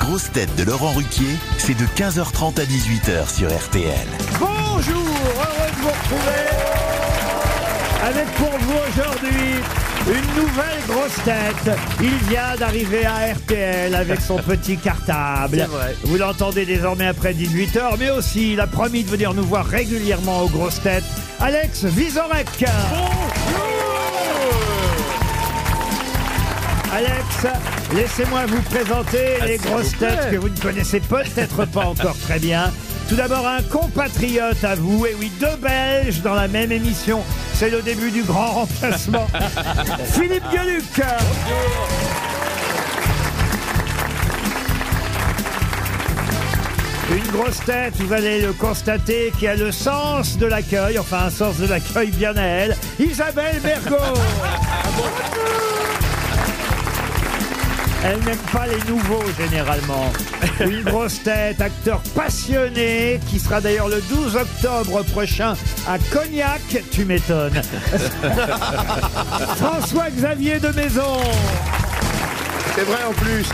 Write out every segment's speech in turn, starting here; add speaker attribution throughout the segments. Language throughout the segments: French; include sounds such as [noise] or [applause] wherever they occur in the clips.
Speaker 1: grosses têtes de Laurent Ruquier, c'est de 15h30 à 18h sur RTL.
Speaker 2: Bonjour, heureux de vous retrouver avec pour vous aujourd'hui une nouvelle grosse tête. Il vient d'arriver à RTL avec son petit cartable.
Speaker 3: C'est vrai.
Speaker 2: Vous l'entendez désormais après 18h, mais aussi il a promis de venir nous voir régulièrement aux grosses têtes. Alex Vizorek.
Speaker 3: Oh
Speaker 2: Alex, laissez-moi vous présenter les
Speaker 3: Ah, s'il
Speaker 2: grosses
Speaker 3: vous plaît.
Speaker 2: têtes que vous ne connaissez peut-être pas encore très bien. Tout d'abord, un compatriote à vous, et oui, deux Belges dans la même émission. C'est le début du grand remplacement. Philippe Gueluc Une grosse tête, vous allez le constater, qui a le sens de l'accueil, enfin un sens de l'accueil bien à elle, Isabelle Bergot Elle n'aime pas les nouveaux généralement. Une grosse tête, acteur passionné, qui sera d'ailleurs le 12 octobre prochain à Cognac, tu m'étonnes. François-Xavier de Maison.
Speaker 4: C'est vrai en plus.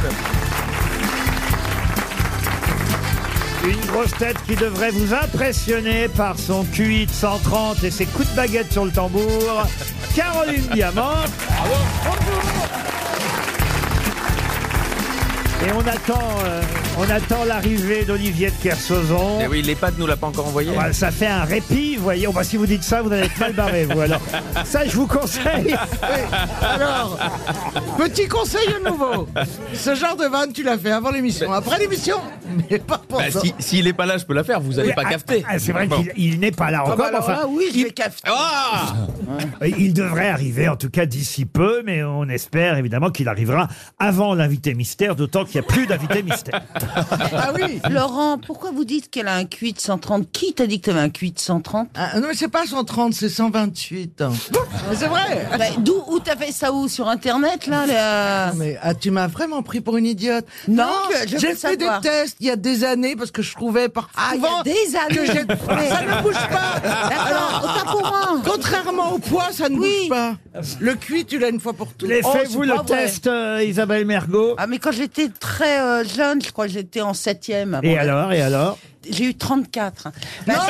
Speaker 2: Une grosse tête qui devrait vous impressionner par son QI de 130 et ses coups de baguette sur le tambour. Caroline Diamant. Et on attend, euh, on attend l'arrivée d'Olivier de Kersauzon.
Speaker 3: Eh oui, l'EHPAD nous l'a pas encore envoyé.
Speaker 2: Voilà, ça fait un répit, vous voyez. Oh, bah, si vous dites ça, vous allez être mal barré, vous. Alors, ça, je vous conseille.
Speaker 4: [laughs] Alors, [laughs] petit conseil à nouveau. Ce genre de vanne, tu l'as fait avant l'émission. Après l'émission, mais pas pour
Speaker 3: Bah,
Speaker 4: ça.
Speaker 3: si- S'il est pas là, je peux la faire. Vous avez pas
Speaker 2: Ah,
Speaker 3: cafeté.
Speaker 2: ah, c'est vrai
Speaker 3: Bon.
Speaker 2: qu'il il n'est pas là encore.
Speaker 4: Ah bah alors
Speaker 2: enfin,
Speaker 4: là, oui, je vais caf-
Speaker 3: Ah
Speaker 2: Il devrait arriver, en tout cas d'ici peu, mais on espère évidemment qu'il arrivera avant l'invité mystère, d'autant qu'il n'y a plus d'invité mystère.
Speaker 4: Ah oui.
Speaker 5: Laurent, pourquoi vous dites qu'elle a un QI de 130 Qui t'a dit que t'avais un QI de 130
Speaker 4: Ah, non, mais c'est pas 130, c'est 128. Mais c'est vrai.
Speaker 5: Ah. Bah, D'où où t'as fait ça où Sur Internet, là la-
Speaker 4: Mais ah, tu m'as vraiment pris pour une idiote.
Speaker 5: Non,
Speaker 4: Donc,
Speaker 5: je veux
Speaker 4: j'ai fait des
Speaker 5: savoir.
Speaker 4: tests il y a des années parce que je trouvais par
Speaker 5: Ah, il y
Speaker 4: souvent
Speaker 5: a des
Speaker 4: que j'ai-
Speaker 5: années [laughs]
Speaker 4: ça ne bouge pas.
Speaker 2: Ah.
Speaker 5: D'accord, autant pour moi
Speaker 4: Contrairement au poids, ça ne bouge
Speaker 5: Oui.
Speaker 4: pas. Le cuit, tu l'as une fois pour toutes.
Speaker 2: Les
Speaker 5: Oh,
Speaker 2: faits,
Speaker 5: c'est
Speaker 2: vous le
Speaker 5: pas vrai.
Speaker 2: test, euh, Isabelle Mergot.
Speaker 5: Ah, mais quand j'étais très euh, jeune, je crois que j'étais en 7ème.
Speaker 4: Ah
Speaker 2: Et alors, et alors
Speaker 5: J'ai eu 34. Parce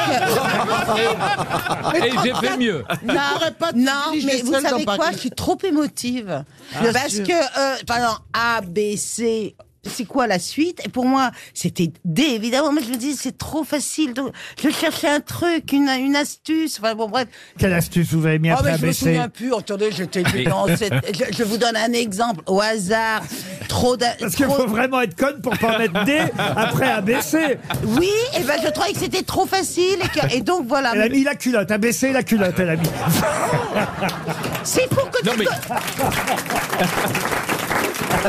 Speaker 6: Et j'ai fait mieux.
Speaker 5: que- non,
Speaker 4: pourrais pas te
Speaker 5: non,
Speaker 4: diriger
Speaker 5: mais vous
Speaker 4: seule dans
Speaker 5: savez quoi
Speaker 4: Paris.
Speaker 5: Je suis trop émotive.
Speaker 4: Bien
Speaker 5: parce
Speaker 4: sûr.
Speaker 5: que, euh, par exemple, A, B, C... C'est quoi la suite Et pour moi, c'était D, évidemment. Mais je me dis, c'est trop facile. Donc, je cherchais un truc, une, une astuce. Enfin, bon, bref.
Speaker 2: Quelle astuce vous avez mis
Speaker 5: Ah
Speaker 2: après
Speaker 5: mais je me
Speaker 2: ABC
Speaker 5: souviens plus. Attendez,
Speaker 2: [laughs]
Speaker 5: j'étais dans cette- je, je vous donne un exemple au hasard. Trop d'a-
Speaker 2: Parce qu'il
Speaker 5: trop-
Speaker 2: faut vraiment être conne pour pas en mettre D après ABC.
Speaker 5: Oui, et ben je trouvais que c'était trop facile et, que- et donc voilà.
Speaker 2: Elle a mis la culotte, ABC la culotte, elle a mis.
Speaker 5: C'est pour que
Speaker 6: Non
Speaker 5: tu
Speaker 6: mais.
Speaker 5: te-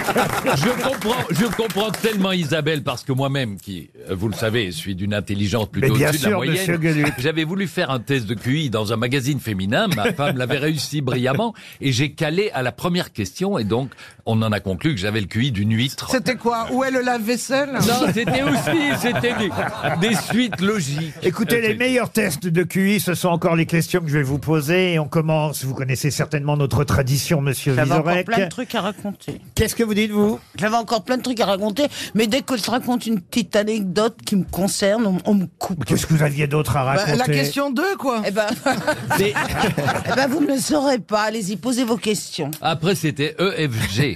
Speaker 6: Je comprends, je comprends tellement Isabelle parce que moi-même, qui, euh, vous le savez, suis d'une intelligence plutôt
Speaker 2: Mais bien
Speaker 6: au-dessus de la
Speaker 2: sûr, monsieur Gueluc.
Speaker 6: moyenne, j'avais voulu faire un test de QI dans un magazine féminin. Ma femme l'avait réussi brillamment et j'ai calé à la première question et donc on en a conclu que j'avais le QI d'une huître.
Speaker 4: C'était quoi Où est le lave-vaisselle
Speaker 6: Non, c'était aussi, c'était des, des suites logiques.
Speaker 2: Écoutez, les meilleurs tests de QI, ce sont encore les questions que je vais vous poser. Et on commence, vous connaissez certainement notre tradition, monsieur
Speaker 5: J'avais encore
Speaker 2: Vizorek.
Speaker 5: plein de trucs à raconter.
Speaker 2: Qu'est-ce que vous dites, vous
Speaker 5: J'avais encore plein de trucs à raconter, mais dès que je raconte une petite anecdote qui me concerne, on, on me coupe.
Speaker 2: Qu'est-ce que vous aviez d'autre à
Speaker 4: Bah,
Speaker 2: raconter
Speaker 4: La question 2, quoi.
Speaker 2: [laughs]
Speaker 5: Eh ben, [laughs] eh ben, vous ne le saurez pas. Allez-y, posez vos questions.
Speaker 6: Après, c'était E EFG.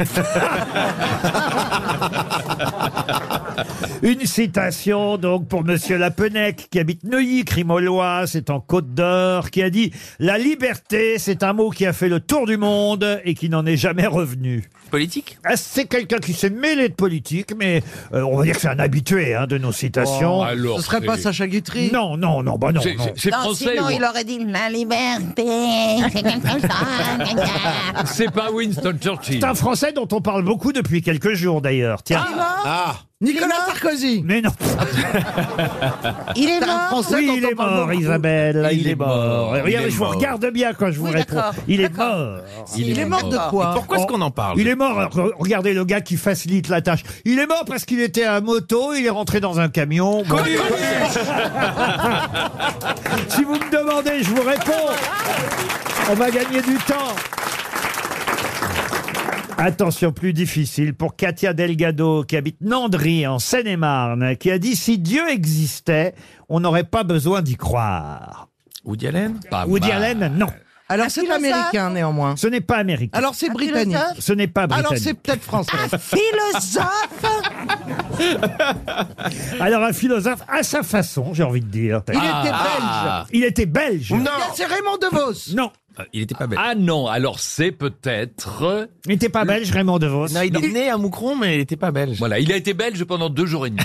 Speaker 2: Une citation donc pour Monsieur Lapenec qui habite Neuilly-Crimolois, c'est en Côte d'Or, qui a dit La liberté, c'est un mot qui a fait le tour du monde et qui n'en est jamais revenu.
Speaker 3: Politique
Speaker 2: Ah, c'est quelqu'un qui s'est mêlé de politique, mais euh, on va dire que c'est un habitué hein, de nos citations.
Speaker 6: Oh, Alors,
Speaker 4: Ce serait pas
Speaker 6: c'est-
Speaker 4: Sacha Guitry
Speaker 2: non, non, non, bah non.
Speaker 6: c'est-
Speaker 2: non.
Speaker 6: c'est- C'est
Speaker 5: Non,
Speaker 6: français.
Speaker 5: sinon,
Speaker 6: ou-
Speaker 5: il aurait dit la liberté, c'est quelque
Speaker 2: [laughs]
Speaker 5: chose.
Speaker 6: C'est pas Winston Churchill.
Speaker 2: C'est un Français dont on parle beaucoup depuis quelques jours d'ailleurs.
Speaker 6: Ah,
Speaker 2: Tiens.
Speaker 4: Nicolas Sarkozy.
Speaker 2: Mais non.
Speaker 5: Il est
Speaker 4: C'est un
Speaker 5: mort.
Speaker 4: Français
Speaker 2: Oui,
Speaker 4: dont
Speaker 2: il
Speaker 4: on
Speaker 2: est
Speaker 4: parle
Speaker 2: mort,
Speaker 4: beaucoup.
Speaker 2: Isabelle. Il, est mort.
Speaker 3: Il
Speaker 2: Regardez,
Speaker 3: est
Speaker 2: je vous
Speaker 3: mort.
Speaker 2: regarde bien quand je vous
Speaker 5: Oui,
Speaker 2: réponds.
Speaker 5: d'accord.
Speaker 2: Il est
Speaker 5: D'accord.
Speaker 2: mort.
Speaker 4: Il, est mort de quoi
Speaker 3: Pourquoi est-ce qu'on en parle
Speaker 2: Il est mort. Re- Regardez le gars qui facilite la tâche. Il est mort parce qu'il était à moto, il est rentré dans un camion. Bon. si vous me demandez, je vous réponds. On va gagner du temps. Attention, plus difficile pour Katia Delgado, qui habite Nandry, en Seine-et-Marne, qui a dit Si Dieu existait, on n'aurait pas besoin d'y croire.
Speaker 3: Woody Allen
Speaker 6: Pas
Speaker 2: Woody
Speaker 6: mal.
Speaker 2: Allen, non.
Speaker 4: Alors c'est
Speaker 5: philosophe
Speaker 4: américain néanmoins.
Speaker 2: Ce n'est pas américain.
Speaker 4: Alors c'est
Speaker 5: Un
Speaker 4: britannique.
Speaker 5: philosophe
Speaker 2: ce n'est pas
Speaker 4: Alors
Speaker 2: britannique.
Speaker 4: c'est peut-être français.
Speaker 5: Philosophe
Speaker 2: Alors, un philosophe à sa façon, j'ai envie de dire.
Speaker 4: Il
Speaker 2: Il,
Speaker 4: était belge.
Speaker 6: Ah.
Speaker 2: était belge.
Speaker 4: Tiens, C'est Raymond DeVos.
Speaker 2: Non,
Speaker 3: Euh, Il était pas bête.
Speaker 6: Ah non, alors c'est peut-être... euh,
Speaker 2: il n'était pas belge, Raymond DeVos.
Speaker 3: Non, il est né à Moucron, mais il était pas belge.
Speaker 6: Voilà, il a été belge pendant deux jours
Speaker 3: [laughs]
Speaker 6: et demi.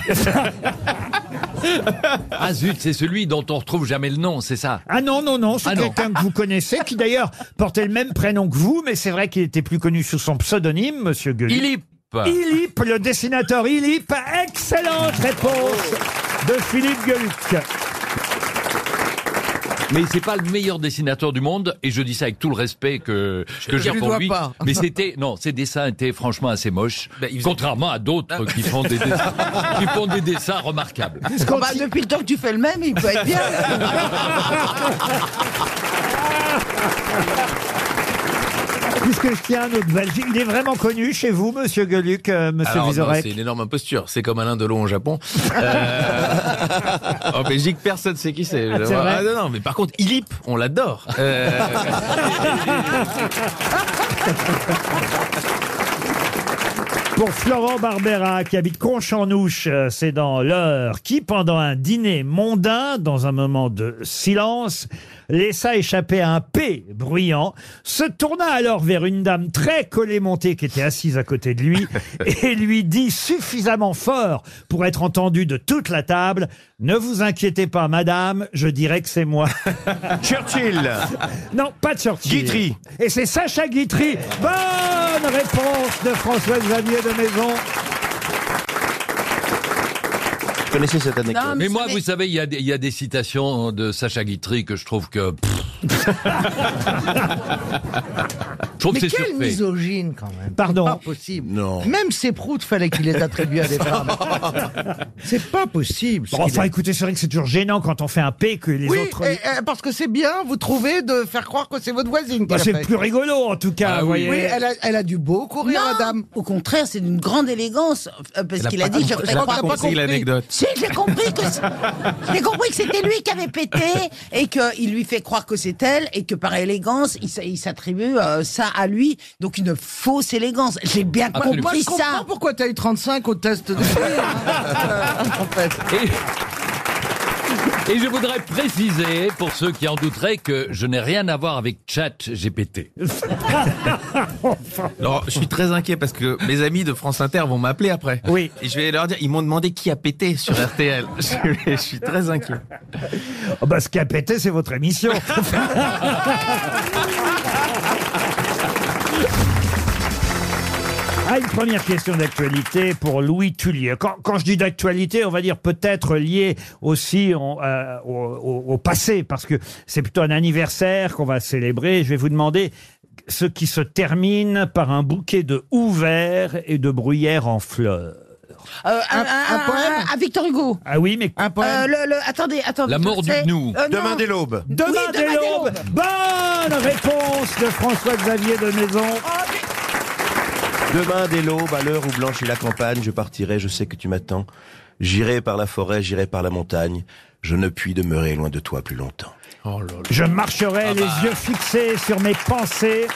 Speaker 6: ah zut, c'est celui dont on retrouve jamais le nom, c'est ça
Speaker 2: Ah non, non, non, c'est
Speaker 6: Ah non.
Speaker 2: quelqu'un que vous connaissez, qui d'ailleurs portait le même prénom que vous, mais c'est vrai qu'il était plus connu sous son pseudonyme, Monsieur Gueulin.
Speaker 6: Philippe
Speaker 2: Ilip, le dessinateur Ilip. Excellente réponse de Philippe Gueluc.
Speaker 6: Mais c'est pas le meilleur dessinateur du monde, et je dis ça avec tout le respect que, que j'ai
Speaker 4: lui
Speaker 6: pour
Speaker 4: dois
Speaker 6: lui.
Speaker 4: pas.
Speaker 6: Mais c'était, non, ses dessins étaient franchement assez moches.
Speaker 3: Bah, il faisait- Ah.
Speaker 6: contrairement à d'autres qui font des dessins, qui font des dessins remarquables.
Speaker 5: Oh bah, Depuis le temps que tu fais le même, il
Speaker 2: [laughs]
Speaker 5: peut être bien.
Speaker 2: Puisque je tiens un autre belge, il est vraiment connu chez vous, Monsieur Gueluc, euh, Monsieur
Speaker 3: Alors, non,
Speaker 2: Vizorek.
Speaker 3: c'est une énorme imposture. C'est comme Alain Delon au Japon.
Speaker 2: [laughs]
Speaker 3: Euh, en Belgique, personne sait qui c'est.
Speaker 2: Ah,
Speaker 3: Ah,
Speaker 2: c'est vrai
Speaker 3: non, non, mais par contre, Ilip, on l'adore. Euh,
Speaker 2: Pour Florent Barbera, qui habite Conches-en-Ouche, euh, c'est dans l'heure, qui, pendant un dîner mondain, dans un moment de silence, laissa échapper un P bruyant, se tourna alors vers une dame très collée-montée qui était assise à côté de lui et lui dit suffisamment fort pour être entendu de toute la table « Ne vous inquiétez pas, madame, je dirais que c'est moi. [laughs]
Speaker 3: Churchill. »
Speaker 2: Non, pas de sortie.
Speaker 3: Guitry.
Speaker 2: Et c'est Sacha Guitry. Bonne réponse de François-Xavier de Maison.
Speaker 7: Vous connaissez cette anecdote
Speaker 6: Mais moi, vous savez, il y, a des- il y a des citations de Sacha Guitry que je trouve que. pff. je trouve
Speaker 4: Mais
Speaker 6: que c'est
Speaker 4: quel
Speaker 6: surfait. [laughs]
Speaker 4: misogyne quand même.
Speaker 2: Pardon.
Speaker 4: C'est Pas possible.
Speaker 7: Non.
Speaker 4: Même ses proutes, fallait qu'il les attribue à des femmes. C'est pas possible. ce
Speaker 2: Bon,
Speaker 4: qu'il
Speaker 2: enfin,
Speaker 4: a-
Speaker 2: écoutez, c'est vrai que c'est toujours gênant quand on fait un P que les
Speaker 4: oui,
Speaker 2: autres.
Speaker 4: et- et parce que c'est bien, vous trouvez, de faire croire que c'est votre voisine.
Speaker 2: Bah,
Speaker 4: qui
Speaker 2: c'est
Speaker 4: l'a fait.
Speaker 2: plus rigolo, en tout cas.
Speaker 6: Ah
Speaker 2: vous
Speaker 6: oui.
Speaker 2: voyez.
Speaker 4: Oui, elle a, elle a du beau courir,
Speaker 5: Non,
Speaker 4: madame.
Speaker 5: Au contraire, c'est d'une grande élégance. euh, Parce
Speaker 3: Elle a
Speaker 5: qu'il a
Speaker 3: pas
Speaker 5: dit, je
Speaker 3: compris-
Speaker 5: ferai
Speaker 3: elle a
Speaker 5: pas
Speaker 3: pas compris l'anecdote.
Speaker 5: Si, j'ai compris que c'est- j'ai compris que c'était lui qui avait pété et qu'il lui fait croire que c'est elle et que par élégance, il s'a- il s'attribue euh, ça à lui. Donc une fausse élégance. J'ai bien
Speaker 6: Absolument.
Speaker 4: Moi,
Speaker 5: compris
Speaker 4: je comprends
Speaker 5: ça.
Speaker 4: pourquoi t'as eu 35 au test de en fait.
Speaker 6: Et... et je voudrais préciser, pour ceux qui en douteraient, que je n'ai rien à voir avec Chat GPT.
Speaker 3: Alors, je suis très inquiet parce que mes amis de France Inter vont m'appeler après.
Speaker 2: Oui.
Speaker 3: Et je vais leur dire, ils m'ont demandé qui a pété sur RTL. [laughs] Je, je suis très inquiet.
Speaker 2: Oh, bah, ce qui a pété, c'est votre
Speaker 4: [laughs]
Speaker 2: émission. Ah, une première question d'actualité pour Louis Tullier. Quand, quand je dis d'actualité, on va dire peut-être lié aussi en- euh, au, au- au passé, parce que c'est plutôt un anniversaire qu'on va célébrer. Je vais vous demander ce qui se termine par un bouquet de houes verts et de bruyères en fleurs.
Speaker 5: Euh, un,
Speaker 4: Un- un poème
Speaker 5: à Victor Hugo.
Speaker 2: Ah oui, mais
Speaker 4: Un poème.
Speaker 5: Euh, le, le- attendez, attendez.
Speaker 6: La mort du
Speaker 5: c'est-
Speaker 6: gnou.
Speaker 5: euh, non.
Speaker 7: Demain dès l'aube.
Speaker 2: Demain
Speaker 5: Oui,
Speaker 2: dès
Speaker 5: demain dès
Speaker 2: l'aube. Bonne réponse de François-Xavier de Maison.
Speaker 5: Oh, mais-
Speaker 7: Demain dès l'aube, à l'heure où blanchit la campagne, je partirai, je sais que tu m'attends. J'irai par la forêt, j'irai par la montagne. Je ne puis demeurer loin de toi plus longtemps.
Speaker 2: Je marcherai
Speaker 7: Ah
Speaker 2: les
Speaker 7: bah.
Speaker 2: yeux fixés sur mes pensées,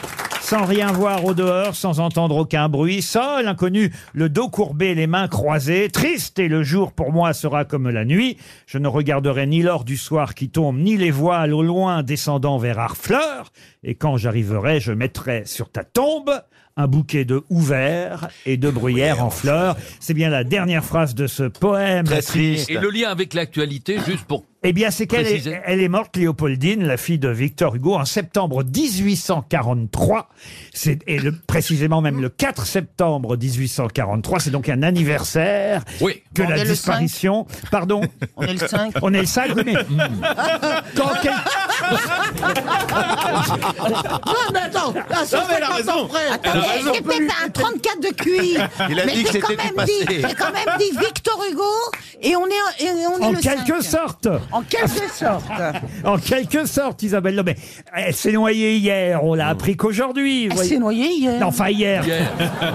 Speaker 2: sans rien voir au dehors, sans entendre aucun bruit, seul, inconnu, le dos courbé, les mains croisées, triste et le jour pour moi sera comme la nuit. Je ne regarderai ni l'or du soir qui tombe, ni les voiles au loin descendant vers Harfleur. Et quand j'arriverai, je mettrai sur ta tombe un bouquet de houverts et de bruyères en fleurs. C'est bien la dernière phrase de ce poème.
Speaker 7: Très
Speaker 2: signé-
Speaker 7: triste.
Speaker 6: Et le lien avec l'actualité, juste pour
Speaker 2: eh bien, c'est qu'elle est,
Speaker 6: Précisez.
Speaker 2: elle est morte, Léopoldine, la fille de Victor Hugo, en septembre 1843. C'est, et le- précisément même le 4 septembre 1843. C'est donc un anniversaire
Speaker 6: Oui.
Speaker 2: que
Speaker 5: On est
Speaker 2: la
Speaker 5: le
Speaker 2: disparition. Pardon
Speaker 5: On est le 5.
Speaker 4: Hmm.
Speaker 5: [laughs]
Speaker 2: On est le 5, oui, mais. quand, quel-
Speaker 4: Non, mais attends, à 150 ans près.
Speaker 5: Attendez,
Speaker 7: Elle a raison.
Speaker 5: j'ai peut-être un 34 de
Speaker 7: [laughs]
Speaker 5: QI.
Speaker 7: Il a
Speaker 5: mais
Speaker 7: dit que
Speaker 5: j'ai quand
Speaker 7: c'était du
Speaker 5: même dit-
Speaker 7: passé.
Speaker 5: J'ai quand même dit Victor Hugo et on est, et on est
Speaker 2: En
Speaker 5: le
Speaker 2: quelque
Speaker 5: cinq.
Speaker 2: sorte
Speaker 5: En
Speaker 2: [laughs]
Speaker 5: quelque sorte.
Speaker 2: En quelque sorte, Isabelle. Non, mais elle s'est noyée hier, on l'a appris qu'aujourd'hui. vous
Speaker 5: Elle
Speaker 2: voyez.
Speaker 5: s'est noyée hier.
Speaker 2: Non, enfin hier.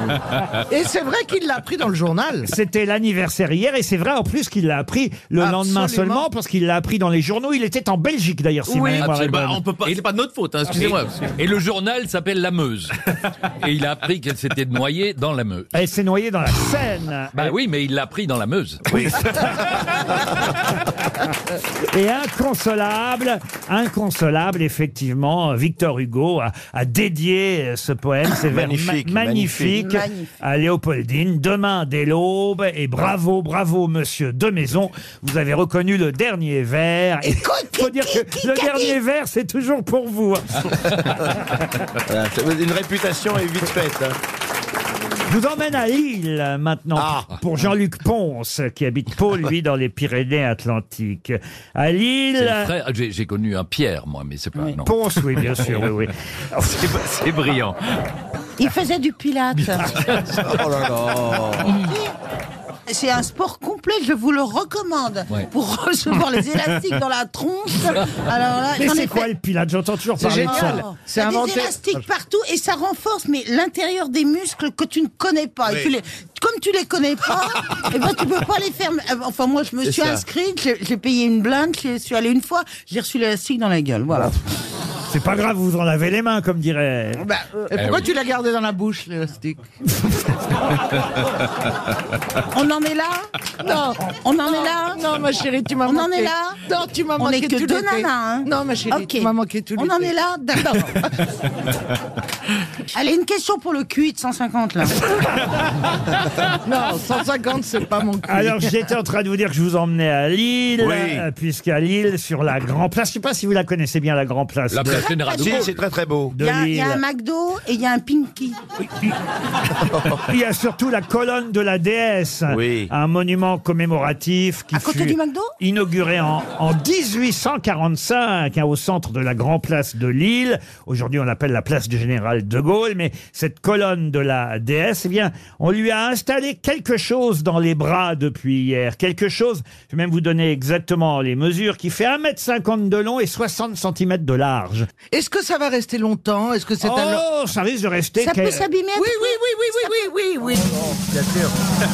Speaker 4: [laughs] Et c'est vrai qu'il l'a pris dans le journal.
Speaker 2: C'était l'anniversaire hier et c'est vrai en plus qu'il l'a appris le
Speaker 4: Absolument.
Speaker 2: lendemain seulement parce qu'il l'a appris dans les journaux. Il était en Belgique d'ailleurs, si ma mémoire est
Speaker 3: Bah,
Speaker 2: bonne.
Speaker 3: on peut pas, c'est pas de notre faute, hein, excusez-moi.
Speaker 6: Ah, Et le journal s'appelle La
Speaker 3: [laughs]
Speaker 6: Meuse. Et il a appris qu'elle s'était noyée dans la Meuse.
Speaker 2: Elle s'est noyée dans la Seine.
Speaker 6: Bah oui, mais il l'a pris dans la Meuse. [laughs]
Speaker 2: Et inconsolable, inconsolable, effectivement, Victor Hugo a, a dédié euh, ce poème,
Speaker 6: [coughs]
Speaker 2: ces vers
Speaker 7: Magnifique,
Speaker 2: ma- magnifiques,
Speaker 5: magnifique. Magnifique.
Speaker 2: à Léopoldine. Demain dès l'aube, et bravo, bravo, monsieur de Maison. Vous avez reconnu le dernier vers. Et faut dire que le dernier vers, c'est toujours pour vous. hein.
Speaker 7: [laughs] Voilà, ça veut dire Une réputation est vite faite. hein.
Speaker 2: Je vous emmène à Lille maintenant pour Jean-Luc Ponce qui habite Pau, lui, dans les Pyrénées-Atlantiques. À
Speaker 6: C'est le
Speaker 2: Lille,
Speaker 6: frère- J'ai j'ai connu un Pierre, moi, mais c'est pas. non.
Speaker 2: Ponce, oui, bien sûr, oui, oui.
Speaker 6: [laughs] C'est brillant.
Speaker 5: Il faisait du
Speaker 2: [laughs]
Speaker 5: pilate.
Speaker 7: Oh là là.
Speaker 2: Oh.
Speaker 5: C'est un sport complet, je vous le recommande.
Speaker 6: Ouais.
Speaker 5: Pour recevoir
Speaker 7: [laughs]
Speaker 5: les élastiques dans la tronche. Alors là,
Speaker 2: Mais
Speaker 5: j'en ai
Speaker 2: c'est
Speaker 5: fait-
Speaker 2: quoi le pilate J'entends toujours
Speaker 4: C'est
Speaker 2: parler de ça.
Speaker 4: génial.
Speaker 5: Oh,
Speaker 4: C'est
Speaker 5: il y a
Speaker 4: inventé-
Speaker 5: Des élastiques partout et ça renforce mais l'intérieur des muscles que tu ne connais pas. Et tu les- comme tu les connais pas, et ben tu peux pas les faire. Euh, Enfin moi je me suis
Speaker 7: ça.
Speaker 5: inscrite, j'ai j'ai payé une blinde, je suis allée une fois, j'ai reçu l'élastique dans la gueule. Voilà. Eh
Speaker 2: C'est pas grave, vous en avez les mains, comme dirait.
Speaker 5: ben,
Speaker 4: Bah, euh, et pourquoi [laughs] tu l'as gardé dans la bouche, l'élastique
Speaker 5: On en est là Non. On en est là
Speaker 4: Non, ma chérie, tu m'as
Speaker 5: On
Speaker 4: manqué.
Speaker 5: en est là
Speaker 4: Non, tu m'as
Speaker 5: On
Speaker 4: manqué
Speaker 5: est que
Speaker 4: tout
Speaker 5: deux
Speaker 4: l'été.
Speaker 5: nanas, hein
Speaker 4: Non, ma chérie,
Speaker 5: Ok.
Speaker 4: tu m'as manqué tout
Speaker 5: On en
Speaker 4: l'été.
Speaker 5: est là D'accord. [laughs] Allez, une question pour le QI de 150 là.
Speaker 4: Non, 150, c'est pas mon cul.
Speaker 2: Alors [laughs] j'étais en train de vous dire que je vous emmenais à Lille,
Speaker 7: Oui.
Speaker 2: euh, puisqu'à Lille, sur la Grand Place, je sais pas si vous la connaissez bien, la Grand Place.
Speaker 6: La
Speaker 2: de-
Speaker 6: place
Speaker 5: Ah,
Speaker 6: générale de
Speaker 7: Si,
Speaker 6: Gaulle.
Speaker 7: c'est très très beau.
Speaker 5: Il
Speaker 2: de
Speaker 5: y, a- il y a un
Speaker 2: Lille.
Speaker 5: McDo et il y a un Pinky.
Speaker 2: Il y a surtout la colonne de la déesse,
Speaker 7: Oui.
Speaker 2: un monument commémoratif qui
Speaker 5: À côté
Speaker 2: fut
Speaker 5: du McDo
Speaker 2: inauguré en, en 1845 hein, au centre de la Grand Place de Lille. Aujourd'hui, on l'appelle la place du général de Gaulle, mais cette colonne de la déesse, eh bien, on lui a installé quelque chose dans les bras depuis hier. Quelque chose, je vais même vous donner exactement les mesures, qui fait 1m50 de long et 60 cm de large.
Speaker 4: Est-ce que ça va rester longtemps Est-ce que c'est un... lo-
Speaker 2: Oh, ça risque de rester...
Speaker 5: Ça peut
Speaker 2: quel-
Speaker 5: s'abîmer.
Speaker 4: Oui, oui, oui, oui, oui, oui, oui, oui.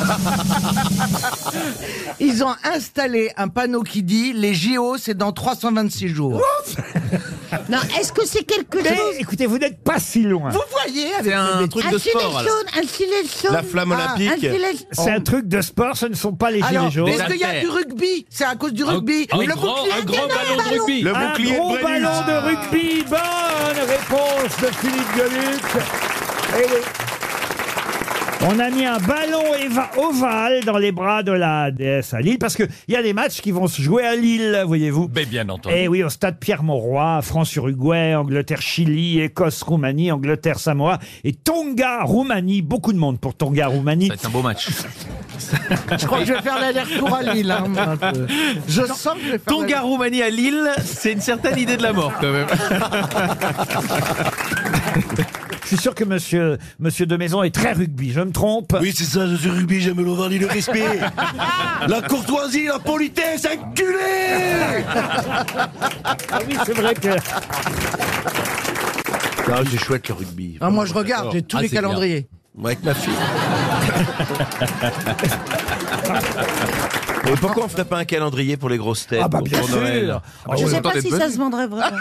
Speaker 4: Ils ont installé un panneau qui dit « Les JO, c'est dans 326 jours
Speaker 5: Non, est-ce que c'est quelque
Speaker 2: Mais
Speaker 5: chose
Speaker 2: écoutez, vous n'êtes pas si loin. ».
Speaker 4: Vous voyez avec
Speaker 3: C'est
Speaker 4: le
Speaker 3: un
Speaker 4: dé-
Speaker 3: truc
Speaker 5: Un
Speaker 3: de
Speaker 5: gilet
Speaker 3: sport, alors.
Speaker 5: jaune, un gilet jaune. Ah,
Speaker 7: La flamme olympique.
Speaker 5: Un gilet
Speaker 2: C'est un truc de sport, ce ne sont pas les gilets
Speaker 4: Alors,
Speaker 2: jaunes.
Speaker 4: est-ce qu'il y a du rugby C'est à cause du rugby.
Speaker 6: Un, un
Speaker 4: Le
Speaker 6: grand,
Speaker 4: bouclier
Speaker 6: un grand
Speaker 4: était dans le
Speaker 6: ballon de rugby.
Speaker 7: Le
Speaker 2: Un
Speaker 7: bouclier
Speaker 2: gros
Speaker 7: de Brennus.
Speaker 2: ballon de rugby. Bonne réponse de Philippe Gueluc. Eh Et oui. On a mis un ballon éva- ovale dans les bras de la DS à Lille parce qu'il y a des matchs qui vont se jouer à Lille, voyez-vous.
Speaker 6: Mais bien Ben, entendu.
Speaker 2: Eh oui, au stade Pierre-Mauroy, France-Uruguay, Angleterre-Chili, Écosse-Roumanie, Angleterre-Samoa et Tonga-Roumanie. Beaucoup de monde pour Tonga-Roumanie.
Speaker 3: Ça va être un
Speaker 2: [laughs]
Speaker 3: beau match.
Speaker 4: Je crois que je vais faire l'aller-retour à Lille. hein, moi, un
Speaker 6: [laughs]
Speaker 4: peu. Je sens que je vais faire
Speaker 3: Tonga Roumanie à Lille, c'est une certaine idée de la mort quand même.
Speaker 2: Je suis sûr que monsieur, monsieur de Maison est très rugby. Je me trompe
Speaker 7: Oui, c'est ça, je suis rugby, j'aime l'ovalie,
Speaker 2: [laughs]
Speaker 7: le respect. la courtoisie, la politesse, enculé
Speaker 2: Ah oui, c'est vrai [laughs] que...
Speaker 7: Non, c'est chouette le rugby.
Speaker 4: Ah, moi, je regarde, j'ai tous
Speaker 6: Ah,
Speaker 4: les
Speaker 6: c'est bien.
Speaker 4: calendriers.
Speaker 7: Moi, avec ma fille. Et pourquoi on ferait pas un calendrier pour les grosses têtes
Speaker 2: Ah bah
Speaker 7: pour-
Speaker 2: bien
Speaker 7: pour
Speaker 2: sûr
Speaker 7: Noël Ah,
Speaker 5: Je
Speaker 3: oui,
Speaker 5: sais
Speaker 3: autant
Speaker 5: pas
Speaker 3: d'être
Speaker 5: si
Speaker 3: venu.
Speaker 5: ça se
Speaker 4: [laughs]
Speaker 5: vendrait vraiment.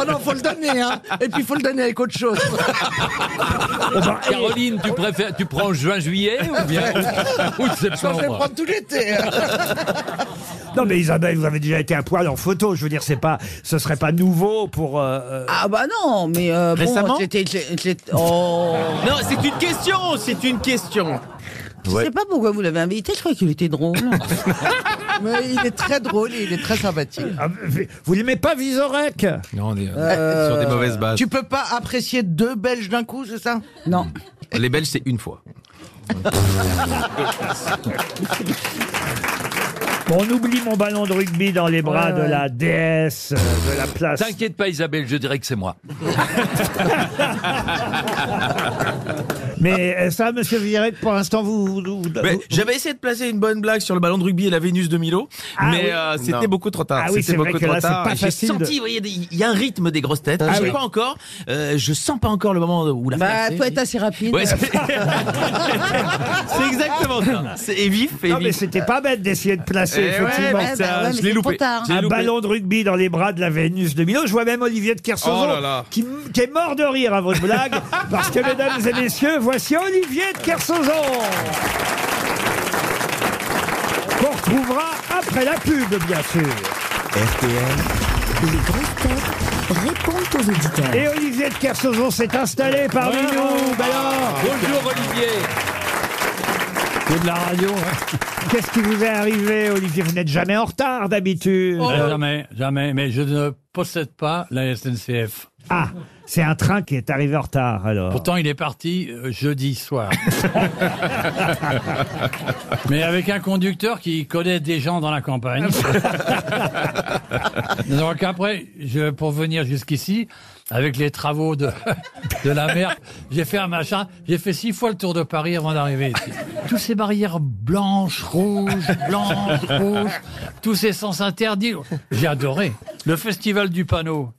Speaker 4: Oh non, faut le donner, hein. Et puis, faut le donner avec
Speaker 3: [laughs]
Speaker 4: autre chose.
Speaker 2: Oh, bah, eh
Speaker 6: Caroline, tu préfères, tu prends juin-juillet ou
Speaker 2: [laughs]
Speaker 6: bien ou
Speaker 4: Moi, je vais
Speaker 6: septembre
Speaker 4: prendre tout l'été. hein.
Speaker 2: Non mais Isabelle, vous avez déjà été à poil en photo. Je veux dire, c'est pas, ce serait pas nouveau pour. euh, euh,
Speaker 5: Ah bah non, mais euh,
Speaker 3: Récemment
Speaker 5: bon, j'étais, j'étais- oh.
Speaker 3: Non, c'est une question, c'est une question.
Speaker 5: Je sais pas pourquoi vous l'avez invité, je croyais qu'il était
Speaker 4: [laughs]
Speaker 5: drôle.
Speaker 4: Mais il est très drôle et il est très sympathique.
Speaker 2: ah, mais vous l'aimez pas Vizorek
Speaker 3: Non, on est euh, sur des mauvaises bases.
Speaker 4: Euh, Tu peux pas apprécier deux Belges d'un coup, c'est ça
Speaker 3: [laughs]
Speaker 5: non.
Speaker 3: Les Belges, c'est une fois.
Speaker 2: Bon, [laughs] on oublie mon ballon de rugby dans les bras de la déesse euh, de la place.
Speaker 6: T'inquiète pas, Isabelle, je dirais que c'est moi.
Speaker 2: Mais euh, ça, monsieur Villeret, pour l'instant, vous. vous- vous-
Speaker 3: Mais
Speaker 2: vous-
Speaker 3: J'avais essayé de placer une bonne blague sur le ballon de rugby et la Vénus de Milo,
Speaker 2: Ah
Speaker 3: mais
Speaker 2: oui.
Speaker 3: euh, c'était
Speaker 7: Non.
Speaker 3: beaucoup trop tard.
Speaker 2: Ah oui,
Speaker 3: C'était
Speaker 2: c'est vrai
Speaker 3: beaucoup
Speaker 2: que
Speaker 3: trop
Speaker 2: là, c'est
Speaker 3: tard.
Speaker 2: pas
Speaker 3: Et J'ai
Speaker 2: facile de- Ah
Speaker 3: senti, vous voyez, des- il y a un rythme des grosses têtes. je
Speaker 2: oui.
Speaker 3: sais pas encore. euh, je sens pas encore le moment où la.
Speaker 5: Bah,
Speaker 3: placer.
Speaker 5: faut être assez rapide.
Speaker 3: Ouais, c'est [laughs] c'est exactement ça. C'est et vif et
Speaker 2: Non, mais
Speaker 3: vif.
Speaker 2: c'était pas bête d'essayer de placer,
Speaker 3: Eh ouais,
Speaker 2: effectivement.
Speaker 3: mais ça,
Speaker 5: bah ouais, mais
Speaker 3: je l'ai
Speaker 5: c'est
Speaker 3: loupé.
Speaker 5: trop tard.
Speaker 3: J'ai
Speaker 2: un
Speaker 3: loupé.
Speaker 2: ballon de rugby dans les bras de la Vénus de Milo. Je vois même Olivier de Kersauzon
Speaker 3: Oh là là.
Speaker 2: Qui, qui est mort de rire à votre
Speaker 3: [laughs]
Speaker 2: blague. parce que, mesdames et messieurs, voici Olivier de Kersauzon Qu'on retrouvera après la pub, bien sûr.
Speaker 1: RTL,
Speaker 8: Les grosses têtes répondent aux auditeurs.
Speaker 2: Et Olivier de Kersauzon s'est installé [laughs] parmi nous. Ben alors,
Speaker 6: Bonjour Olivier.
Speaker 2: c'est de la radio.
Speaker 9: hein.
Speaker 2: Qu'est-ce qui vous est arrivé, Olivier Vous n'êtes jamais en retard d'habitude.
Speaker 9: Oh. Euh, Jamais, jamais, mais je ne possède pas la SNCF.
Speaker 2: Ah, c'est un train qui est arrivé en retard alors.
Speaker 9: Pourtant, il est parti euh, jeudi soir. mais avec un conducteur qui connaît des gens dans la campagne. Donc après, je, pour venir jusqu'ici, avec les travaux de, de la mer, j'ai fait un machin, j'ai fait six fois le tour de Paris avant d'arriver ici. Toutes ces barrières blanches, rouges, blanches, rouges, tous ces sens interdits, j'ai adoré. Le festival du panneau,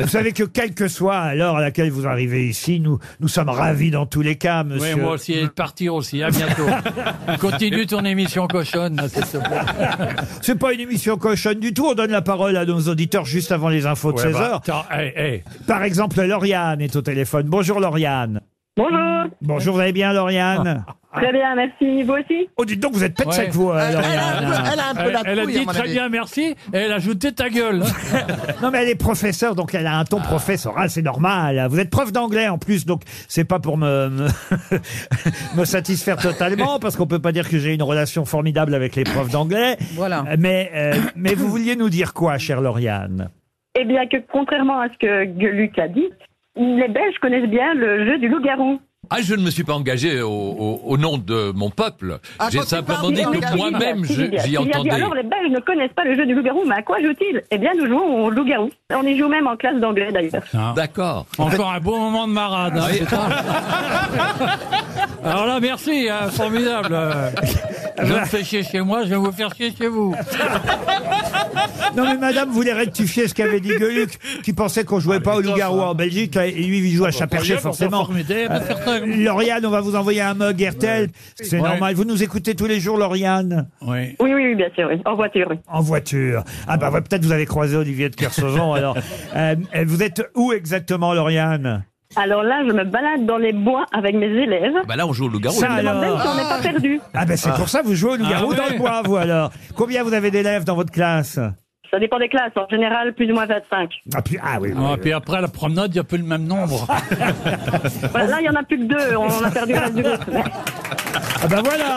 Speaker 2: Vous savez que quelle que soit l'heure à laquelle vous arrivez ici, nous, nous sommes ravis dans tous les cas, monsieur.
Speaker 9: Oui, moi aussi, et de partir aussi.
Speaker 2: [laughs]
Speaker 9: À bientôt. Continue ton émission cochonne, là, s'il te plaît.
Speaker 2: C'est pas une émission cochonne du tout. On donne la parole à nos auditeurs juste avant les infos de 16
Speaker 9: bah,
Speaker 2: heures.
Speaker 9: attends, hey, hey.
Speaker 2: Par exemple, Lauriane est au téléphone. Bonjour Lauriane.
Speaker 10: Bonjour,
Speaker 2: Bonjour, vous allez bien Lauriane
Speaker 10: très bien, merci. Vous aussi
Speaker 2: Oh, dites donc, vous êtes pète
Speaker 9: Ouais.
Speaker 2: sec, vous, euh,
Speaker 4: Elle,
Speaker 2: Lauriane.
Speaker 4: a un peu, elle a un peu
Speaker 9: Elle,
Speaker 4: la
Speaker 9: elle a
Speaker 4: trouille, à
Speaker 9: dit
Speaker 4: mon
Speaker 9: très
Speaker 4: avis.
Speaker 9: bien merci et elle a ajouté
Speaker 2: [laughs]
Speaker 9: ta gueule.
Speaker 2: Non, mais elle est professeure, donc elle a un ton professoral, c'est normal. Vous êtes prof d'anglais en plus, donc c'est pas pour me, [laughs] me, me satisfaire totalement, parce qu'on peut pas dire que j'ai une relation formidable avec les profs d'anglais.
Speaker 5: Voilà.
Speaker 2: Mais, euh, mais vous vouliez nous dire quoi, chère Lauriane
Speaker 10: Eh bien, que contrairement à ce que Gueluc a dit, les Belges connaissent bien le jeu du loup-garou.
Speaker 6: Ah, je ne me suis pas engagé au, au- au nom de mon peuple.
Speaker 4: Ah,
Speaker 6: J'ai
Speaker 4: quand tu
Speaker 6: simplement
Speaker 4: parles,
Speaker 6: dit
Speaker 4: tu parles
Speaker 6: que
Speaker 4: d'Amérique,
Speaker 6: moi-même, je-
Speaker 10: Il a dit
Speaker 6: j'y entendais.
Speaker 10: alors les Belges ne connaissent pas le jeu du loup-garou, mais à quoi joue-t-il Eh bien, nous jouons au loup-garou. On y joue même en classe d'anglais d'ailleurs.
Speaker 6: D'accord.
Speaker 9: Encore un beau moment de marade. hein, putain. [laughs] Alors là, merci, hein, formidable. Je me fais chier chez moi, je vais vous faire chier chez vous.
Speaker 2: Non, mais madame voulait rectifier ce qu'avait dit Gueluc, qui pensait qu'on
Speaker 9: Ah,
Speaker 2: jouait pas au loup-garou en Belgique, et lui, il
Speaker 9: bah,
Speaker 2: joue à Chaperché, forcément. Euh,
Speaker 9: Formidable, pas faire ça.
Speaker 2: Lauriane, on va vous envoyer un mug RTL. C'est
Speaker 9: Ouais.
Speaker 2: normal. Vous nous écoutez tous les jours, Lauriane
Speaker 9: Oui.
Speaker 10: Oui, oui, oui, bien sûr, oui. en voiture. Oui.
Speaker 2: En voiture. Ah bah ouais, peut-être vous avez croisé Olivier de
Speaker 9: [laughs]
Speaker 2: Kersauzon. alors, Euh, euh, vous êtes où exactement, Lauriane
Speaker 10: Alors là, je me balade dans les bois avec mes élèves.
Speaker 3: Bah là, on joue au loup-garou.
Speaker 2: Ça
Speaker 10: Je me demande même si
Speaker 2: alors.
Speaker 10: on n'est pas perdu.
Speaker 2: Ah ben c'est pour ça que vous jouez au loup-garou
Speaker 9: Ah
Speaker 2: dans
Speaker 9: ouais.
Speaker 2: le bois, vous alors. Combien vous avez d'élèves dans votre classe
Speaker 10: Ça dépend des classes, en général, plus ou moins 25.
Speaker 2: ah, puis, ah oui. oui.
Speaker 9: Ah, puis après, la promenade, il n'y a plus le
Speaker 2: [laughs]
Speaker 9: même nombre.
Speaker 10: Voilà, là, il y en a plus que deux, on a perdu le reste du groupe.
Speaker 2: Ah ben voilà.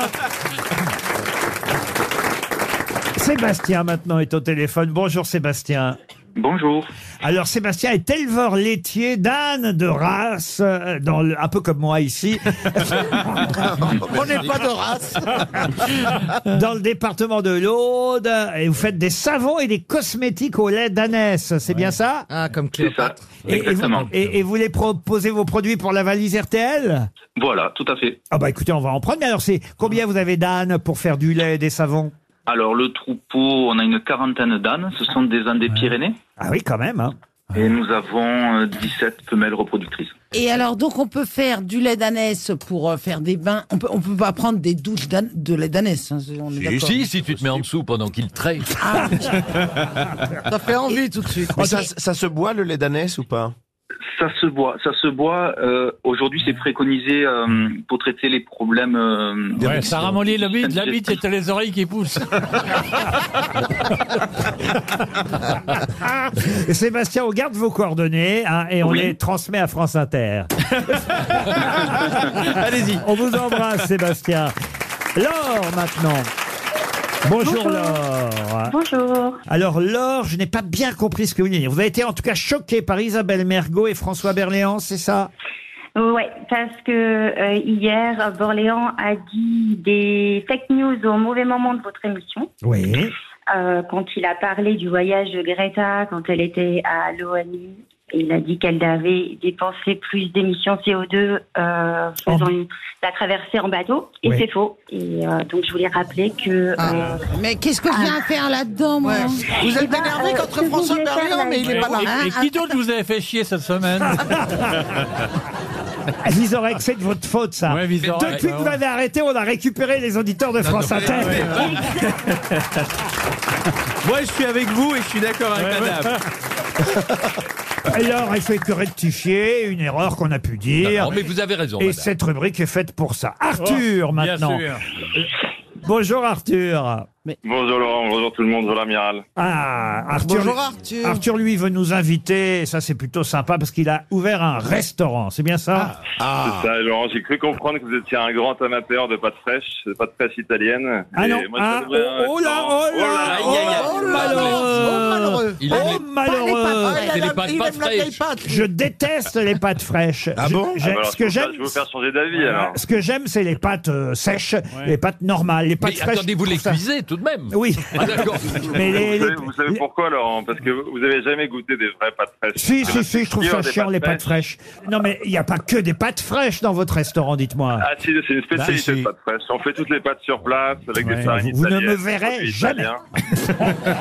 Speaker 2: Sébastien maintenant est au téléphone. Bonjour Sébastien.
Speaker 11: Bonjour.
Speaker 2: Alors Sébastien est éleveur laitier d'âne de race, euh, dans le- un peu comme moi ici, [laughs]
Speaker 4: On n'est pas de race.
Speaker 2: dans le département de l'Aude. Et vous faites des savons et des cosmétiques au lait d'ânesse, c'est bien ça
Speaker 4: Ah, comme
Speaker 11: C'est ça.
Speaker 4: Cléopâtre.
Speaker 2: Et-
Speaker 11: Exactement.
Speaker 2: [laughs] Et, vous, et- et vous voulez proposer vos produits pour la valise RTL
Speaker 11: Voilà, tout à fait.
Speaker 2: Ah bah écoutez, on va en prendre. Mais alors, c'est combien vous avez d'ânes pour faire du lait et des savons
Speaker 11: Alors, le troupeau, on a une quarantaine d'ânes. Ce sont des ânes des Pyrénées.
Speaker 2: Ah oui, quand même. hein.
Speaker 11: Et nous avons euh, 17 femelles reproductrices.
Speaker 5: Et alors, donc, on peut faire du lait d'ânesse pour euh, faire des bains. On peut, on peut pas prendre des douches d'âne- de lait d'ânesse. hein, on est
Speaker 6: Si,
Speaker 5: d'accord.
Speaker 6: si, si tu te mets en dessous pendant qu'il traite.
Speaker 4: Ça fait envie tout de suite.
Speaker 7: Mais ça, ça se boit le lait d'ânesse ou pas
Speaker 11: Ça se boit. Ça se boit. euh, Aujourd'hui, c'est préconisé euh, pour traiter les problèmes. euh,
Speaker 9: Ouais, ça
Speaker 2: Ah
Speaker 9: ramollit la bite,
Speaker 11: système
Speaker 9: la bite,
Speaker 11: digestif.
Speaker 9: c'était les oreilles
Speaker 2: [laughs]
Speaker 9: qui poussent.
Speaker 2: Et Sébastien, on garde vos coordonnées hein, et on
Speaker 11: Oui.
Speaker 2: les transmet à France Inter.
Speaker 3: Allez-y.
Speaker 2: On vous embrasse, Sébastien. Laure, maintenant. Bonjour,
Speaker 10: Bonjour.
Speaker 2: Laure.
Speaker 10: Bonjour.
Speaker 2: Alors, Laure, je n'ai pas bien compris ce que vous dites. Vous avez été en tout cas choqué par Isabelle Mergot et François Berléand, c'est ça
Speaker 12: Ouais, parce que euh, hier, Borléans a dit des fake news au mauvais moment de votre émission.
Speaker 2: Oui.
Speaker 12: Euh, quand il a parlé du voyage de Greta, quand elle était à l'ONU, il a dit qu'elle avait dépensé plus d'émissions CO2 euh, faisant une- la traversée en bateau. Et
Speaker 5: Ouais.
Speaker 12: c'est faux. Et euh, donc, je voulais rappeler que... euh,
Speaker 5: Ah.
Speaker 12: Ah. Eh ben,
Speaker 5: Mais qu'est-ce que je viens faire là-dedans, moi
Speaker 12: Vous êtes énervé
Speaker 5: Ah, euh,
Speaker 4: contre François Berléand, mais il est pas là. hein.
Speaker 5: Hein,
Speaker 9: Et, et qui d'autre vous avez fait chier
Speaker 4: [laughs]
Speaker 9: cette semaine
Speaker 2: Vizorek, c'est de votre faute, ça.
Speaker 9: Vizorek,
Speaker 2: Depuis que
Speaker 9: ouais,
Speaker 2: vous
Speaker 9: ouais.
Speaker 2: avez arrêté, on a récupéré les auditeurs de France Inter. [laughs]
Speaker 3: Moi, je suis avec vous et je suis d'accord avec madame.
Speaker 2: Alors, il fait que rectifier une erreur qu'on a pu dire.
Speaker 13: Oh,
Speaker 6: D'accord, mais vous avez raison,
Speaker 2: Et
Speaker 6: madame.
Speaker 2: cette rubrique est faite pour ça. Arthur,
Speaker 6: Oh, bien
Speaker 2: maintenant.
Speaker 6: sûr.
Speaker 2: Bonjour, Arthur.
Speaker 13: Bonjour Laurent, bonjour tout le monde, bonjour l'amiral.
Speaker 2: Ah, Arthur.
Speaker 13: Bonjour, Arthur.
Speaker 2: Arthur, lui, veut nous inviter. et Ça, c'est plutôt sympa parce qu'il a ouvert un restaurant. C'est bien ça Ah.
Speaker 13: C'est ça, Laurent, j'ai cru comprendre que vous étiez un grand amateur de pâtes fraîches, de pâtes fraîches italiennes.
Speaker 2: Ah
Speaker 13: Et
Speaker 2: non,
Speaker 13: moi,
Speaker 2: ah,
Speaker 13: je voudrais un
Speaker 2: oh, oh là, oh là,
Speaker 13: restaurant.
Speaker 2: oh là, oh là, malheureux.
Speaker 13: Il aime
Speaker 2: Oh,
Speaker 13: les-
Speaker 2: malheureux.
Speaker 13: Ah, il C'est aime les pâtes la- pas il aime la vieille fraîches. pâte, lui.
Speaker 2: Je déteste les pâtes fraîches.
Speaker 13: Ah
Speaker 2: Je-
Speaker 13: bon
Speaker 2: j'ai-
Speaker 13: Ah bah alors,
Speaker 2: Ce que
Speaker 13: je vais
Speaker 2: j'aime,
Speaker 13: vous faire- Je vais vous faire changer d'avis alors.
Speaker 2: ce que j'aime, c'est les pâtes euh, sèches, les pâtes normales, les pâtes
Speaker 13: Mais
Speaker 2: fraîches.
Speaker 13: attendez, vous
Speaker 2: je
Speaker 13: les
Speaker 2: trouve ça-
Speaker 13: cuisez
Speaker 6: tout de même. Ah,
Speaker 2: Oui. Mais
Speaker 13: vous,
Speaker 2: les-
Speaker 13: savez, vous savez pourquoi Laurent Parce que vous n'avez jamais goûté des vraies pâtes fraîches.
Speaker 2: Si,
Speaker 13: Parce
Speaker 2: si,
Speaker 13: que
Speaker 2: si, je trouve ça
Speaker 13: bah, des
Speaker 2: cher, les pâtes fraîches. Non, mais il n'y a pas que des pâtes fraîches dans votre restaurant, dites-moi.
Speaker 13: Ah si, c'est une
Speaker 2: Bah,
Speaker 13: spécialité
Speaker 2: si.
Speaker 13: de pâtes fraîches. On fait toutes les pâtes sur place avec
Speaker 2: Ouais.
Speaker 13: des farines
Speaker 2: Vous ne me
Speaker 13: italiennes,
Speaker 2: verrez
Speaker 13: des
Speaker 2: jamais.
Speaker 13: italiens.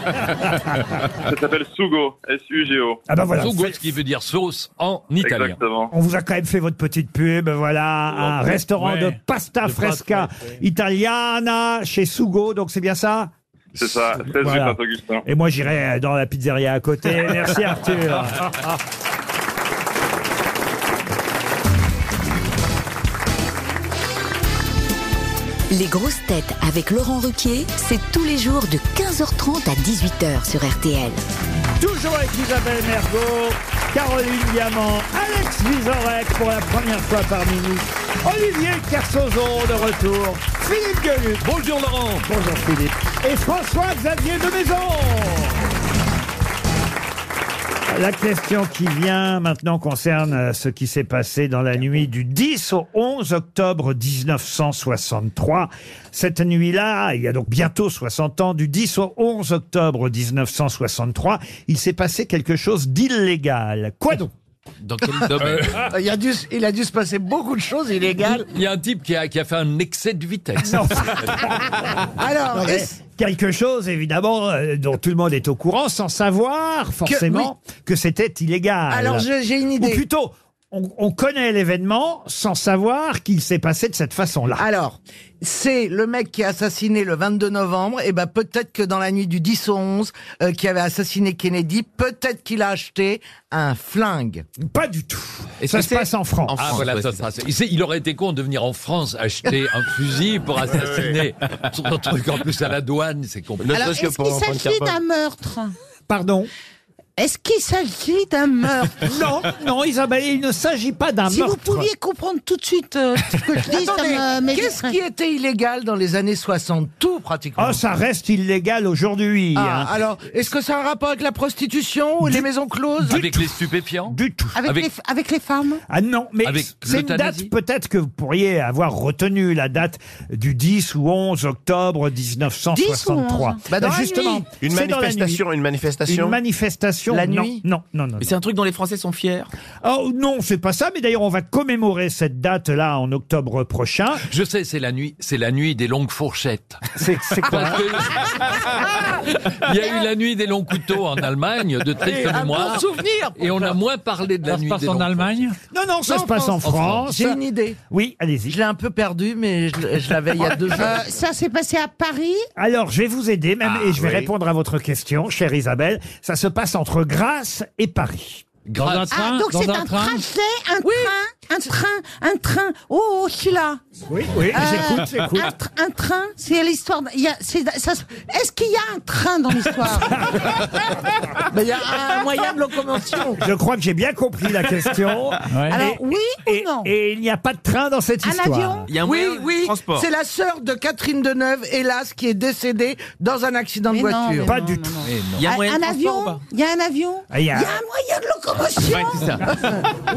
Speaker 13: Ça s'appelle Sugo, S-U-G-O.
Speaker 2: Ah bah voilà.
Speaker 6: Sugo, ce qui veut dire sauce en italien.
Speaker 13: Exactement.
Speaker 2: On vous a quand même fait votre petite pub, voilà,
Speaker 13: Oh,
Speaker 2: un
Speaker 6: Ouais.
Speaker 2: restaurant
Speaker 6: Ouais.
Speaker 2: de pasta
Speaker 6: De pâtes
Speaker 2: fresca italiana chez Sugo, donc c'est bien ça
Speaker 13: C'est
Speaker 2: [laughs]
Speaker 13: ça, 16 rue
Speaker 2: Voilà.
Speaker 13: Saint-Augustin.
Speaker 2: Et moi j'irai dans la pizzeria
Speaker 13: [laughs]
Speaker 2: à côté. Merci Arthur.
Speaker 8: Les grosses têtes avec Laurent Ruquier, c'est tous les jours de 15h30 à 18h sur RTL.
Speaker 2: Toujours avec Isabelle Mergot, Caroline Diamant, Alex Vizorek pour la première fois parmi nous, Olivier Kersozo de retour, Philippe Gueluc.
Speaker 6: Bonjour Laurent.
Speaker 2: Bonjour Philippe. Et François-Xavier de Maison. La question qui vient maintenant concerne euh, ce qui s'est passé dans la nuit du 10 au 11 octobre 1963. Cette nuit-là, il y a donc bientôt 60 ans, du 10 au 11 octobre 1963, il s'est passé quelque chose d'illégal. Quoi donc
Speaker 6: Dans quel domaine
Speaker 4: Euh, il, a dû, s- il a dû se passer beaucoup de choses illégales.
Speaker 6: Il y a un type qui a, qui a fait un excès de vitesse. [laughs]
Speaker 4: Alors,
Speaker 2: Non, mais
Speaker 4: est-ce-
Speaker 2: quelque chose évidemment euh, dont tout le monde est au courant sans savoir forcément que, c'était illégal.
Speaker 4: Alors, je- j'ai une idée.
Speaker 2: Ou plutôt, on, on connaît l'événement sans savoir qu'il s'est passé de cette façon-là.
Speaker 4: Alors, c'est le mec qui a assassiné le 22 novembre, et ben peut-être que dans la nuit du 10 au 11, euh, qui avait assassiné Kennedy, peut-être qu'il a acheté un flingue.
Speaker 2: Pas du tout.
Speaker 6: Est-ce que c'est- Ah, voilà, ça, ça, c'est- c'est- Il aurait été con de venir en France acheter un fusil pour assassiner son truc en plus à la douane, c'est compliqué.
Speaker 5: Alors, est-ce qu'il s'agit d'un meurtre
Speaker 2: Pardon
Speaker 5: Est-ce qu'il s'agit d'un meurtre
Speaker 2: [laughs] Non, non, Isabelle, il ne s'agit pas d'un
Speaker 5: si
Speaker 2: meurtre.
Speaker 5: vous pouviez comprendre tout de suite euh, ce que je dis, ça me-
Speaker 4: Attendez,
Speaker 5: mais-
Speaker 4: qu'est-ce qui était illégal dans les années 60 Tout, pratiquement.
Speaker 2: Oh, ça reste illégal aujourd'hui.
Speaker 4: Ah,
Speaker 2: hein.
Speaker 4: alors, est-ce que ça a un rapport avec la prostitution ou les maisons closes
Speaker 6: Avec les stupéfiants
Speaker 2: Du tout.
Speaker 5: Avec, les, avec les femmes
Speaker 2: Ah non, mais
Speaker 6: Avec
Speaker 2: c'est une date
Speaker 6: l'euthanasie
Speaker 2: peut-être que vous pourriez avoir retenu la date du 10 ou 11 octobre 1963.
Speaker 7: Bah, dans la
Speaker 2: justement,
Speaker 7: nuit. Une
Speaker 2: c'est dans la
Speaker 7: manifestation,
Speaker 2: nuit.
Speaker 7: une manifestation
Speaker 2: Une manifestation
Speaker 7: La
Speaker 2: non,
Speaker 7: nuit
Speaker 2: Non, non, non.
Speaker 7: Mais c'est
Speaker 2: un truc dont les Français sont fiers. Oh non, c'est pas ça. Mais d'ailleurs, on va commémorer cette date là en octobre prochain.
Speaker 6: Je sais, c'est la nuit, c'est la nuit des longues fourchettes.
Speaker 2: C'est quoi
Speaker 5: [laughs]
Speaker 6: Parce que- Il y a eu la nuit des longs couteaux en Allemagne, de
Speaker 9: Et
Speaker 6: triste
Speaker 5: Ah,
Speaker 9: un bon
Speaker 6: mémoire.
Speaker 9: souvenir pour
Speaker 6: Et on
Speaker 9: ça.
Speaker 6: a moins parlé de la
Speaker 9: Ça se
Speaker 6: nuit
Speaker 9: passe
Speaker 6: des
Speaker 9: en [laughs]
Speaker 6: longues
Speaker 9: Allemagne
Speaker 2: Non, non, ça
Speaker 4: En
Speaker 2: se passe en
Speaker 4: France.
Speaker 2: France.
Speaker 4: J'ai une idée.
Speaker 2: Oui, allez-y.
Speaker 4: Je l'ai un peu perdu, mais je, je l'avais il y a [laughs] deux
Speaker 5: Euh,
Speaker 4: jours. Ah
Speaker 5: ça s'est passé à Paris
Speaker 2: Alors, je vais vous aider même et je vais
Speaker 5: oui.
Speaker 2: répondre à votre question, chère Isabelle. Ça se passe entre Grasse et Paris.
Speaker 5: Ah, donc c'est un, tracé, un train, un train, un train. Oh, oh, je suis là. Euh,
Speaker 2: Oui, oui, j'écoute, j'écoute.
Speaker 5: Un, tr- un train, c'est l'histoire. d- il y a- c'est- ça se- Est-ce qu'il y a un train
Speaker 4: [laughs]
Speaker 5: dans l'histoire
Speaker 4: Mais il y
Speaker 5: [laughs]
Speaker 4: a un moyen de locomotion.
Speaker 2: Je crois que j'ai bien compris la
Speaker 4: [laughs]
Speaker 2: question.
Speaker 4: Alors,
Speaker 5: oui
Speaker 2: ou non Et il n'y a pas de train dans cette
Speaker 4: Un
Speaker 2: histoire.
Speaker 4: avion Oui, oui. C'est la sœur de Catherine Deneuve, hélas, qui est décédée dans un accident de
Speaker 5: Mais non,
Speaker 4: voiture.
Speaker 5: mais Pas non,
Speaker 2: du non, tout.
Speaker 5: Un, un avion Il y a un avion
Speaker 2: Ah, il y a-
Speaker 5: Il y a un moyen de locomotion
Speaker 4: promotion
Speaker 3: Ouais, c'est ça.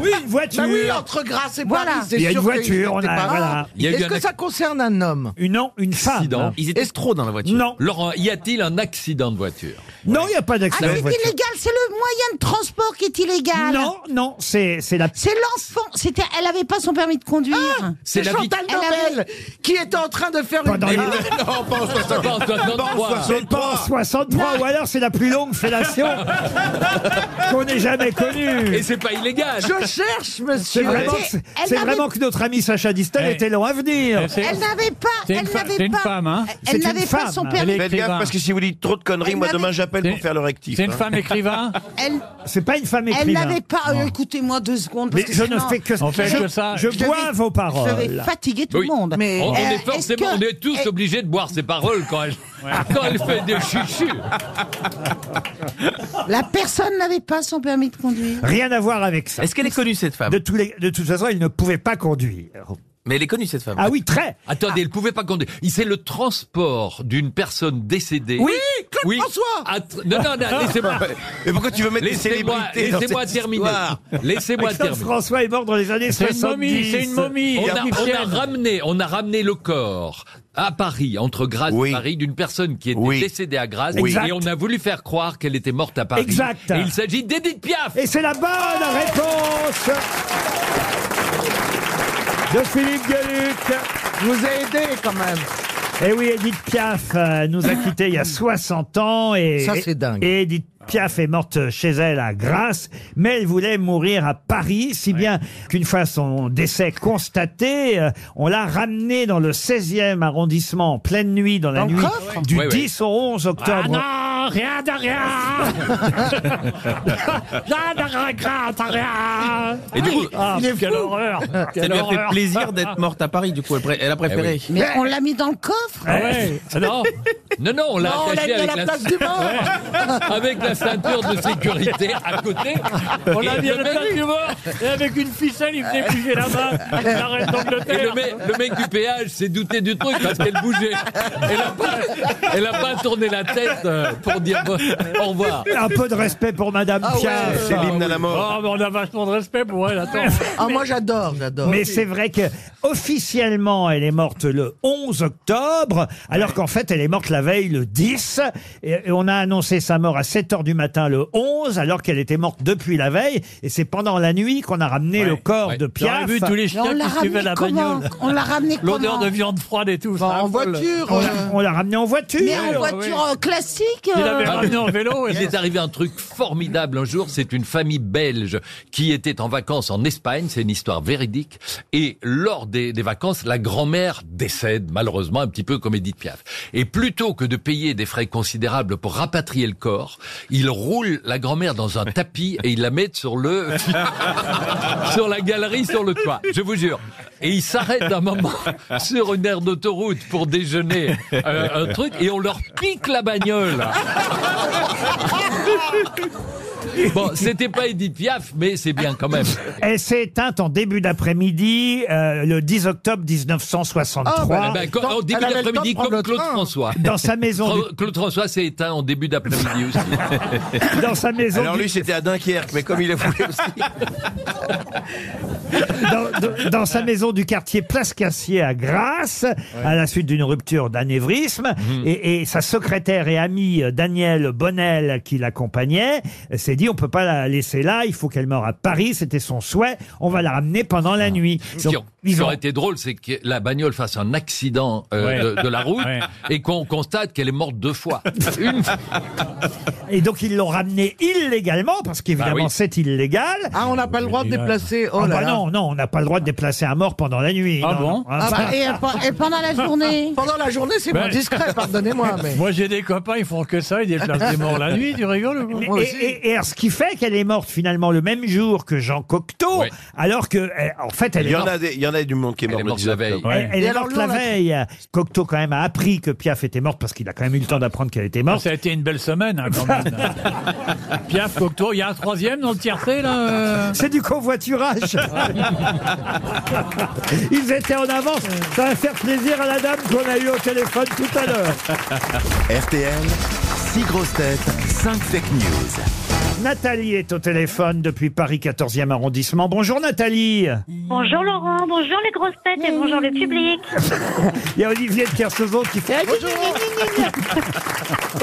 Speaker 2: [laughs] Oui, une Ah, voiture.
Speaker 4: Bah oui, entre Grasse et
Speaker 2: Voilà.
Speaker 4: Paris, c'est
Speaker 2: Il y a une
Speaker 4: sûr que
Speaker 2: voiture,
Speaker 4: c'était
Speaker 2: on a-
Speaker 4: pas-
Speaker 2: voilà. Il y a eu
Speaker 4: Est-ce
Speaker 6: un
Speaker 4: que ça concerne un homme
Speaker 2: Non, une femme.
Speaker 6: Accident.
Speaker 2: Ils
Speaker 6: étaient trop dans la voiture.
Speaker 2: Non.
Speaker 6: Laurent, y a-t-il un accident de voiture
Speaker 2: Non, il n'y a pas
Speaker 5: Ah,
Speaker 2: d'accident.
Speaker 5: c'est
Speaker 2: de voiture.
Speaker 5: illégal, c'est le moyen de transport qui est illégal.
Speaker 2: Non, non, c'est c'est la.
Speaker 5: C'est l'enfant. C'était, elle avait pas son permis de conduire.
Speaker 4: Ah, C'est Chantal Nobel qui était en train de faire une...
Speaker 2: Pendant les-
Speaker 4: [laughs] Non, pas en
Speaker 2: 63. C'est pas en 63,
Speaker 4: Non.
Speaker 2: ou alors c'est la plus longue
Speaker 5: [laughs]
Speaker 2: fellation qu'on ait jamais connue.
Speaker 6: Et c'est pas illégal.
Speaker 4: Je cherche, monsieur.
Speaker 2: C'est vraiment,
Speaker 5: Elle
Speaker 2: que- c'est
Speaker 5: n'avait-
Speaker 2: vraiment que notre ami Sacha Distel
Speaker 9: Eh.
Speaker 2: était long à venir.
Speaker 9: Eh, c'est-
Speaker 5: Elle n'avait pas.
Speaker 9: C'est une
Speaker 5: elle
Speaker 9: fa-
Speaker 5: n'avait
Speaker 9: c'est une
Speaker 5: pas-
Speaker 9: femme, hein.
Speaker 5: Elle
Speaker 2: C'est une
Speaker 5: n'avait pas
Speaker 2: femme,
Speaker 5: son
Speaker 2: hein.
Speaker 5: permis.
Speaker 7: Faites
Speaker 9: écrivain.
Speaker 7: gaffe parce que si vous dites trop de conneries, moi demain j'appelle pour faire le rectif.
Speaker 9: C'est une
Speaker 7: hein. [laughs]
Speaker 9: femme écrivain
Speaker 5: Elle,
Speaker 2: C'est pas une femme
Speaker 5: elle
Speaker 2: écrivain.
Speaker 5: n'avait pas. euh, Écoutez-moi deux secondes. Parce
Speaker 2: Mais
Speaker 5: que
Speaker 2: je ne
Speaker 5: sinon,
Speaker 2: fais que
Speaker 9: On fait
Speaker 2: je,
Speaker 9: que ça.
Speaker 2: Je
Speaker 5: Je
Speaker 2: bois
Speaker 5: vais-
Speaker 2: vos
Speaker 5: Je vais
Speaker 2: paroles.
Speaker 5: fatiguer tout
Speaker 6: Oui.
Speaker 5: le monde.
Speaker 4: Mais-
Speaker 6: On, on
Speaker 5: Euh,
Speaker 6: est
Speaker 5: est-ce
Speaker 6: forcément,
Speaker 5: que- eh
Speaker 6: on est tous
Speaker 5: est-
Speaker 6: obligés de boire ses paroles quand elle, quand elle fait des chuchus.
Speaker 5: La personne n'avait pas son permis de conduire.
Speaker 2: Rien à voir avec ça.
Speaker 3: Est-ce qu'elle est connue, cette femme
Speaker 2: De, tous les, de toute façon, il ne pouvait pas conduire.
Speaker 3: Mais elle est connue, cette femme.
Speaker 2: Ah oui, très.
Speaker 6: Attendez, elle pouvait pas conduire. Il- C'est le transport d'une personne décédée.
Speaker 4: Oui, Claude François
Speaker 6: Att- Non, non, non, laissez-moi.
Speaker 7: [laughs] Mais pourquoi tu veux mettre des
Speaker 6: Laissez-moi
Speaker 7: célébrités dans
Speaker 6: laissez-moi
Speaker 7: cette
Speaker 6: terminer.
Speaker 7: histoire
Speaker 6: Laissez-moi
Speaker 2: Alexandre
Speaker 6: terminer.
Speaker 2: François est mort dans les années
Speaker 9: C'est
Speaker 2: 70.
Speaker 9: une momie, c'est une momie.
Speaker 6: On a, on a
Speaker 9: égyptienne.
Speaker 6: ramené, on a ramené le corps à Paris, entre Grasse
Speaker 7: Oui.
Speaker 6: et Paris, d'une personne qui était
Speaker 7: Oui.
Speaker 6: décédée à Grasse,
Speaker 2: Oui.
Speaker 6: et on a voulu faire croire qu'elle était morte à Paris.
Speaker 2: Exact.
Speaker 6: Et il s'agit d'Edith Piaf.
Speaker 2: Et c'est la bonne réponse de Philippe Gueluc.
Speaker 4: Je vous ai aidé quand même.
Speaker 2: Eh oui, Edith Piaf euh, nous a quittés il y a 60 ans. Et,
Speaker 4: Ça, c'est dingue.
Speaker 2: Et Edith Piaf est morte chez elle à Grasse, mais elle voulait mourir à Paris, si bien qu'une fois son décès constaté, euh, on l'a ramenée dans le 16e arrondissement en pleine nuit, dans la nuit du
Speaker 6: Ouais, ouais.
Speaker 2: 10 au 11
Speaker 9: Ah
Speaker 2: octobre.
Speaker 9: non, rien de [laughs] rien Rien de regret, rien
Speaker 3: Et du coup,
Speaker 9: Ah, quelle horreur
Speaker 3: ça
Speaker 9: Quelle
Speaker 3: lui a fait
Speaker 9: horreur.
Speaker 3: plaisir d'être morte à Paris, du coup. Elle, pré- elle a préféré.
Speaker 5: Mais
Speaker 2: Ah
Speaker 5: on l'a mis dans le coffre.
Speaker 9: Ah ouais, non
Speaker 6: Eh Non, non, on l'a
Speaker 4: Non, on l'a mis à
Speaker 6: attachée avec
Speaker 4: la
Speaker 6: la, [laughs]
Speaker 4: place du mort
Speaker 6: [laughs] avec la ceinture de sécurité à côté.
Speaker 9: On
Speaker 6: Et
Speaker 9: l'a mis à
Speaker 6: le
Speaker 9: la
Speaker 6: mec-
Speaker 9: place du mort et avec une ficelle, il faisait bouger la main.
Speaker 4: [laughs] Ah
Speaker 9: La
Speaker 2: Ah,
Speaker 9: reine
Speaker 6: Et
Speaker 9: d'Angleterre.
Speaker 6: le mec, le mec du péage s'est douté du truc parce qu'elle bougeait. Elle a pas, elle a pas tourné la tête euh, pour dire bon, au
Speaker 4: Ah
Speaker 6: revoir.
Speaker 2: [laughs] Un peu de respect pour Madame Piaf.
Speaker 7: C'est l'hymne à la mort.
Speaker 9: Oh, mais on a vachement de respect pour elle, attends.
Speaker 4: Ah, moi, j'adore, j'adore.
Speaker 2: Mais c'est vrai que officiellement, elle est morte le 11 octobre, alors qu'en fait, elle est morte la veille le 10. Et, et on a annoncé sa mort à 7 heures du matin le 11, alors qu'elle était morte depuis la veille. Et c'est pendant la nuit qu'on a ramené le corps
Speaker 6: ouais.
Speaker 2: de
Speaker 9: J'aurais
Speaker 2: Piaf.
Speaker 9: vu tous les
Speaker 5: Mais on
Speaker 9: chiens
Speaker 5: l'a
Speaker 9: qui suivaient
Speaker 5: ramené
Speaker 9: la
Speaker 5: comment
Speaker 9: bagnole.
Speaker 5: On l'a ramené comment
Speaker 9: [laughs] L'odeur de viande froide et tout.
Speaker 4: Bah,
Speaker 9: ça
Speaker 4: en
Speaker 9: affole.
Speaker 4: voiture.
Speaker 2: On
Speaker 4: euh,
Speaker 2: l'a- on l'a ramené en voiture.
Speaker 5: Mais en
Speaker 9: oui.
Speaker 5: voiture euh, classique.
Speaker 9: Il
Speaker 5: euh,
Speaker 9: l'avait ramené en vélo. et
Speaker 6: [laughs] Il est arrivé un truc formidable un jour, c'est une famille belge qui était en vacances en Espagne, c'est une histoire véridique, et lors des, des vacances, la grand-mère décède malheureusement un petit peu comme Edith Piaf. Et plutôt que de payer des frais considérables pour rapatrier le corps, il roule la grand-mère dans un tapis et il la met sur le [laughs] sur la galerie, sur le toit, je vous jure. Et il s'arrête un moment [laughs] sur une aire d'autoroute pour déjeuner euh, un truc et on leur pique la bagnole. Bon, c'était pas Edith Piaf, mais c'est bien quand même.
Speaker 2: Elle s'est éteinte en début d'après-midi, euh, le 10 octobre 1963.
Speaker 4: Ah, bah,
Speaker 6: Eh ben, quand-
Speaker 4: Donc,
Speaker 6: en début
Speaker 4: elle avait le
Speaker 6: d'après-midi,
Speaker 4: temps de prendre
Speaker 6: comme
Speaker 4: le
Speaker 6: Claude
Speaker 4: train.
Speaker 6: François.
Speaker 2: Dans sa maison,
Speaker 6: Cla- Claude François s'est éteint en début d'après-midi aussi.
Speaker 2: du- [laughs] dans
Speaker 4: [laughs]
Speaker 2: sa maison,
Speaker 7: Alors
Speaker 2: du-
Speaker 7: lui c'était à Dunkerque, mais comme il a
Speaker 6: [laughs]
Speaker 7: voulu aussi.
Speaker 2: dans, dans- dans sa maison du quartier Place Cassier à Grasse, à la suite d'une rupture d'anévrisme.
Speaker 9: Mhm.
Speaker 2: Et, et sa secrétaire et amie euh, Danielle Bonnel, qui l'accompagnait, euh, s'est dit on peut pas la laisser là, il faut qu'elle meure à Paris, c'était son souhait, on va la ramener pendant
Speaker 9: Ah.
Speaker 2: la nuit.
Speaker 6: Ce
Speaker 2: Donc,
Speaker 6: qui, ce
Speaker 2: ils
Speaker 6: qui
Speaker 2: ont-
Speaker 6: aurait été drôle, c'est que la bagnole fasse un accident euh,
Speaker 9: Ouais.
Speaker 6: de, de la route
Speaker 9: Ouais.
Speaker 6: et qu'on constate qu'elle est morte deux fois. Une fois.
Speaker 2: Et donc ils l'ont ramenée illégalement, parce qu'évidemment
Speaker 6: Bah oui.
Speaker 2: c'est illégal.
Speaker 4: Ah, on n'a pas le droit de déplacer. Oh
Speaker 2: Ah
Speaker 4: là
Speaker 2: bah
Speaker 4: là.
Speaker 2: non, non, on n'a pas le droit de déplacer un mort pendant la nuit.
Speaker 9: Ah
Speaker 2: non,
Speaker 9: bon
Speaker 2: non.
Speaker 4: Ah bah,
Speaker 5: Et, euh, pe- et pendant
Speaker 2: [laughs]
Speaker 5: la journée.
Speaker 4: Pendant la journée, c'est
Speaker 9: Ben-
Speaker 4: moins discret,
Speaker 9: [laughs]
Speaker 4: pardonnez-moi. Mais...
Speaker 9: Moi, j'ai des copains, ils font que ça, ils déplacent des
Speaker 4: [laughs]
Speaker 9: morts la nuit, tu rigoles ou quoi
Speaker 2: Mais-
Speaker 4: Moi
Speaker 2: et,
Speaker 4: aussi.
Speaker 2: et- et alors, ce qui fait qu'elle est morte finalement le même jour que Jean Cocteau,
Speaker 6: Ouais.
Speaker 2: alors que, eh, en fait, elle
Speaker 7: Il
Speaker 2: est
Speaker 7: y
Speaker 2: morte.
Speaker 7: en a des- il y en a du monde qui est
Speaker 6: Elle
Speaker 7: mort
Speaker 6: est
Speaker 7: le
Speaker 6: morte
Speaker 7: 10
Speaker 6: la
Speaker 7: octobre.
Speaker 6: veille.
Speaker 2: Elle, elle
Speaker 4: Et
Speaker 2: est
Speaker 4: alors,
Speaker 2: morte
Speaker 4: lui,
Speaker 2: la
Speaker 4: on l'a-
Speaker 2: veille. Cocteau, quand même, a appris que Piaf était morte parce qu'il a quand même eu le temps d'apprendre qu'elle était morte.
Speaker 9: Ça a été une belle semaine, hein, quand même. [laughs] Piaf, Cocteau, il y a un troisième dans le tiercé, là euh
Speaker 2: C'est du
Speaker 9: [laughs]
Speaker 2: convoiturage. [laughs] Ils étaient en avance. Ça va faire plaisir à la dame qu'on a eue au téléphone tout à l'heure. [laughs]
Speaker 1: RTL, 6 grosses têtes, 5 fake news.
Speaker 2: Nathalie est au téléphone depuis Paris 14e arrondissement. Bonjour Nathalie.
Speaker 14: Bonjour Laurent, bonjour les grosses têtes et bonjour le public.
Speaker 2: [laughs] Il y a Olivier de Kersauzon qui fait bonjour.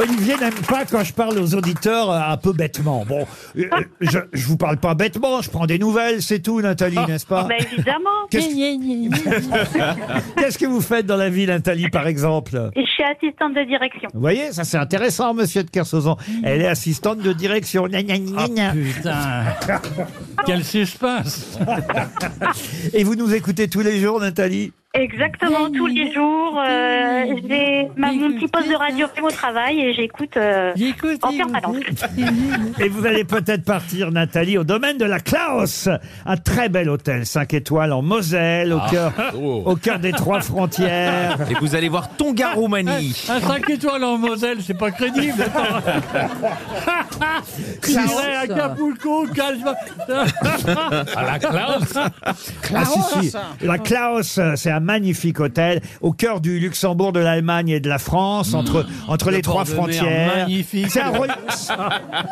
Speaker 2: Olivier n'aime pas quand je parle aux auditeurs euh, un peu bêtement. Bon, euh, je, je vous parle pas bêtement, je prends des nouvelles, c'est tout Nathalie,
Speaker 12: [laughs]
Speaker 2: n'est-ce pas
Speaker 14: Bah, évidemment.
Speaker 2: Qu'est-ce [laughs] Qu'est-ce que vous faites dans la vie Nathalie par exemple
Speaker 14: Et je suis assistante de direction.
Speaker 2: vous voyez, ça c'est intéressant, monsieur de Kersauzon. Elle est assistante de direction. Gna, gna, gna, gna.
Speaker 9: Ah,
Speaker 2: [laughs]
Speaker 9: putain. Quel suspense
Speaker 2: Et vous nous écoutez tous les jours, Nathalie
Speaker 14: Exactement, tous les jours, euh, j'ai ma, mon petit poste de radio fait mon travail et j'écoute euh, en permanence.
Speaker 2: [laughs] Et vous allez peut-être partir, Nathalie, au domaine de la Klaus, un très bel hôtel 5 étoiles en Moselle, au
Speaker 3: Ah,
Speaker 2: cœur,
Speaker 3: oh.
Speaker 2: au cœur des trois frontières.
Speaker 3: Et vous allez voir Tonga Roumanie.
Speaker 9: Un 5 étoiles en Moselle, c'est pas crédible. [laughs]
Speaker 2: Ça
Speaker 9: Ah, Ça ouais,
Speaker 2: reste.
Speaker 9: Acapulco, [laughs] calme.
Speaker 2: À la Klaus. Ah,
Speaker 9: Klaus.
Speaker 2: si, si. La Klaus, euh, c'est un magnifique hôtel au cœur du Luxembourg, de l'Allemagne et de la France, entre, entre
Speaker 9: Le
Speaker 2: les trois
Speaker 9: bord de mer,
Speaker 2: frontières.
Speaker 9: magnifique.
Speaker 2: C'est un, rel-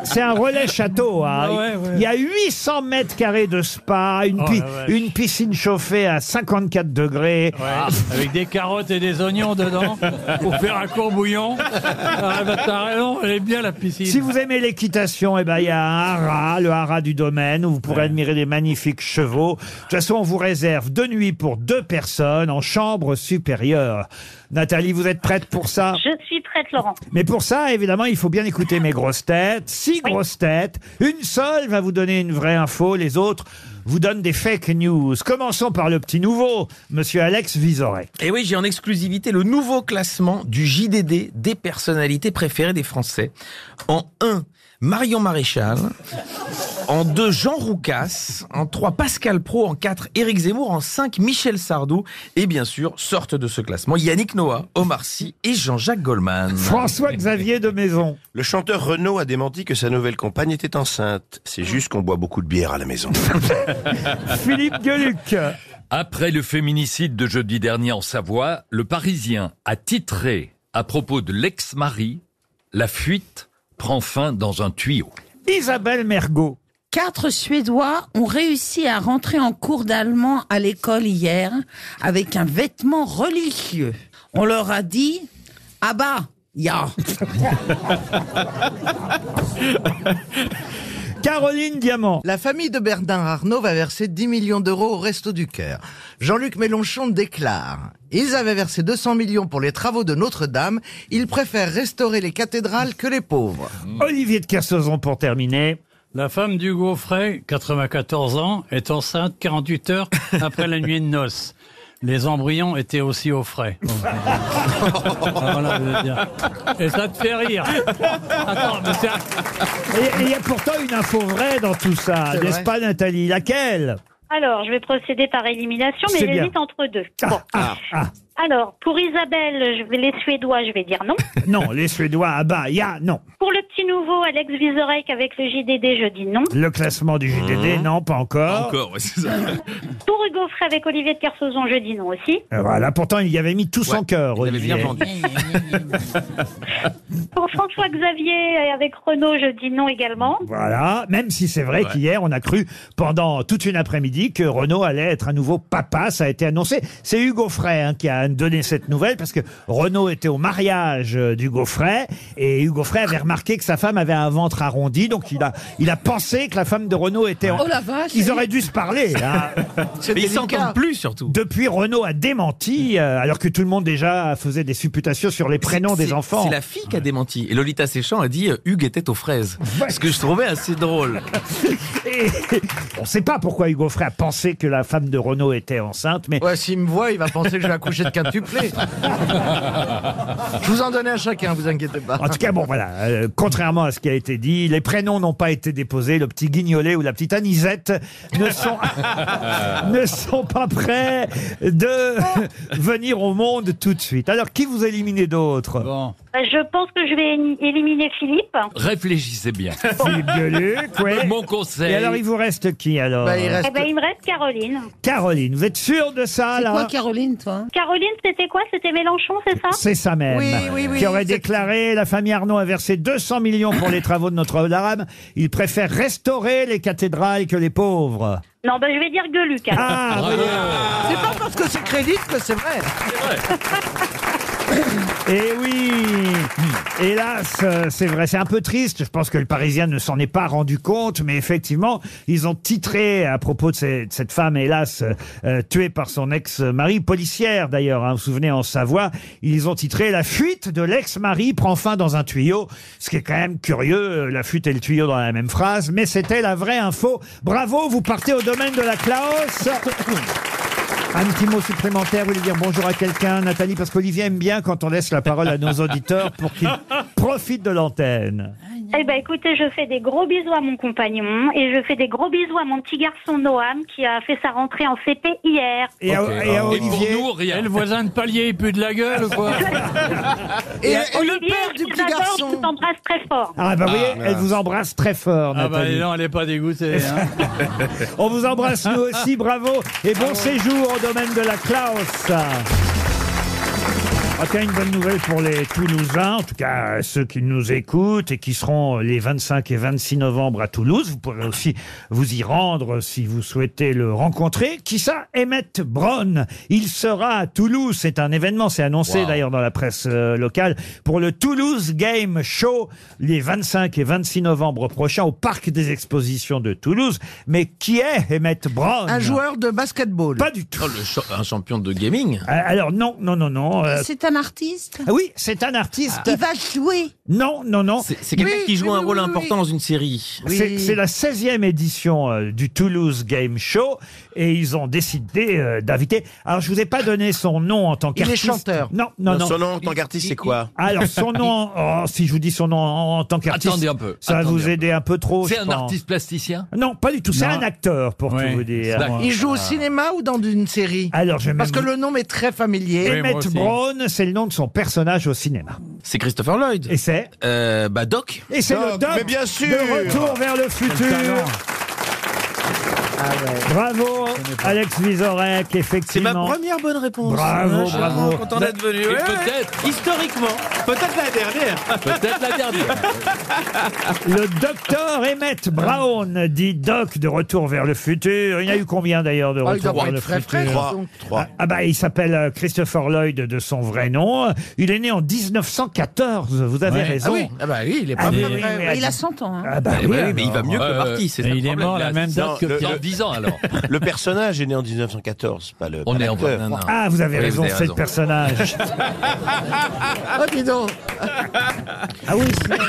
Speaker 2: c'est un relais château. hein.
Speaker 9: Ah ouais, ouais.
Speaker 2: Il y a 800 mètres carrés de spa, une,
Speaker 9: Oh
Speaker 2: pi-
Speaker 9: la vache.
Speaker 2: une piscine chauffée à 54 degrés.
Speaker 9: Ah, avec des carottes et des oignons dedans pour faire un court [laughs] bouillon. Ah, bah, t'as raison, elle est bien la piscine.
Speaker 2: Si vous aimez l'équitation, eh ben, il y a un haras, le haras du domaine, où vous pourrez admirer des magnifiques chevaux. De toute façon, on vous réserve deux nuits pour deux personnes en chambre supérieure. Nathalie, vous êtes prête pour ça
Speaker 14: Je suis prête Laurent.
Speaker 2: Mais pour ça, évidemment, il faut bien écouter mes grosses têtes. Six grosses têtes. Une seule va vous donner une vraie info. Les autres vous donnent des fake news. Commençons par le petit nouveau, monsieur Alex Vizorek.
Speaker 3: Et Eh oui, j'ai en exclusivité le nouveau classement du JDD des personnalités préférées des Français. En 1, Marion Maréchal. En 2, Jean Roucas. En 3, Pascal Pro. En 4, Éric Zemmour. En 5, Michel Sardou. Et bien sûr, sortent de ce classement Yannick Noah, Omar Sy et Jean-Jacques Goldman.
Speaker 2: François-Xavier de Maison.
Speaker 7: Le chanteur Renaud a démenti que sa nouvelle compagne était enceinte. C'est juste qu'on boit beaucoup de bière à la maison.
Speaker 2: Philippe Gueluc.
Speaker 6: Après le féminicide de jeudi dernier en Savoie, le Parisien a titré à propos de l'ex-mari La fuite prend fin dans un tuyau.
Speaker 2: Isabelle Mergot.
Speaker 5: Quatre Suédois ont réussi à rentrer en cours d'allemand à l'école hier avec un vêtement religieux. On leur a dit Ah bah, ya
Speaker 2: Caroline Diamant.
Speaker 4: La famille de Bernard Arnault va verser 10 millions d'euros au Resto du Cœur. Jean-Luc Mélenchon déclare Ils avaient versé 200 millions pour les travaux de Notre-Dame. Ils préfèrent restaurer les cathédrales que les [laughs] pauvres.
Speaker 2: Olivier de Kersauzon pour terminer.
Speaker 9: La femme d'Hugo Frey, 94 ans, est enceinte 48 heures après la nuit de noces. Les embryons étaient aussi au frais. Ah, Voilà, je veux dire. Et ça te fait rire. Attends, mais c'est
Speaker 2: Et et il y a pourtant une info vraie dans tout ça,
Speaker 9: C'est
Speaker 2: n'est-ce
Speaker 9: vrai.
Speaker 2: pas Nathalie Laquelle
Speaker 14: Alors, je vais procéder par élimination,
Speaker 2: C'est
Speaker 14: mais
Speaker 2: bien.
Speaker 14: j'hésite entre deux. Bon.
Speaker 2: Ah, ah,
Speaker 14: Alors, pour Isabelle, je vais, les Suédois, je vais dire non.
Speaker 2: non, les Suédois, ah bah, il y a, non.
Speaker 14: Pour le petit nouveau Alex Vizorek avec le JDD, je dis non.
Speaker 2: Le classement du JDD, non, Mmh. pas encore.
Speaker 3: c'est ça.
Speaker 14: Pour Hugo Frey avec Olivier de Kersauzon, je dis non aussi.
Speaker 2: Euh, Voilà, pourtant, il y avait mis tout son cœur, Olivier.
Speaker 14: Pour François Xavier avec Renaud, je dis non également.
Speaker 2: Voilà, même si c'est vrai
Speaker 14: Ouais.
Speaker 2: qu'hier, on a cru pendant toute une après-midi que Renaud allait être un nouveau papa, ça a été annoncé. C'est Hugo Frey hein, qui a donné cette nouvelle parce que Renaud était au mariage euh, d'Hugo Frey et Hugo Frey avait remarqué que sa femme avait un ventre arrondi, donc il a, il a pensé que la femme de Renaud était en...
Speaker 5: Oh la
Speaker 15: Ah,
Speaker 5: vache
Speaker 2: Ils auraient dû se parler.
Speaker 3: [laughs]
Speaker 2: hein.
Speaker 3: Mais ils s'entendent plus surtout.
Speaker 2: Depuis, Renaud a démenti, euh, alors que tout le monde déjà faisait des supputations sur les prénoms des
Speaker 3: C'est-
Speaker 2: enfants.
Speaker 3: C'est la fille qui a démenti. Et Lolita Séchan a dit euh, Hugues était aux fraises. Ce que je trouvais assez drôle.
Speaker 2: Et- [laughs] on ne sait pas pourquoi Hugo Frey a pensé que la femme de Renaud était enceinte, mais...
Speaker 4: Ouais, Bah, s'il me voit, il va penser que je vais accoucher de quintuplé. Je vous en donnais à chacun, vous inquiétez pas.
Speaker 2: En tout cas, bon, voilà. euh, contrairement à ce qui a été dit, les prénoms n'ont pas été déposés. Le petit Guignolet ou la petite Anisette ne sont, [laughs] ne sont pas [laughs] prêts de venir au monde tout de suite. Alors, qui vous éliminez d'autres
Speaker 9: Bon.
Speaker 14: Euh, Je pense que je vais éni- éliminer Philippe.
Speaker 6: Réfléchissez bien.
Speaker 2: [laughs] Philippe Gueluc, ouais.
Speaker 6: [laughs] Mon conseil.
Speaker 2: Et alors, il vous reste qui alors
Speaker 14: Eh ben, il me reste Caroline.
Speaker 2: Caroline, vous êtes sûre de ça là
Speaker 14: Caroline, toi Caroline, c'était quoi C'était Mélenchon, c'est ça
Speaker 2: C'est ça même. Qui aurait déclaré la famille Arnaud a versé 200 millions pour les travaux de Notre-Dame. Il préfère restaurer les cathédrales que les pauvres.
Speaker 14: Non, ben, je vais dire Gueluc. alors.
Speaker 4: Ah, C'est pas parce que c'est crédit que c'est vrai.
Speaker 2: Et Eh oui Hélas, euh, c'est vrai, c'est un peu triste. Je pense que le Parisien ne s'en est pas rendu compte, mais effectivement, ils ont titré à propos de, ces- de cette femme, hélas, euh, euh, tuée par son ex-mari, policière d'ailleurs, hein, vous vous souvenez, en Savoie, ils ont titré « La fuite de l'ex-mari prend fin dans un tuyau », ce qui est quand même curieux, euh, la fuite et le tuyau dans la même phrase, mais c'était la vraie info. Bravo, vous partez au domaine de la Klaus Un petit mot supplémentaire, vous voulez dire bonjour à quelqu'un, Nathalie, parce qu'Olivier aime bien quand on laisse la parole à nos auditeurs pour
Speaker 9: [laughs]
Speaker 2: qu'ils profitent de l'antenne.
Speaker 14: Eh ben, écoutez, je fais des gros bisous à mon compagnon et je fais des gros bisous à mon petit garçon Noam qui a fait sa rentrée en CP hier.
Speaker 2: Et à- et à Olivier.
Speaker 9: pour nous, rien. Et le voisin de palier, il pue de la gueule ou quoi
Speaker 14: Et,
Speaker 4: le père
Speaker 14: du petit garçon. Je t'embrasse très fort.
Speaker 2: Ah bah vous voyez,
Speaker 9: Ah.
Speaker 2: elle vous embrasse très fort,
Speaker 9: Ah bah
Speaker 2: Nathalie.
Speaker 9: non, elle est pas dégoûtée. hein.
Speaker 2: on vous embrasse nous aussi, bravo, et
Speaker 9: Ah,
Speaker 2: bon séjour au domaine de la Klaus. Ah, tiens, une bonne nouvelle pour les Toulousains, en tout cas euh, ceux qui nous écoutent et qui seront les 25 et 26 novembre à Toulouse. Vous pourrez aussi vous y rendre euh, si vous souhaitez le rencontrer. Qui ça Emmett Brown. Il sera à Toulouse. C'est un événement, c'est annoncé
Speaker 9: Wow.
Speaker 2: d'ailleurs dans la presse euh, locale, pour le Toulouse Game Show les 25 et 26 novembre prochains au Parc des Expositions de Toulouse. Mais qui est Emmett Brown
Speaker 4: Un joueur de basketball.
Speaker 2: Pas du tout.
Speaker 3: un Oh, champion de gaming
Speaker 2: Euh, Alors non, non, non, non. euh,
Speaker 5: C'est un artiste
Speaker 2: ah oui, c'est un artiste.
Speaker 5: Il va jouer
Speaker 2: Non, non, non.
Speaker 3: C'est quelqu'un
Speaker 2: Oui,
Speaker 3: qui joue
Speaker 2: oui,
Speaker 3: un
Speaker 2: oui,
Speaker 3: rôle
Speaker 2: oui,
Speaker 3: important
Speaker 2: oui.
Speaker 3: dans une série.
Speaker 2: C'est c'est la 16e édition euh, du Toulouse Game Show et ils ont décidé euh, d'inviter. Alors, je vous ai pas donné son nom en tant
Speaker 4: Il est
Speaker 2: qu'artiste.
Speaker 4: chanteur.
Speaker 2: Non, non,
Speaker 7: Non,
Speaker 2: non.
Speaker 7: son nom en tant qu'artiste, c'est quoi
Speaker 2: Alors, son nom,
Speaker 7: [laughs]
Speaker 2: oh, si je vous dis son nom en, en tant qu'artiste.
Speaker 6: Attendez un peu,
Speaker 2: Ça va
Speaker 6: attendez un
Speaker 2: vous
Speaker 6: peu.
Speaker 2: aider un peu trop.
Speaker 6: C'est
Speaker 2: je
Speaker 6: un
Speaker 2: pense.
Speaker 6: artiste plasticien
Speaker 2: Non, pas du tout. C'est
Speaker 6: Non.
Speaker 2: un acteur, pour
Speaker 6: Oui.
Speaker 2: tout vous dire.
Speaker 6: D'accord.
Speaker 4: Il joue au cinéma ou dans une série
Speaker 2: Alors, je vais
Speaker 4: Parce que
Speaker 2: même-
Speaker 4: le nom est très familier.
Speaker 2: Emmett Brown, c'est le nom de son personnage au cinéma.
Speaker 3: C'est Christopher Lloyd.
Speaker 2: Et c'est
Speaker 3: euh, Bah Doc.
Speaker 2: Et c'est le
Speaker 3: Doc,
Speaker 2: doc
Speaker 3: mais bien sûr.
Speaker 2: de Retour vers le futur.
Speaker 3: talent.
Speaker 4: Ah
Speaker 2: Bravo, Alex Vizorek,
Speaker 3: C'est ma
Speaker 2: effectivement.
Speaker 3: première bonne réponse.
Speaker 2: Bravo,
Speaker 3: Je suis
Speaker 2: bravo.
Speaker 3: vraiment Content d'être venu.
Speaker 6: Et
Speaker 3: Ouais,
Speaker 6: peut-être.
Speaker 3: ouais. Historiquement. Peut-être la dernière.
Speaker 6: Peut-être
Speaker 3: [laughs]
Speaker 6: la dernière.
Speaker 2: Le docteur Emmett Brown, dit Doc de Retour vers le futur. Il y en a eu combien d'ailleurs de
Speaker 4: Ah, il doit
Speaker 2: Retour
Speaker 4: pas
Speaker 2: vers le
Speaker 4: être très
Speaker 2: futur
Speaker 4: frais, Trois. donc.
Speaker 2: Ah, ah bah il s'appelle euh, Christopher Lloyd de son vrai nom. Il est né en 1914, vous avez
Speaker 9: Ouais.
Speaker 2: raison.
Speaker 9: Ah oui, ah bah oui, il est
Speaker 2: Ah
Speaker 9: pas
Speaker 2: oui,
Speaker 9: né.
Speaker 2: oui, oui,
Speaker 5: Il a 100 ans. hein.
Speaker 2: Ah bah
Speaker 3: Eh
Speaker 2: oui,
Speaker 3: ouais, mais il va mieux que
Speaker 6: Euh,
Speaker 3: Marty, c'est
Speaker 9: et
Speaker 3: ça le
Speaker 9: il est
Speaker 3: problème.
Speaker 9: mort la même
Speaker 7: Non,
Speaker 9: date que
Speaker 7: le-
Speaker 9: Pierre.
Speaker 6: Dans 10 ans alors.
Speaker 7: Le personnage est né en 1914, pas le.
Speaker 6: On
Speaker 7: pas
Speaker 6: est en
Speaker 7: l'acteur.
Speaker 6: non, non.
Speaker 2: Ah, vous avez
Speaker 3: Oui,
Speaker 2: raison,
Speaker 3: vous avez
Speaker 2: c'est le
Speaker 3: raison.
Speaker 2: personnage.
Speaker 4: Ah, dis donc.
Speaker 2: ah oui,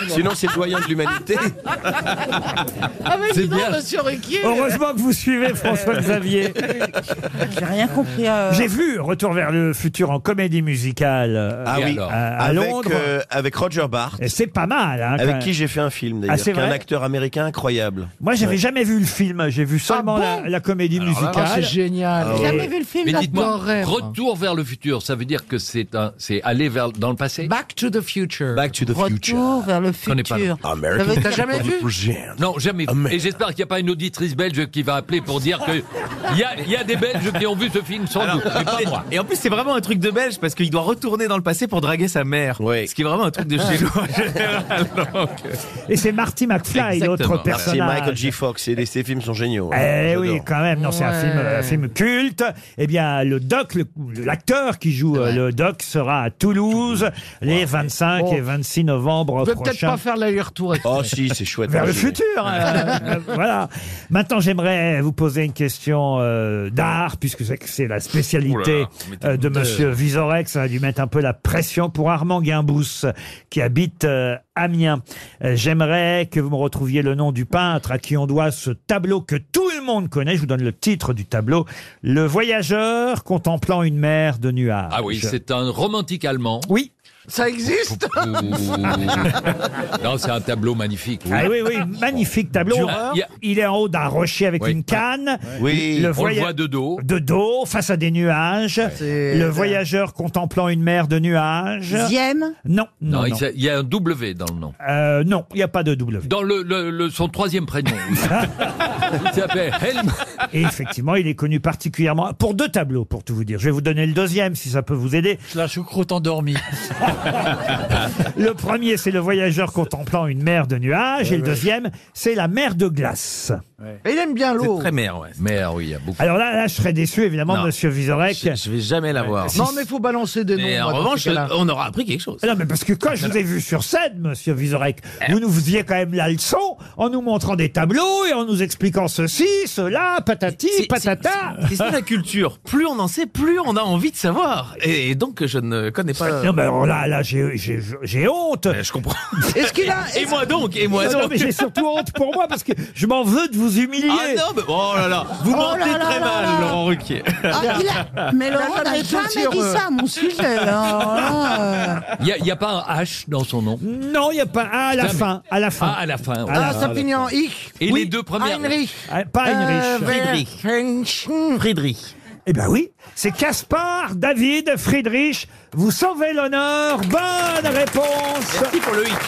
Speaker 7: Sinon, c'est le doyen de l'humanité.
Speaker 4: Ah, mais
Speaker 6: C'est
Speaker 4: dis donc,
Speaker 6: bien.
Speaker 4: monsieur Riquier.
Speaker 2: heureusement que vous suivez François-Xavier.
Speaker 5: J'ai rien compris.
Speaker 2: [laughs]
Speaker 5: euh,
Speaker 2: J'ai vu Retour vers le futur en comédie musicale euh,
Speaker 7: Ah
Speaker 6: Et
Speaker 7: oui.
Speaker 6: alors
Speaker 2: à, à
Speaker 7: avec,
Speaker 2: Londres.
Speaker 7: euh, avec Roger Bart,
Speaker 2: Et c'est pas mal. hein, quand
Speaker 7: avec
Speaker 2: même.
Speaker 7: qui j'ai fait un film
Speaker 2: Ah,
Speaker 7: d'ailleurs,
Speaker 2: c'est
Speaker 7: qui est un
Speaker 2: vrai
Speaker 7: acteur américain incroyable.
Speaker 2: Moi, j'avais
Speaker 7: Ouais. Ah
Speaker 2: jamais vu le film. J'ai vu seulement
Speaker 4: bon
Speaker 2: la, la comédie
Speaker 9: Ah, c'est
Speaker 2: musicale.
Speaker 9: génial.
Speaker 5: J'ai jamais vu le film.
Speaker 6: Mais
Speaker 5: là.
Speaker 6: dites-moi,
Speaker 4: J'adorerais, moi.
Speaker 6: retour vers le futur, ça veut dire que c'est un, c'est aller vers dans le passé.
Speaker 4: Back to the future.
Speaker 7: Back to the
Speaker 5: Retour vers le
Speaker 6: connais pas.
Speaker 5: futur.
Speaker 7: American
Speaker 5: Ça veut-
Speaker 4: T'as jamais vu
Speaker 7: Future.
Speaker 6: Non, jamais.
Speaker 7: merde.
Speaker 6: Et j'espère qu'il n'y a pas une auditrice belge qui va appeler pour dire que il y a, il y a des Belges qui ont vu ce film sans doute, mais pas moi.
Speaker 3: Et en plus, c'est vraiment un truc de belge parce qu'il doit retourner dans le passé pour draguer sa mère.
Speaker 7: Oui.
Speaker 3: Ce qui est vraiment un truc de chez nous. en général. Donc,
Speaker 2: Et c'est Marty McFly,
Speaker 6: Exactement.
Speaker 2: l'autre
Speaker 6: Merci,
Speaker 7: C'est
Speaker 2: personnage.
Speaker 7: Michael J. Fox et les- ces films sont géniaux. hein.
Speaker 2: Eh
Speaker 7: J'adore.
Speaker 2: oui, quand même. Non, c'est un
Speaker 4: Ouais.
Speaker 2: film, euh, un film culte. Eh bien, le doc, le- l'acteur qui joue euh, le doc sera à Toulouse les 25
Speaker 4: Bon.
Speaker 2: et 26 novembre
Speaker 4: Je vais peut-être
Speaker 2: prochains.
Speaker 4: pas faire l'aller-retour. avec-
Speaker 7: Oh si, c'est chouette.
Speaker 2: Vers
Speaker 7: Moi,
Speaker 2: le
Speaker 7: j'ai-
Speaker 2: futur. euh, [laughs] euh, voilà. Maintenant, j'aimerais vous poser une question euh, d'art, puisque c'est que c'est la spécialité euh, de Monsieur Vizorek. Ça a dû mettre un peu la pression pour Armand Guimbous, qui habite euh, Amiens. Euh, j'aimerais que vous me retrouviez le nom du peintre à qui on doit ce tableau que tout le monde connaît. Je vous donne le titre du tableau Le voyageur contemplant une mer de nuages.
Speaker 6: Ah oui, c'est un romantique allemand.
Speaker 2: Oui.
Speaker 4: Ça existe
Speaker 15: [laughs]
Speaker 6: Non, c'est un tableau magnifique.
Speaker 2: Ah oui, oui, magnifique
Speaker 6: Ah.
Speaker 2: tableau.
Speaker 6: Dureur.
Speaker 2: Il y a- Il est en haut d'un rocher avec
Speaker 6: Oui.
Speaker 2: une canne.
Speaker 6: Oui. On le
Speaker 2: voya-
Speaker 6: voit de dos.
Speaker 2: De dos, face à des nuages.
Speaker 6: C'est-
Speaker 2: Le voyageur contemplant une mer de nuages.
Speaker 5: Diem
Speaker 2: Non,
Speaker 6: Non,
Speaker 2: non, non.
Speaker 6: il s- il y a un W dans le nom.
Speaker 2: Euh, non, il n'y a pas de W.
Speaker 6: Dans le, le- le- son troisième prénom.
Speaker 2: [laughs]
Speaker 6: il s'appelle Helm.
Speaker 2: Et effectivement, il est connu particulièrement pour deux tableaux, pour tout vous dire. Je vais vous donner le deuxième, si ça peut vous aider.
Speaker 9: La choucroute endormie.
Speaker 2: [laughs] Le premier, c'est le voyageur contemplant une mer de nuages.
Speaker 9: Ouais,
Speaker 2: et le
Speaker 9: ouais.
Speaker 2: deuxième, c'est la mer de glace.
Speaker 4: Il aime bien l'eau.
Speaker 3: mer, ouais.
Speaker 6: Mer, oui, il y a beaucoup.
Speaker 2: Alors là, là, je serais déçu, évidemment,
Speaker 3: Non.
Speaker 2: Monsieur Vizorek.
Speaker 3: Je, je vais jamais l'avoir.
Speaker 4: Non, mais faut balancer des noms.
Speaker 3: Mais en
Speaker 4: moi, dans
Speaker 3: revanche,
Speaker 4: ces cas-là.
Speaker 3: on aura appris quelque chose. Eh.
Speaker 2: Non, mais parce que quand je vous ai vu sur scène, monsieur Vizorek, vous nous faisiez quand même la leçon en nous montrant des tableaux et en nous expliquant ceci, cela, patati, patata.
Speaker 3: [laughs] C'est ça la culture. Plus on en sait, plus on a envie de savoir. Et, et donc, je ne connais pas.
Speaker 2: Non, mais alors là, là j'ai- j'ai j'ai honte.
Speaker 3: Je comprends.
Speaker 2: [laughs]
Speaker 4: Est-ce qu'il a-
Speaker 3: Et moi donc, et moi
Speaker 2: Non, non,
Speaker 3: donc.
Speaker 2: mais j'ai surtout honte pour moi parce que je m'en veux de vous humilier.
Speaker 3: Ah non, mais oh là là, vous
Speaker 2: Oh
Speaker 3: mentez
Speaker 2: là là
Speaker 3: très
Speaker 2: là
Speaker 3: mal,
Speaker 2: là.
Speaker 3: Laurent Ruquier.
Speaker 5: Ah, il a- Mais Laurent
Speaker 4: Là,
Speaker 5: n'a
Speaker 4: là, je
Speaker 5: jamais
Speaker 4: tire,
Speaker 5: dit
Speaker 4: euh.
Speaker 5: ça, mon sujet. alors là, euh.
Speaker 6: Il n'y a, pas un H dans son nom.
Speaker 2: Non, il n'y a pas. Ah, à la
Speaker 6: Putain, mais-
Speaker 2: fin. À la fin.
Speaker 6: Ah, à la fin. ouais.
Speaker 4: Ah, ça finit en ich.
Speaker 6: Et
Speaker 2: Oui.
Speaker 6: les deux premières.
Speaker 4: Heinrich.
Speaker 2: Ah, Pas Heinrich.
Speaker 3: Friedrich. Friedrich.
Speaker 2: Eh ben oui, c'est Caspar, David, Friedrich. Vous sauvez l'honneur. Bonne réponse
Speaker 3: Merci pour le hic.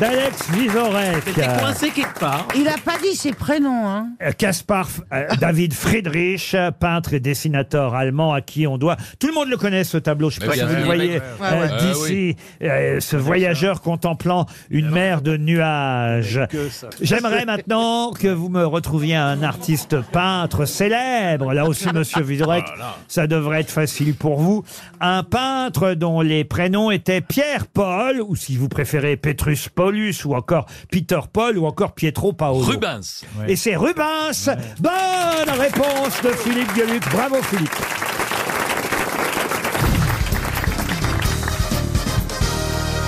Speaker 2: d'Alex Vizorek.
Speaker 3: T'es coincé quelque part.
Speaker 5: Il n'a pas dit ses prénoms. Hein.
Speaker 2: Euh, Caspar F- euh, David Friedrich, euh, peintre et dessinateur allemand à qui on doit. Tout le monde le connaît ce tableau. Je sais
Speaker 6: Mais
Speaker 2: pas si
Speaker 6: bien
Speaker 2: vous le
Speaker 6: sûr.
Speaker 2: voyez
Speaker 6: Ouais,
Speaker 2: euh,
Speaker 6: ouais.
Speaker 2: d'ici. euh, ce voyageur contemplant une mer de nuages.
Speaker 6: [laughs]
Speaker 2: J'aimerais maintenant que vous me retrouviez un artiste peintre célèbre. Là
Speaker 6: [laughs]
Speaker 2: aussi, Monsieur Vizorek, ça devrait être facile pour vous. Un peintre dont les prénoms étaient Pierre Paul, ou si vous préférez Petrus Paulus, ou encore Peter Paul, ou encore Pietro Paolo.
Speaker 6: Rubens.
Speaker 2: Et c'est Rubens. Bonne réponse de Philippe Gueluc. Bravo Philippe.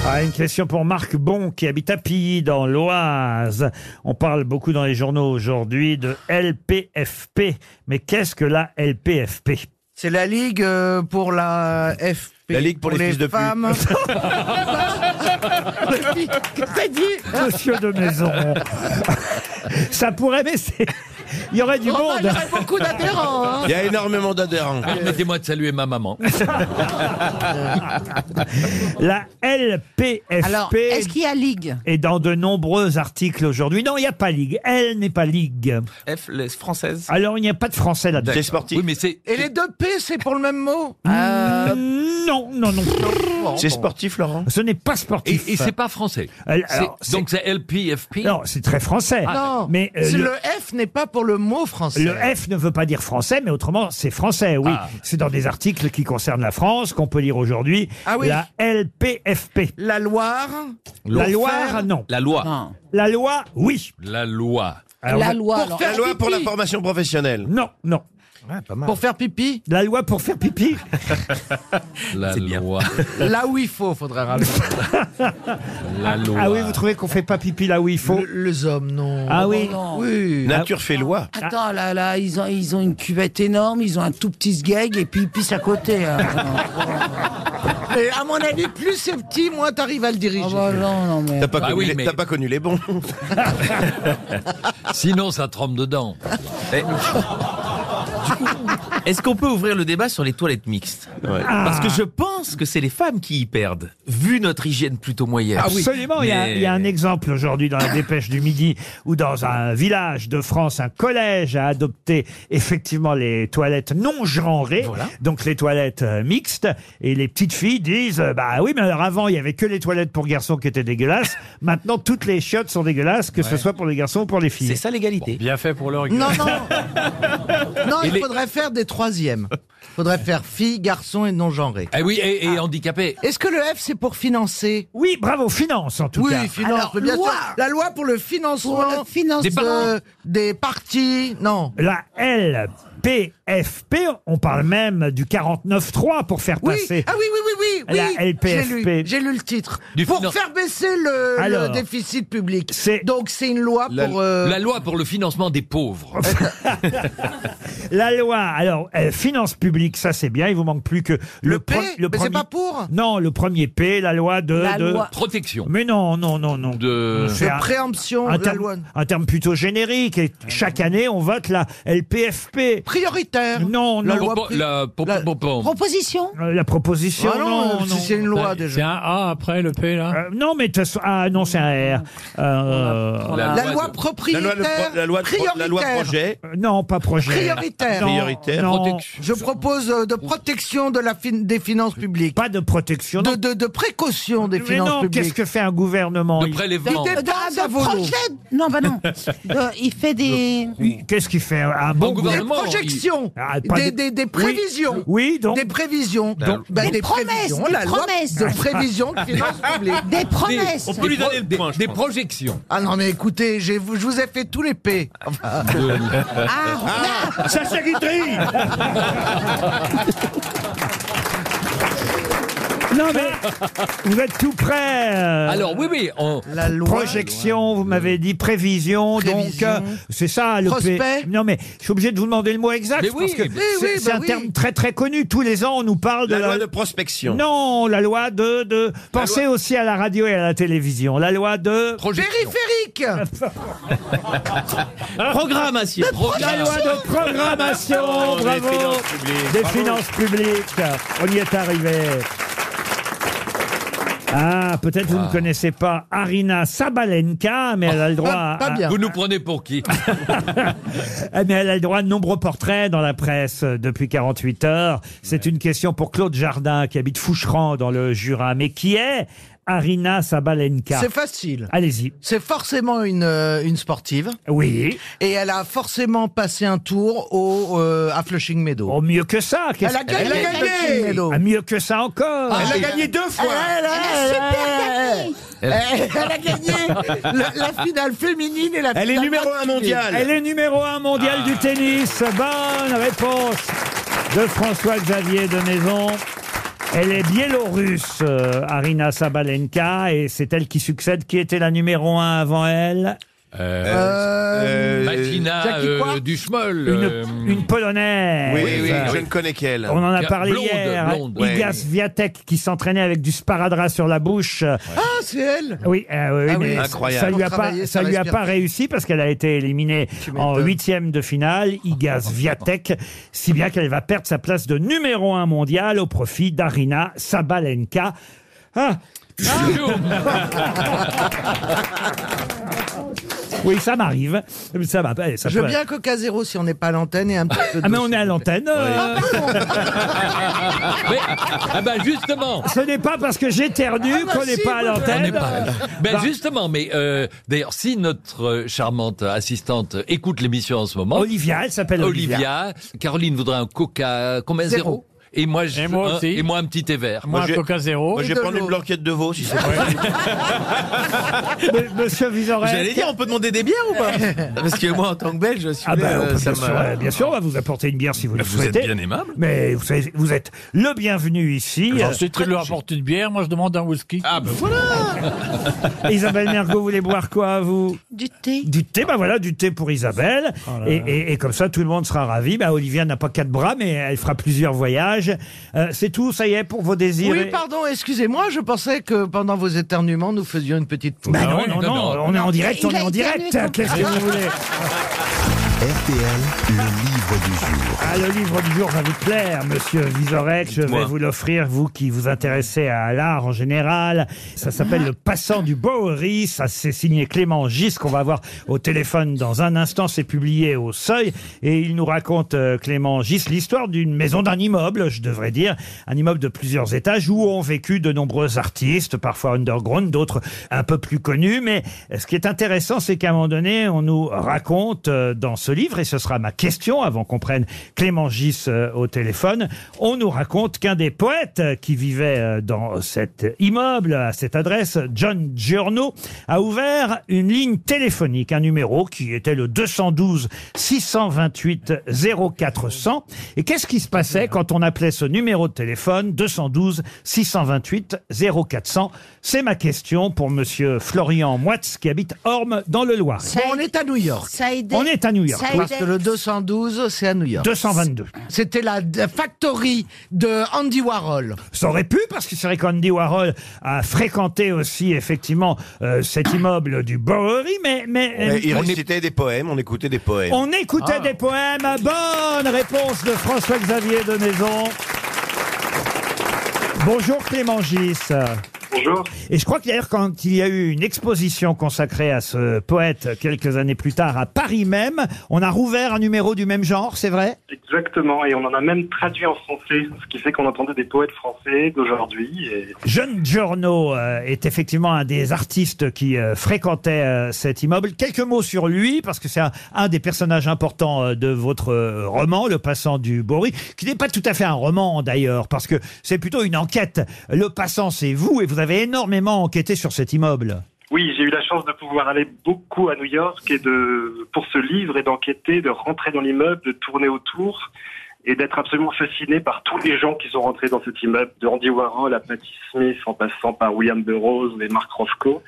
Speaker 2: Ah, une question pour Marc Bon qui habite à Pilly dans l'Oise. On parle beaucoup dans les journaux aujourd'hui de LPFP. Mais qu'est-ce que la LPFP
Speaker 4: C'est la ligue euh, pour la FP.
Speaker 7: La ligue pour les fils de
Speaker 2: [laughs]
Speaker 7: pute.
Speaker 4: femmes.
Speaker 2: Monsieur de Maison. Ça pourrait, mais c'est- Il y aurait
Speaker 5: Oh, bah,
Speaker 2: du monde.
Speaker 5: beaucoup d'adhérents. hein.
Speaker 7: Il y a énormément d'adhérents.
Speaker 6: Permettez-moi Ah, de saluer ma maman.
Speaker 2: La LPFP.
Speaker 5: Alors, est-ce qu'il y a ligue
Speaker 2: et dans de nombreux articles aujourd'hui. Non, il n'y a pas ligue. Elle n'est pas ligue.
Speaker 3: F, les françaises.
Speaker 2: Alors, il n'y a pas de français là-dedans.
Speaker 7: C'est sportif.
Speaker 6: Oui, mais c'est.
Speaker 4: Et les deux P, c'est pour le même
Speaker 2: [laughs]
Speaker 4: mot
Speaker 2: Euh, Non, non, non.
Speaker 7: C'est sportif, Laurent
Speaker 2: Ce n'est pas
Speaker 6: Et,
Speaker 2: sportif.
Speaker 6: et c'est pas français.
Speaker 2: Elle-
Speaker 6: C'est-
Speaker 2: alors, c'est-
Speaker 6: donc c'est euh, LPFP.
Speaker 2: Non, c'est très
Speaker 6: Ah.
Speaker 2: français.
Speaker 5: Ah,
Speaker 4: Non.
Speaker 2: Mais euh,
Speaker 4: C'est
Speaker 2: le,
Speaker 4: le... F n'est pas pour le mot français.
Speaker 2: le F ne veut pas dire français, mais autrement, c'est français, oui.
Speaker 6: Ah.
Speaker 2: C'est dans des articles qui concernent la France qu'on peut lire aujourd'hui.
Speaker 4: Ah oui.
Speaker 2: La LPFP.
Speaker 4: La Loire.
Speaker 2: La Loire, non.
Speaker 3: La loi.
Speaker 5: Non.
Speaker 2: La loi, oui.
Speaker 6: La loi.
Speaker 2: Alors,
Speaker 5: La
Speaker 2: je-
Speaker 5: loi.
Speaker 4: pour
Speaker 5: alors.
Speaker 4: faire
Speaker 7: La loi pour la
Speaker 4: pipi.
Speaker 7: formation professionnelle.
Speaker 2: Non, non.
Speaker 6: Ah,
Speaker 4: Pour faire pipi.
Speaker 2: La loi pour faire pipi.
Speaker 6: [laughs] La loi.
Speaker 4: [laughs] Là où il faut, faudrait ramener.
Speaker 6: [laughs] La loi.
Speaker 2: Ah oui, vous trouvez qu'on fait pas pipi là où il faut
Speaker 4: Le- les hommes, non.
Speaker 2: Ah oui.
Speaker 5: non.
Speaker 4: Oui.
Speaker 7: Nature fait loi.
Speaker 5: Attends, là, là, ils ont, ils ont une cuvette énorme, ils ont un tout petit sgeg et puis ils pissent à
Speaker 2: [laughs]
Speaker 5: côté. hein.
Speaker 4: Mais à mon avis, plus c'est petit, moins t'arrives à le diriger.
Speaker 5: Ah bah non, non, mais...
Speaker 7: T'as pas,
Speaker 6: Bah
Speaker 7: connu
Speaker 6: oui,
Speaker 7: les-
Speaker 6: mais-
Speaker 7: t'as pas connu les
Speaker 2: [laughs]
Speaker 7: bons.
Speaker 6: [laughs] Sinon, ça trempe dedans.
Speaker 3: Eh. Du coup, Est-ce qu'on peut ouvrir le débat sur les toilettes mixtes Parce que je pense que c'est les femmes qui y perdent, vu notre hygiène plutôt moyenne.
Speaker 15: Ah
Speaker 2: Absolument. Il, y a,
Speaker 3: Ah Mais-
Speaker 2: il y a un exemple aujourd'hui dans la dépêche du midi où dans un village de France, un collège a adopté effectivement les toilettes non genrées,
Speaker 3: Voilà.
Speaker 2: donc les toilettes euh, mixtes. Et les petites filles disent, euh, bah oui, mais alors avant, il y avait que les toilettes pour garçons qui étaient
Speaker 3: [laughs]
Speaker 2: dégueulasses. Maintenant, toutes les chiottes sont dégueulasses, que ce soit pour les garçons ou pour les
Speaker 3: C'est
Speaker 2: filles.
Speaker 3: ça l'égalité.
Speaker 9: Bien fait pour leur
Speaker 4: Non, non. non, il
Speaker 6: les-
Speaker 4: faudrait faire des troisièmes. Il faudrait faire fille, garçon et non-genré.
Speaker 6: Ah oui, et, et handicapé.
Speaker 4: Est-ce que le F, c'est pour financer
Speaker 2: Oui, bravo, finance en tout
Speaker 4: Oui,
Speaker 2: cas.
Speaker 4: finance.
Speaker 5: Alors,
Speaker 4: bien
Speaker 5: loi.
Speaker 4: sûr. La loi pour le financement
Speaker 5: Pour le financement.
Speaker 6: Des parents.
Speaker 4: des partis. euh, Non.
Speaker 2: La L, LPFP. On parle même du 49.3 pour faire
Speaker 4: Oui,
Speaker 2: passer.
Speaker 4: ah oui, oui, oui, oui,
Speaker 2: La
Speaker 4: oui. J'ai lu,
Speaker 2: LPFP.
Speaker 4: j'ai lu le titre.
Speaker 2: Du
Speaker 4: pour
Speaker 2: finan-
Speaker 4: faire baisser le, le
Speaker 6: Alors,
Speaker 4: déficit public. Donc c'est une loi
Speaker 6: La,
Speaker 4: pour... euh,
Speaker 6: la loi pour le financement des pauvres.
Speaker 2: La loi, alors, euh, finances publiques, ça c'est bien, il vous manque plus que... Le,
Speaker 4: P
Speaker 2: pre-
Speaker 4: Mais c'est pas
Speaker 2: pour Non, le premier P, la loi de...
Speaker 4: La
Speaker 2: de-
Speaker 4: loi.
Speaker 6: Euh, Protection.
Speaker 2: Mais non, non, non, non.
Speaker 6: De,
Speaker 2: C'est
Speaker 4: Euh, De
Speaker 2: un-
Speaker 4: préemption,
Speaker 2: un
Speaker 4: la
Speaker 2: terme,
Speaker 4: loi. Ah.
Speaker 2: Un terme plutôt générique, et chaque année on vote la LPFP. Prioritaire Non, non.
Speaker 6: La loi Propo- pri- la po- la- po- po-
Speaker 2: Proposition La proposition,
Speaker 4: Ah non,
Speaker 2: non,
Speaker 4: si c'est une loi, déjà. C'est
Speaker 2: un A après le P, là Non, mais de toute façon... Ah non, c'est un R. Euh,
Speaker 4: La, loi propriétaire, prioritaire.
Speaker 2: Euh, Non, pas projet.
Speaker 4: Prioritaire.
Speaker 2: Non, non.
Speaker 4: Je propose euh, de protection de la fin- des finances publiques.
Speaker 2: Pas de protection.
Speaker 4: De, de, de précaution des
Speaker 2: Mais
Speaker 4: finances
Speaker 2: non,
Speaker 4: publiques.
Speaker 2: qu'est-ce que fait un gouvernement il-
Speaker 5: De- de- de- de projet- Non, bah
Speaker 2: [laughs]
Speaker 5: non. De- il fait des.
Speaker 2: Il- Qu'est-ce qu'il fait Un bon
Speaker 4: Des
Speaker 2: gouvernement
Speaker 4: projections,
Speaker 2: il- Ah, pas des-
Speaker 4: des, des- des
Speaker 2: Oui.
Speaker 4: prévisions.
Speaker 2: Oui, donc
Speaker 4: Des prévisions.
Speaker 2: Donc-
Speaker 4: bah,
Speaker 2: Des
Speaker 5: promesses, des
Speaker 4: la loi
Speaker 5: promesses.
Speaker 4: de prévision de finances publiques.
Speaker 5: Des promesses. On peut lui donner
Speaker 6: le point. Des, projections.
Speaker 4: Ah non, mais écoutez, j'ai- vous- je vous ai fait tous les P. Enfin,
Speaker 2: Sacha
Speaker 4: [laughs]
Speaker 2: Guitry
Speaker 4: Ah.
Speaker 2: Non mais vous êtes tout prêt. euh,
Speaker 6: Alors, oui, oui, on- La loi.
Speaker 2: projection, vous m'avez dit prévision, donc euh, c'est ça le P.
Speaker 4: Prospect.
Speaker 2: Non mais je suis obligé de vous demander le mot exact
Speaker 4: Mais
Speaker 2: parce
Speaker 4: oui,
Speaker 2: que
Speaker 4: mais
Speaker 2: c'est
Speaker 4: oui,
Speaker 2: c'est
Speaker 4: bah
Speaker 2: un
Speaker 4: oui.
Speaker 2: terme très très connu. Tous les ans on nous parle
Speaker 7: La
Speaker 2: de
Speaker 7: loi de prospection.
Speaker 2: Non, la loi de de pensez aussi à la radio et à la télévision. La loi de
Speaker 4: Périphérique
Speaker 2: [laughs]
Speaker 3: Programmation.
Speaker 2: La loi de programmation,
Speaker 3: Des
Speaker 2: bravo.
Speaker 3: finances publiques,
Speaker 2: Des
Speaker 3: bravo.
Speaker 2: finances publiques. On y est arrivé. Ah, peut-être vous ne connaissez pas Arina Sabalenka, mais elle
Speaker 4: Ah,
Speaker 2: a le droit. à-
Speaker 6: Vous nous prenez pour qui
Speaker 2: Ah, [laughs] Mais elle a le droit à de nombreux portraits dans la presse euh, depuis 48 heures. C'est une question pour Claude Jardin, qui habite Foucheran dans le Jura. Mais qui est Arina Sabalenka
Speaker 4: C'est facile.
Speaker 2: Allez-y.
Speaker 4: C'est forcément une, euh, une sportive.
Speaker 2: Oui.
Speaker 4: Et elle a forcément passé un tour au, euh, à Flushing Meadow.
Speaker 2: Oh, mieux que ça qu'est-ce
Speaker 4: Elle a
Speaker 2: que-
Speaker 4: gagné,
Speaker 2: Elle a
Speaker 4: Flushing
Speaker 2: gagné.
Speaker 4: Meadow.
Speaker 2: Ah, Mieux que ça encore
Speaker 4: Ah, Elle a gagné deux fois. Elle a- elle a- Elle a- elle a gagné [laughs] la- la finale féminine et la Elle est finale numéro un masculine. mondiale.
Speaker 2: Elle est numéro un mondiale du tennis. Bonne réponse de François-Xavier de Maison. Elle est biélorusse, euh, Arina Sabalenka, et c'est elle qui succède. Qui était la numéro un avant elle
Speaker 6: Euh,
Speaker 2: Euh,
Speaker 6: Magina
Speaker 2: Jackie
Speaker 6: euh,
Speaker 2: quoi
Speaker 6: du Schmoll. euh,
Speaker 2: Une, une polonaise.
Speaker 7: Oui, oui, je ne connais qu'elle.
Speaker 2: On en a parlé
Speaker 7: Blonde,
Speaker 2: hier.
Speaker 7: blonde.
Speaker 2: Igas Viatek qui s'entraînait avec du sparadrap sur la bouche.
Speaker 4: Ah, c'est elle
Speaker 2: [laughs] Oui, euh, oui,
Speaker 4: Ah oui.
Speaker 2: mais
Speaker 4: Incroyable.
Speaker 2: ça lui a
Speaker 4: Faut
Speaker 2: pas,
Speaker 4: travailler,
Speaker 2: ça
Speaker 4: ça
Speaker 2: lui a
Speaker 4: respire
Speaker 2: pas
Speaker 4: plus.
Speaker 2: réussi parce qu'elle a été éliminée en huitième de finale. Igaz Viatek, si bien qu'elle va perdre sa place de numéro un mondial au profit d'Arina Sabalenka. Ah. oui, ça m'arrive. Ça va. eh, Ça
Speaker 4: Je veux
Speaker 2: peut-
Speaker 4: bien Coca Zéro si on n'est pas à l'antenne et un petit peu
Speaker 2: Ah mais on est à l'antenne.
Speaker 4: Ah,
Speaker 2: euh,
Speaker 6: mais- ah ben justement.
Speaker 2: Ce n'est pas parce que j'éternue
Speaker 6: Ah bah
Speaker 2: qu'on n'est
Speaker 6: si,
Speaker 2: pas à
Speaker 6: vous-
Speaker 2: l'antenne.
Speaker 6: On n'est pas à l'antenne. Ben
Speaker 2: Bah.
Speaker 6: justement, mais euh, d'ailleurs, si notre euh, charmante assistante écoute l'émission en ce moment,
Speaker 2: Olivia, elle s'appelle Olivia.
Speaker 6: Olivia. Caroline voudrait un Coca, combien
Speaker 2: Zéro.
Speaker 6: zéro Et moi, je-
Speaker 9: Et moi
Speaker 6: un-
Speaker 9: aussi.
Speaker 6: et moi un petit thé vert.
Speaker 9: Moi, Moi, un je- Coca zéro.
Speaker 7: Moi, je vais
Speaker 9: Et de
Speaker 7: prendre une
Speaker 9: l'eau.
Speaker 7: blanquette de veau, si c'est
Speaker 2: M- Monsieur Vizorel.
Speaker 3: J'allais dire, on peut demander des bières ou
Speaker 2: [laughs]
Speaker 3: pas Parce que moi, en tant que belge, je suis
Speaker 2: Ah bah,
Speaker 3: là,
Speaker 2: on peut
Speaker 3: ça
Speaker 2: bien, sûr,
Speaker 3: m'a-
Speaker 2: euh, bien sûr, on va vous apporter une bière si vous le
Speaker 3: vous êtes
Speaker 2: souhaitez.
Speaker 3: bien aimable.
Speaker 2: Mais vous, savez, vous êtes le bienvenu ici.
Speaker 9: J'en
Speaker 2: Euh,
Speaker 9: suis Ah, très leur apporte une bière, moi je demande un whisky.
Speaker 6: Ah
Speaker 3: bah.
Speaker 6: ben
Speaker 2: [laughs] Isabelle Mergo, vous voulez boire quoi, vous Du thé. Du thé, bah voilà, du thé pour Isabelle.
Speaker 9: Oh là là.
Speaker 2: et, et- et comme ça, tout le monde sera ravi. Bah, Olivia n'a pas quatre bras, mais elle fera plusieurs voyages. Euh, c'est tout, ça y est, pour vos désirs.
Speaker 4: Oui,
Speaker 2: Et-
Speaker 4: pardon, excusez-moi, je pensais que pendant vos éternuements, nous faisions une petite pause.
Speaker 9: Ah
Speaker 2: Bah non, non, non, on est en direct, on est en direct. Qu'est-ce que vous voulez
Speaker 1: RTL, le livre du jour.
Speaker 2: Ah, le livre du jour va vous plaire, monsieur Vizorek. Je vais vous l'offrir, vous qui vous intéressez à l'art en général. Ça s'appelle Le Passant du Bowery. Ça, c'est signé Clément Gis, qu'on va avoir au téléphone dans un instant. C'est publié au Seuil. Et il nous raconte, euh, Clément Gis, l'histoire d'une maison, d'un immeuble, je devrais dire. Un immeuble de plusieurs étages où ont vécu de nombreux artistes, parfois underground, d'autres un peu plus connus. Mais ce qui est intéressant, c'est qu'à un moment donné, on nous raconte euh, dans ce livre, et ce sera ma question avant qu'on prenne Clément Gis euh, au téléphone, on nous raconte qu'un des poètes euh, qui vivait euh, dans cet immeuble, à cette adresse, John Giorno, a ouvert une ligne téléphonique, un numéro qui était le 212 628 0400. Et qu'est-ce qui se passait quand on appelait ce numéro de téléphone 212 628 0400 C'est ma question pour monsieur Florian Moitz qui habite Orme dans le Loir.
Speaker 4: on est à New York.
Speaker 5: Ça a aidé.
Speaker 2: On est à New York.
Speaker 5: Ça a
Speaker 4: Parce
Speaker 5: aidé.
Speaker 4: que le 212, c'est à New York.
Speaker 2: 222.
Speaker 4: C'était la d- factory de Euh, Andy Warhol.
Speaker 2: Ça aurait pu, parce que c'est vrai qu'Andy Warhol a fréquenté aussi, effectivement, euh, cet immeuble du Bowery, mais... mais euh,
Speaker 7: Mais il récitait des poèmes, on écoutait des poèmes.
Speaker 2: on
Speaker 4: Ah.
Speaker 7: Ah.
Speaker 2: écoutait des poèmes. Bonne réponse de François-Xavier de Maison. Bonjour Clément Gis.
Speaker 11: Bonjour.
Speaker 2: Et je crois que d'ailleurs, quand il y a eu une exposition consacrée à ce poète quelques années plus tard à Paris même, on a rouvert un numéro du même genre, c'est vrai
Speaker 11: Exactement, et on en a même traduit en français, ce qui fait qu'on entendait des poètes français d'aujourd'hui. Et...
Speaker 2: John Giorno euh, est effectivement un des artistes qui euh, fréquentait euh, cet immeuble. Quelques mots sur lui, parce que c'est un, un des personnages importants euh, de votre euh, roman, Le Passant du Bory, qui n'est pas tout à fait un roman d'ailleurs, parce que c'est plutôt une enquête. Le Passant, c'est vous, et vous avez énormément enquêté sur cet immeuble.
Speaker 11: Oui, j'ai eu la chance de pouvoir aller beaucoup à New York et de, pour ce livre et d'enquêter, de rentrer dans l'immeuble, de tourner autour et d'être absolument fasciné par tous les gens qui sont rentrés dans cet immeuble, de Andy Warhol à Patti Smith en passant par William Burroughs et Mark Rothko.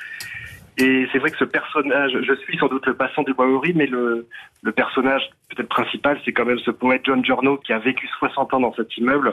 Speaker 11: Et c'est vrai que ce personnage, je suis sans doute le passant du Bowery, mais le, le personnage peut-être principal, c'est quand même ce poète John Giorno qui a vécu 60 ans dans cet immeuble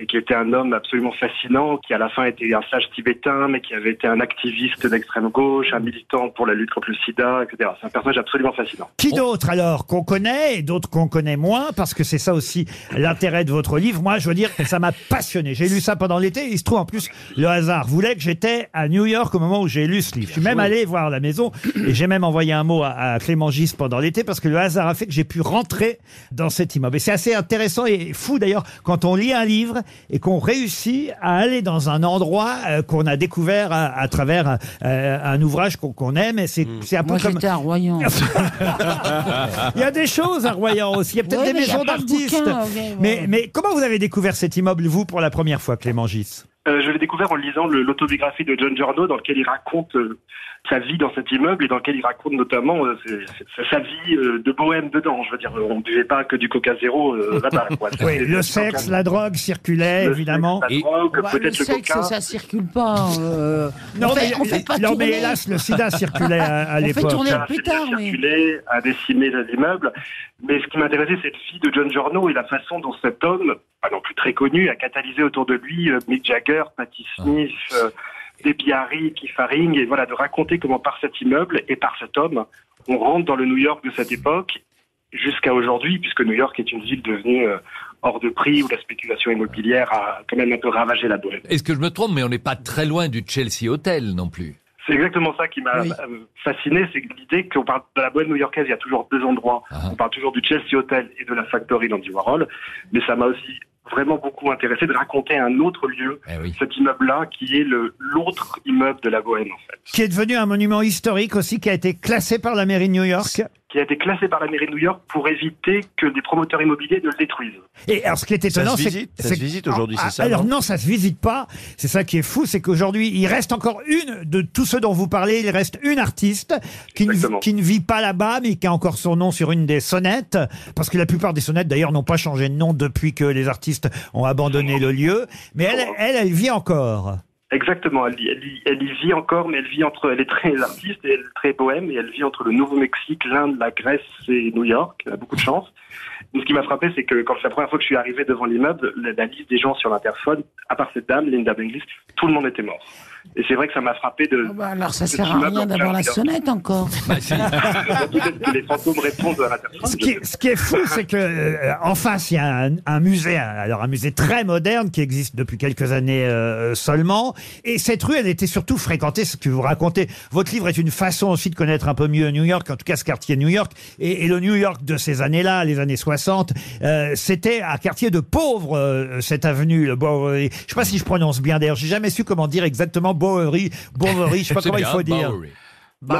Speaker 11: et qui était un homme absolument fascinant, qui à la fin était un sage tibétain, mais qui avait été un activiste d'extrême gauche, un militant pour la lutte contre le sida, etc. C'est un personnage absolument fascinant.
Speaker 2: Qui d'autre alors qu'on connaît et d'autres qu'on connaît moins parce que c'est ça aussi l'intérêt de votre livre. Moi, je veux dire, ça m'a passionné. J'ai lu ça pendant l'été. Il se trouve en plus le hasard voulait que j'étais à New York au moment où j'ai lu ce livre. Je suis même allé voir la maison et j'ai même envoyé un mot à, à Clément Gis pendant l'été parce que le hasard a fait que j'ai pu rentrer dans cet immeuble. Et c'est assez intéressant et fou d'ailleurs quand on lit un livre et qu'on réussit à aller dans un endroit euh, qu'on a découvert à, à travers euh, un ouvrage qu'on qu'on aime. Et c'est c'est un peu
Speaker 5: Moi,
Speaker 2: comme
Speaker 5: j'étais
Speaker 2: [laughs]
Speaker 5: à Royan.
Speaker 2: il y a des choses à Royan aussi. Il y a peut-être
Speaker 5: Ouais,
Speaker 2: des
Speaker 5: mais il y a
Speaker 2: maisons
Speaker 5: pas de
Speaker 2: d'artistes.
Speaker 5: bouquins, ouais,
Speaker 2: Mais,
Speaker 5: ouais.
Speaker 2: mais comment vous avez découvert cet immeuble, vous, pour la première fois, Clément Gis
Speaker 11: Euh, je l'ai découvert en lisant le- l'autobiographie de John Giorno, dans lequel il raconte euh, sa vie dans cet immeuble et dans lequel il raconte notamment euh, ses- ses- sa vie euh, de bohème dedans. Je veux dire, on ne buvait pas que du Coca-Zéro euh, là-bas.
Speaker 2: [laughs]
Speaker 11: quoi.
Speaker 2: Oui,
Speaker 11: C'était-
Speaker 2: le
Speaker 11: c'était
Speaker 2: sexe,
Speaker 11: aucun-
Speaker 2: la drogue circulait,
Speaker 11: Le
Speaker 2: évidemment.
Speaker 11: sexe, la drogue,
Speaker 5: Bah,
Speaker 11: peut-être
Speaker 5: le
Speaker 11: le,
Speaker 5: sexe,
Speaker 11: coca.
Speaker 5: ça circule pas. euh,
Speaker 2: Non,
Speaker 5: on fait,
Speaker 2: mais-
Speaker 5: on fait pas
Speaker 2: non, mais
Speaker 5: tourner.
Speaker 2: hélas, le sida circulait à- à
Speaker 5: On fait
Speaker 2: l'époque.
Speaker 5: tourner
Speaker 11: Ça
Speaker 5: le
Speaker 11: a fait
Speaker 5: pétard, mais...
Speaker 11: circuler, a décimé l'immeuble. Mais ce qui m'intéressait, c'est le fille de John Giorno et la façon dont cet homme, pas non plus très connu, a catalysé autour de lui euh, Mick Jagger, Patti
Speaker 2: Ah.
Speaker 11: Smith, euh, Debbie Harry, Keith Haring, et voilà, de raconter comment par cet immeuble et par cet homme, on rentre dans le New York de cette époque jusqu'à aujourd'hui, puisque New York est une ville devenue euh, hors de prix où la spéculation immobilière a quand même un peu ravagé la bohème.
Speaker 6: Est-ce que je me trompe, mais on n'est pas très loin du Chelsea Hotel non plus
Speaker 11: C'est exactement ça qui m'a
Speaker 6: Oui.
Speaker 11: euh, fasciné, c'est l'idée qu'on parle de la bohème new-yorkaise, il y a toujours deux endroits. On parle toujours du Chelsea Hotel et de la Factory d'Andy Warhol, mais ça m'a aussi vraiment beaucoup intéressé de raconter un autre lieu, cet immeuble-là, qui est le l'autre immeuble de la bohème, en fait,
Speaker 2: Qui est devenu un monument historique aussi, qui a été classé par la mairie de New York.
Speaker 11: qui a été classé par la mairie de New York pour éviter que des promoteurs immobiliers ne le détruisent.
Speaker 2: Et alors, ce qui est
Speaker 11: Ça se
Speaker 2: étonnant, c'est
Speaker 11: visite,
Speaker 2: que-
Speaker 11: ça
Speaker 2: c'est
Speaker 11: se
Speaker 2: que-
Speaker 11: visite aujourd'hui,
Speaker 2: Ah,
Speaker 11: c'est ça,
Speaker 2: Alors
Speaker 11: non
Speaker 2: non, ça se visite pas. C'est ça qui est fou, c'est qu'aujourd'hui, il reste encore une de tous ceux dont vous parlez. Il reste une artiste qui, ne, qui ne vit pas là-bas, mais qui a encore son nom sur une des sonnettes, parce que la plupart des sonnettes, d'ailleurs, n'ont pas changé de nom depuis que les artistes ont abandonné le lieu. Mais elle, elle, elle vit encore.
Speaker 11: Exactement, elle, y- elle, y- elle y vit encore, mais elle vit entre, elle est très artiste et elle est très bohème, et elle vit entre le Nouveau-Mexique, l'Inde, la Grèce et New York. Elle a beaucoup de chance. Mais ce qui m'a frappé, c'est que quand c'est la première fois que je suis arrivé devant l'immeuble, la, la liste des gens sur l'interphone, à part cette dame, Linda Benglis, tout le monde était mort. Et c'est vrai que ça m'a frappé de.
Speaker 5: Bah, alors, ça
Speaker 11: de
Speaker 5: sert
Speaker 11: ce
Speaker 5: à
Speaker 11: immeuble en
Speaker 5: rien d'avoir
Speaker 11: plein
Speaker 5: la
Speaker 11: New York.
Speaker 2: [laughs]
Speaker 5: sonnette encore.
Speaker 11: [laughs] Peut-être que les fantômes répondent à l'interphone.
Speaker 2: Ce qui, est- ce qui est fou, c'est que euh, en face, il y a un, un musée, un- alors un musée très moderne qui existe depuis quelques années euh, seulement. Et cette rue, elle était surtout fréquentée, ce que vous racontez. Votre livre est une façon aussi de connaître un peu mieux New York, en tout cas ce quartier New York. Et, et le New York de ces années-là, les années 60, euh, c'était un quartier de pauvres, euh, cette avenue. Le Bowery. Je sais pas si je prononce bien d'ailleurs, j'ai jamais su comment dire exactement Bowery, Bowery, je sais pas
Speaker 11: [laughs] C'est
Speaker 2: comment
Speaker 11: bien,
Speaker 2: il faut dire.
Speaker 11: Bowery.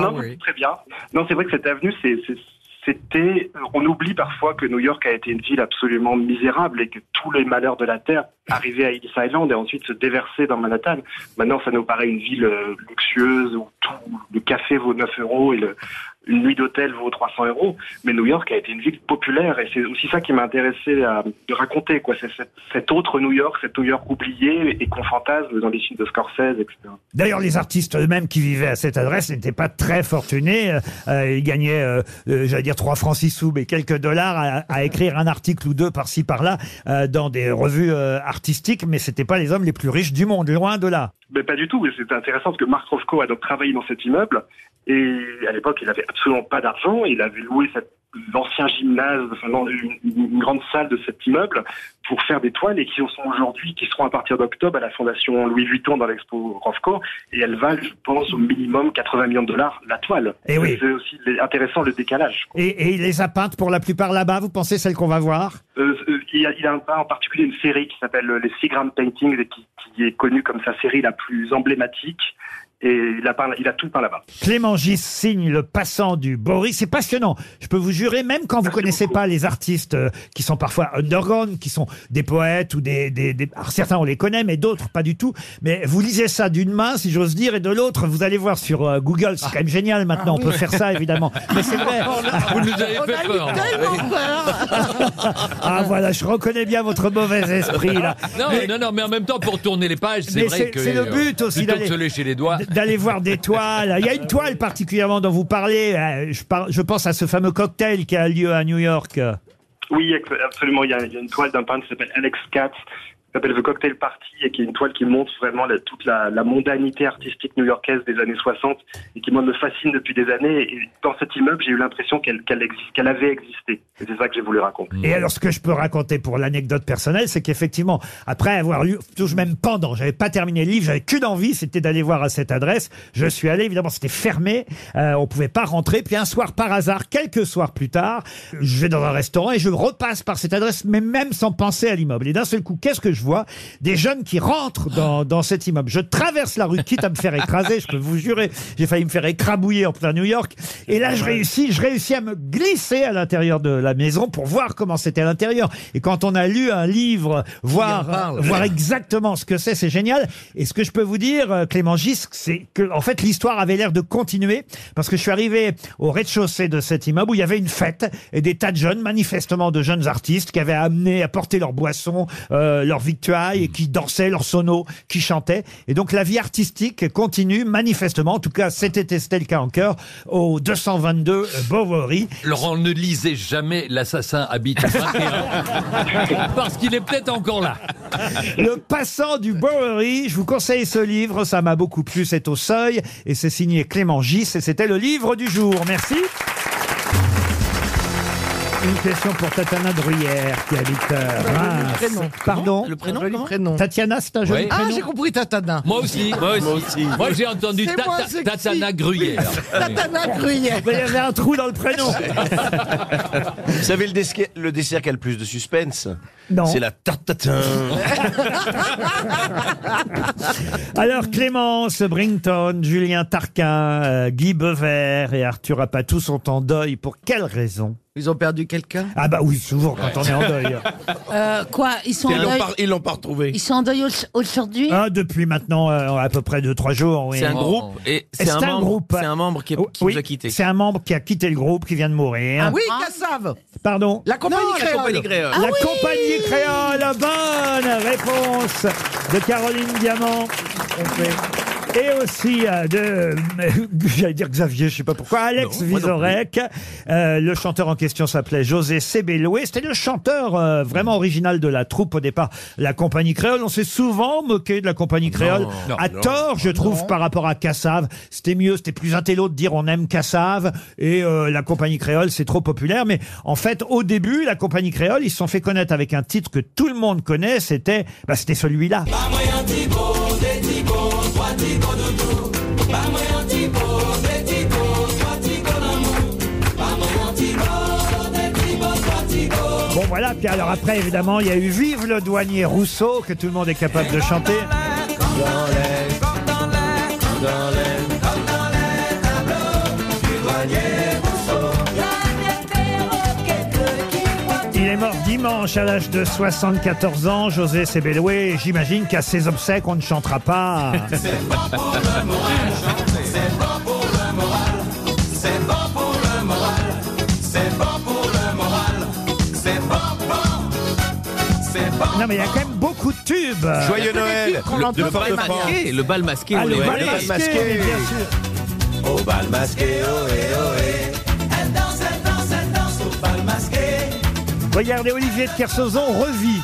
Speaker 11: Non, non, c'est très bien. Non, c'est vrai que cette avenue, c'est c'est- c'était, euh, on oublie parfois que New York a été une ville absolument misérable et que tous les malheurs de la terre arrivaient à Ellis Island et ensuite se déversaient dans Manhattan. Maintenant, ça nous paraît une ville euh, luxueuse où tout, le café vaut 9 euros et le, une nuit d'hôtel vaut 300 euros. Mais New York a été une ville populaire et c'est aussi ça qui m'a intéressé à, de raconter, quoi. C'est cette, cette autre New York, cette New York oubliée et qu'on fantasme dans les films de Scorsese, etc.
Speaker 2: D'ailleurs, les artistes eux-mêmes qui vivaient à cette adresse n'étaient pas très fortunés. Euh, euh, ils gagnaient, euh, euh, j'allais dire, 3 francs 6 sous, mais quelques dollars à, à écrire un article ou deux par-ci, par-là euh, dans des revues euh, artistiques, mais c'était pas les hommes les plus riches du monde, loin de là.
Speaker 11: Mais pas du tout. Et c'est intéressant parce que Marc Rothko a donc travaillé dans cet immeuble. Et à l'époque, il n'avait absolument pas d'argent. Il avait loué cette- l'ancien gymnase, enfin, l'an- une, une grande salle de cet immeuble pour faire des toiles et qui en sont aujourd'hui, qui seront à partir d'octobre à la Fondation Louis Vuitton dans l'expo Rothko. Et elle valent, je pense, au minimum 80 millions de dollars la toile.
Speaker 2: Eh oui.
Speaker 11: C'est aussi intéressant le décalage.
Speaker 2: Et, et il les a peintes pour la plupart là-bas, vous pensez celles qu'on va voir
Speaker 11: Euh, euh, il, y a, il y a un- en particulier une série qui s'appelle euh, les Seagram Paintings, et qui, qui est connue comme sa série la plus emblématique. Et il a, peint- il a tout peint là-bas.
Speaker 2: Clément Gis signe le passant du Boris. C'est passionnant. Je peux vous jurer, même quand vous connaissez pas les artistes euh, qui sont parfois underground, qui sont des poètes ou des, des- des- alors certains on les connaît, mais d'autres pas du tout. Mais vous lisez ça d'une main, si j'ose dire, et de l'autre, vous allez voir sur euh, Google. C'est quand même génial maintenant. on peut faire ça évidemment. Mais c'est vrai.
Speaker 6: Vous nous avez
Speaker 7: Ah,
Speaker 2: On a
Speaker 6: fait
Speaker 2: eu
Speaker 6: peur.
Speaker 2: tellement Ah voilà, je reconnais bien votre mauvais esprit là.
Speaker 6: [laughs] Non,
Speaker 2: Mais-
Speaker 6: non, non, mais en même temps, pour tourner les pages, c'est
Speaker 2: Mais
Speaker 6: vrai
Speaker 2: c'est-
Speaker 6: que.
Speaker 2: c'est le
Speaker 6: euh,
Speaker 2: but aussi
Speaker 6: Plutôt que
Speaker 2: d'aller-
Speaker 6: se lécher les doigts.
Speaker 2: d'aller voir des toiles. Il y a une toile particulièrement dont vous parlez. euh, Je, par- je pense à ce fameux cocktail qui a lieu à New York.
Speaker 11: Oui, ex- absolument. Il y a, il y a une toile d'un peintre qui s'appelle Alex Katz, qui s'appelle The Cocktail Party, et qui est une toile qui montre vraiment la- toute la, la mondanité artistique new-yorkaise des années 60, et qui, moi, me fascine depuis des années. Et dans cet immeuble, j'ai eu l'impression qu'elle qu'elle existe- qu'elle avait existé. Et c'est ça que j'ai voulu raconter.
Speaker 2: Et alors, ce que je peux raconter pour l'anecdote personnelle, c'est qu'effectivement, après avoir lu, toujours même pendant, j'avais pas terminé le livre, j'avais qu'une envie, c'était d'aller voir à cette adresse. Je suis allé, évidemment, c'était fermé, euh, on pouvait pas rentrer. Puis un soir, par hasard, quelques soirs plus tard, je vais dans un restaurant et je repasse par cette adresse, mais même sans penser à l'immeuble. Et d'un seul coup, qu'est-ce que je vois Des jeunes qui rentrent dans, dans cet immeuble. Je traverse la rue, quitte à me faire écraser, je peux vous jurer. J'ai failli me faire écrabouiller en plein New York. Et là, je réussis, je réussis à me glisser à l'intérieur de la maison pour voir comment c'était à l'intérieur. Et quand on a lu un livre,
Speaker 4: en
Speaker 2: voir, euh,
Speaker 4: parle.
Speaker 2: voir exactement ce que c'est, c'est génial. Et ce que je peux vous dire, euh, Clément Gisque, c'est que, en fait, l'histoire avait l'air de continuer parce que je suis arrivé au rez-de-chaussée de cet immeuble où il y avait une fête et des tas de jeunes, manifestement de jeunes artistes qui avaient amené, apporté leurs boissons, euh, leurs victuailles et qui dansaient, leurs sonos, qui chantaient. Et donc, la vie artistique continue, manifestement. En tout cas, c'était testé le cas en cœur au 222 euh, Bowery.
Speaker 6: Laurent, ne lisez jamais L'assassin habite au 21. Parce qu'il est peut-être encore là.
Speaker 2: Le passant du Bowery, je vous conseille ce livre, ça m'a beaucoup plu, c'est au seuil, et c'est signé Clément Gis, et c'était le livre du jour. Merci. Une question pour Tatiana Bruyère, qui habite euh,
Speaker 6: Bah,
Speaker 2: Reims. Pardon
Speaker 4: Le prénom, joli prénom.
Speaker 2: Tatiana, c'est un joli
Speaker 6: Ouais.
Speaker 4: Ah,
Speaker 2: prénom
Speaker 4: j'ai compris Tatana.
Speaker 6: Moi aussi, moi aussi. Moi, j'ai entendu
Speaker 4: C'est
Speaker 6: Tata-
Speaker 4: moi, c'est qui
Speaker 6: Tatana Gruyère.
Speaker 4: Tatana Gruyère.
Speaker 2: Mais il y avait un trou dans le prénom.
Speaker 7: [laughs] Vous savez le, desque- le dessert qui a le plus de suspense
Speaker 2: Non.
Speaker 7: C'est la tartatin.
Speaker 6: Euh.
Speaker 2: [laughs] Alors Clémence Brington, Julien Tarquin, euh, Guy Bever et Arthur Apatou sont en deuil. Pour quelle raison
Speaker 4: Ils ont perdu quelqu'un
Speaker 2: Ah bah oui, souvent quand on est en deuil.
Speaker 5: Euh, quoi Ils sont
Speaker 2: Ils
Speaker 5: en
Speaker 2: l'ont
Speaker 5: deuil
Speaker 2: par-
Speaker 7: Ils l'ont pas retrouvé.
Speaker 5: Ils sont en deuil au- aujourd'hui
Speaker 2: Ah, depuis maintenant euh, à peu près 2-3 jours. oui. Oh.
Speaker 3: C'est un groupe et c'est un membre- c'est un membre qui est- qui
Speaker 2: Oui,
Speaker 3: nous a quittés.
Speaker 2: C'est un membre qui a quitté le groupe, qui vient de mourir.
Speaker 4: Ah oui, Cassave
Speaker 2: Pardon
Speaker 4: La compagnie
Speaker 2: Non, la
Speaker 4: créole. Ah
Speaker 2: compagnie créole. La compagnie créole, la bonne réponse de Caroline Diamant. Et aussi euh, de, [laughs] j'allais dire Xavier, je sais pas pourquoi, Alex
Speaker 3: moi non
Speaker 2: Vizorek. Euh, le chanteur en question s'appelait José Sebelloué. C'était le chanteur euh, vraiment original de la troupe au départ, la compagnie créole. On s'est souvent moqué de la compagnie créole.
Speaker 3: Non,
Speaker 2: à
Speaker 3: non,
Speaker 2: tort, je trouve, par rapport à Cassave. C'était mieux, c'était plus intello de dire on aime Cassave et euh, la compagnie créole, c'est trop populaire. Mais en fait, au début, la compagnie créole, ils se sont fait connaître avec un titre que tout le monde connaît. C'était, bah, c'était celui-là. Bon voilà, puis alors après évidemment il y a eu Vive le douanier Rousseau que tout le monde est capable de chanter. est mort dimanche à l'âge de 74 ans, José Sebeloué. J'imagine qu'à ses obsèques, on ne chantera
Speaker 3: [laughs]
Speaker 2: pas.
Speaker 15: C'est bon pour le moral, c'est bon pour le moral, c'est bon pour le moral, c'est bon, bon, c'est bon.
Speaker 2: Non, mais il y a quand même beaucoup de tubes.
Speaker 3: Joyeux Noël.
Speaker 2: Qu'on
Speaker 3: Le-
Speaker 2: entend
Speaker 3: le bal
Speaker 2: pas.
Speaker 3: masqué, le bal masqué,
Speaker 2: Ah,
Speaker 3: on
Speaker 2: le
Speaker 3: l'a
Speaker 2: bal
Speaker 3: aimé.
Speaker 2: masqué,
Speaker 3: Masqué.
Speaker 2: mais bien sûr.
Speaker 15: Au bal masqué, oh, eh, ohé,
Speaker 2: [laughs]
Speaker 15: ohé. Elle danse, elle danse, elle danse au bal masqué.
Speaker 2: Regardez, Olivier de Kersauzon revit.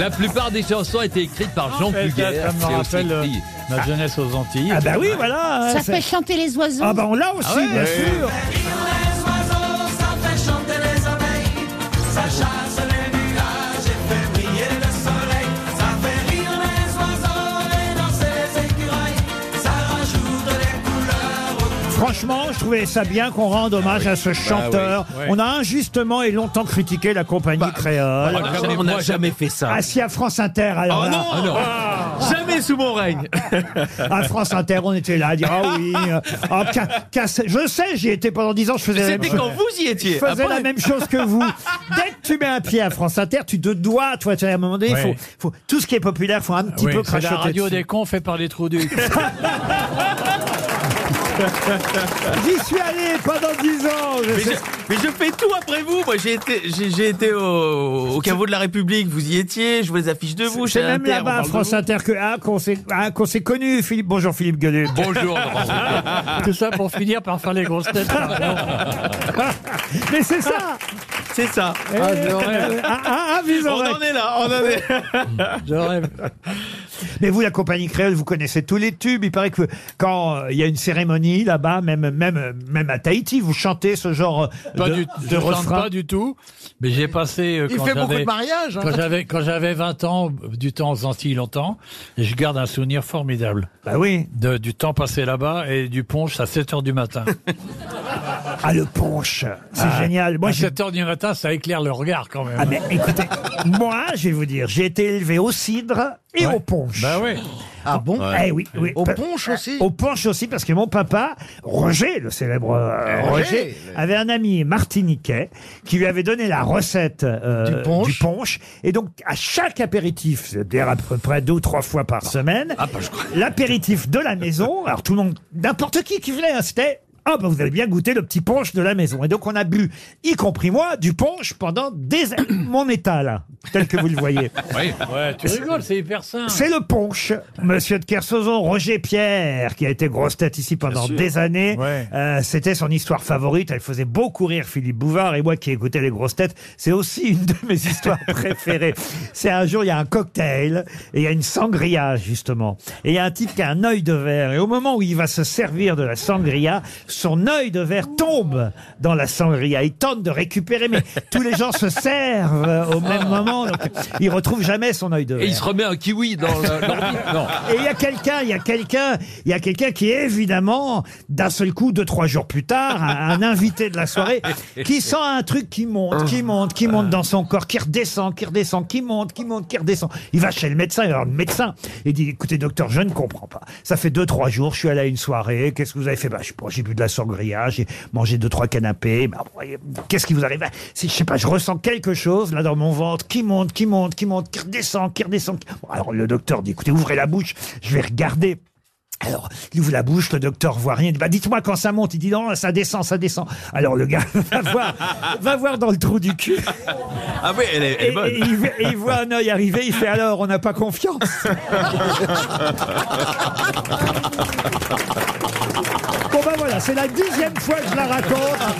Speaker 6: La plupart des chansons étaient écrites par Jean
Speaker 9: Et ça,
Speaker 6: Puguet.
Speaker 9: ça me rappelle euh, ma jeunesse aux Antilles.
Speaker 2: Ah bah oui, voilà.
Speaker 5: Ça
Speaker 2: hein,
Speaker 5: fait
Speaker 2: c'est-
Speaker 5: chanter les oiseaux.
Speaker 2: Ah bah on l'a aussi,
Speaker 9: Ah ouais,
Speaker 2: bien
Speaker 9: ouais.
Speaker 2: sûr.
Speaker 15: Les oiseaux, ça fait chanter les abeilles. Ça chasse les nuages et fait briller le soleil. Ça fait rire les oiseaux et danser les écureuils. Ça rajoute des couleurs au
Speaker 2: Franchement, je trouvais ça bien qu'on rende hommage à ce chanteur.
Speaker 3: Ah Bah oui. Ouais.
Speaker 2: On a injustement et longtemps critiqué la compagnie créole.
Speaker 3: on n'a jamais- Ah, on n'a jamais fait ça.
Speaker 2: Ah si, à France Inter, Ah alors
Speaker 3: Oh
Speaker 2: là. Ah.
Speaker 3: non, Jamais sous mon règne
Speaker 2: À France Inter, on était là à dire ah oui. euh, ah, ca- casse- je sais, j'y étais pendant dix ans. Je faisais la même
Speaker 3: C'était
Speaker 2: chose.
Speaker 3: quand vous y étiez.
Speaker 2: Je faisais
Speaker 3: Après-
Speaker 2: la même chose que vous. Dès que tu mets un pied à France Inter, tu te dois, toi, tu vois, à un moment donné, il
Speaker 9: Ouais.
Speaker 2: faut, faut- tout ce qui est populaire, faut un petit
Speaker 9: Oui,
Speaker 2: peu
Speaker 9: c'est
Speaker 2: crachoter.
Speaker 9: la radio
Speaker 2: dessus.
Speaker 9: des cons fait par les trous du.
Speaker 2: [laughs] J'y suis allé pendant dix ans. je
Speaker 3: [laughs] Mais je,
Speaker 2: sais-
Speaker 3: mais je fais tout après vous. Moi, j'ai été, j'ai, j'ai été au, au caveau de la République. Vous y étiez. Je vois les affiches de vous.
Speaker 2: C'est
Speaker 3: chez
Speaker 2: même
Speaker 3: Inter, on
Speaker 2: là-bas, à
Speaker 3: parle de
Speaker 2: France
Speaker 3: vous.
Speaker 2: Inter, que- ah, qu'on s'est ah, qu'on s'est connu. Philippe, bonjour Philippe Gueluc. [laughs]
Speaker 6: Bonjour,
Speaker 3: [laughs]
Speaker 9: Tout ça pour finir par faire les grosses têtes.
Speaker 2: Mais c'est
Speaker 9: [laughs]
Speaker 2: ça.
Speaker 3: C'est ça.
Speaker 2: Eh,
Speaker 9: j'aurais-
Speaker 2: ah, ah, ah, vous
Speaker 3: on
Speaker 2: aurez-
Speaker 3: en est là. On en est.
Speaker 2: Hmm. Mais vous, la compagnie créole, vous connaissez tous les tubes. Il paraît que quand euh, il y a une cérémonie là-bas, même, même, même à Tahiti, vous chantez ce genre euh,
Speaker 9: Pas
Speaker 2: de,
Speaker 9: du,
Speaker 2: de
Speaker 9: je chante
Speaker 2: refrain.
Speaker 9: pas du tout, mais j'ai passé. euh,
Speaker 4: Il
Speaker 9: quand
Speaker 4: fait beaucoup
Speaker 9: j'avais-
Speaker 4: de mariages, hein.
Speaker 9: Quand j'avais quand j'avais 20 ans, euh, du temps aux Antilles longtemps, et je garde un souvenir formidable.
Speaker 2: Bah oui.
Speaker 9: De, du temps passé là-bas et du punch à 7 heures du matin.
Speaker 2: [laughs] Ah, le punch. C'est
Speaker 9: Ah,
Speaker 2: génial. Moi,
Speaker 9: à
Speaker 2: j'ai
Speaker 9: 7 heures du matin, ça éclaire le regard quand même.
Speaker 2: Ah mais écoutez, [laughs] moi, je vais vous dire, j'ai été élevé au cidre et
Speaker 9: Ouais.
Speaker 2: au punch.
Speaker 9: Bah oui.
Speaker 4: Ah bon
Speaker 2: Eh oui, oui.
Speaker 4: Au
Speaker 2: Pa-
Speaker 4: punch aussi
Speaker 2: Au punch aussi, parce que mon papa, Roger, le célèbre euh,
Speaker 4: Roger.
Speaker 2: Roger, avait un ami martiniquais qui lui avait donné la recette euh,
Speaker 4: Du punch.
Speaker 2: punch. Et donc, à chaque apéritif, c'est-à-dire à peu près deux ou trois fois par semaine, l'apéritif de la maison, alors tout le monde, n'importe qui qui venait, hein, c'était... Ah bah vous avez bien goûté le petit punch de la maison. Et donc on a bu, y compris moi, du punch pendant des... Mon état là, tel que vous le voyez.
Speaker 9: Ouais, tu rigoles, c'est hyper simple.
Speaker 2: C'est le punch. Monsieur de Kersauzon, Roger Pierre, qui a été grosse tête ici pendant des années.
Speaker 9: Ouais.
Speaker 2: Euh, C'était son histoire favorite. Elle faisait beaucoup rire Philippe Bouvard. Et moi qui écoutais les grosses têtes, c'est aussi [laughs] une de mes histoires préférées. C'est un jour, il y a un cocktail et il y a une sangria, justement. Et il y a un type qui a un œil de verre. Et au moment où il va se servir de la sangria, son œil de verre tombe dans la sangria. Il tente de récupérer, mais tous les gens se servent euh, au même moment. Donc, il retrouve jamais son œil de verre.
Speaker 6: Et il se remet un kiwi dans le- l'ordi. Non.
Speaker 2: Et il y a quelqu'un, il y a quelqu'un, il y a quelqu'un qui évidemment, d'un seul coup, deux trois jours plus tard, un, un invité de la soirée, qui sent un truc qui monte, qui monte, qui monte dans son corps, qui redescend, qui redescend, qui monte, qui monte, qui redescend. Il va chez le médecin, alors le médecin, il dit, écoutez docteur, je ne comprends pas. Ça fait deux trois jours, je suis allé à une soirée, qu'est-ce que vous avez fait Bah je sais pas, j'ai bu de la sangria, j'ai mangé deux trois canapés. Bah, voyez, qu'est-ce qui vous arrive Bah, Si je sais pas, je ressens quelque chose là dans mon ventre qui monte, qui monte, qui monte, qui redescend, qui redescend. qui- Bon, alors le docteur dit, écoutez, ouvrez la bouche, je vais regarder. Alors, il ouvre la bouche, le docteur voit rien. Il dit, bah, dites-moi quand ça monte. Il dit, non, ça descend, ça descend. Alors, le gars [laughs] va voir, va voir dans le trou du cul.
Speaker 3: Ah oui, elle est, elle
Speaker 2: Et,
Speaker 3: est bonne.
Speaker 2: et il, et il voit un œil arriver. Il fait, alors, on n'a pas confiance. bon, bah voilà, c'est la dixième fois que je la raconte.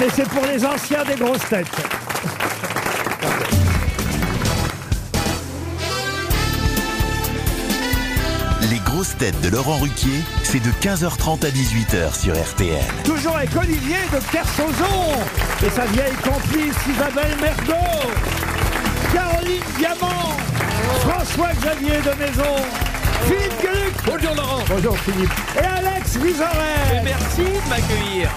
Speaker 2: Mais c'est pour les anciens des grosses têtes.
Speaker 1: [laughs] Les grosses têtes de Laurent Ruquier, c'est de 15h30 à 18h sur RTL.
Speaker 2: Toujours avec Olivier de Kersauzon et sa vieille complice Isabelle Mergot, Caroline Diamant, François-Xavier de Maison, Philippe Gueluc. Bonjour Laurent. Bonjour Philippe. Et Alex Vizorel.
Speaker 3: Merci de m'accueillir.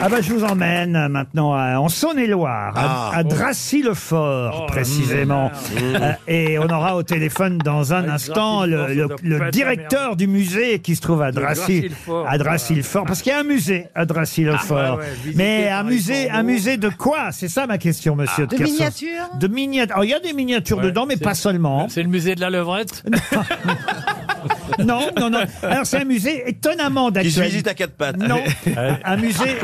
Speaker 2: Ah bah je vous emmène maintenant à- en Saône-et-Loire, à-
Speaker 15: Ah. Oh,
Speaker 2: à, Dracy-le-Fort précisément. Euh, et on aura au téléphone dans un
Speaker 15: Ah,
Speaker 2: instant le, le-
Speaker 15: Dracy-le-Fort,
Speaker 2: le
Speaker 15: ça doit pas être
Speaker 2: directeur du musée qui se trouve à
Speaker 15: De
Speaker 2: Dracy,
Speaker 15: Dracy-le-Fort,
Speaker 2: à Dracy-le-Fort, parce qu'il y a un musée à Dracy-le-Fort.
Speaker 15: Ah, ouais, ouais, visité
Speaker 2: Mais un
Speaker 15: par les
Speaker 2: musée, un
Speaker 15: corbeaux.
Speaker 2: musée de quoi C'est ça ma question, monsieur. de
Speaker 15: Ah. De
Speaker 2: Kersauzon.
Speaker 15: miniatures
Speaker 2: De miniatures. Alors, Il y a des miniatures
Speaker 9: Ouais,
Speaker 2: dedans, mais
Speaker 9: c'est-
Speaker 2: pas seulement. [laughs]
Speaker 9: C'est le musée de la levrette
Speaker 2: Non, non, non. Alors c'est un musée étonnamment d'actualité.
Speaker 7: visite à quatre pattes. [laughs]
Speaker 2: Non, un musée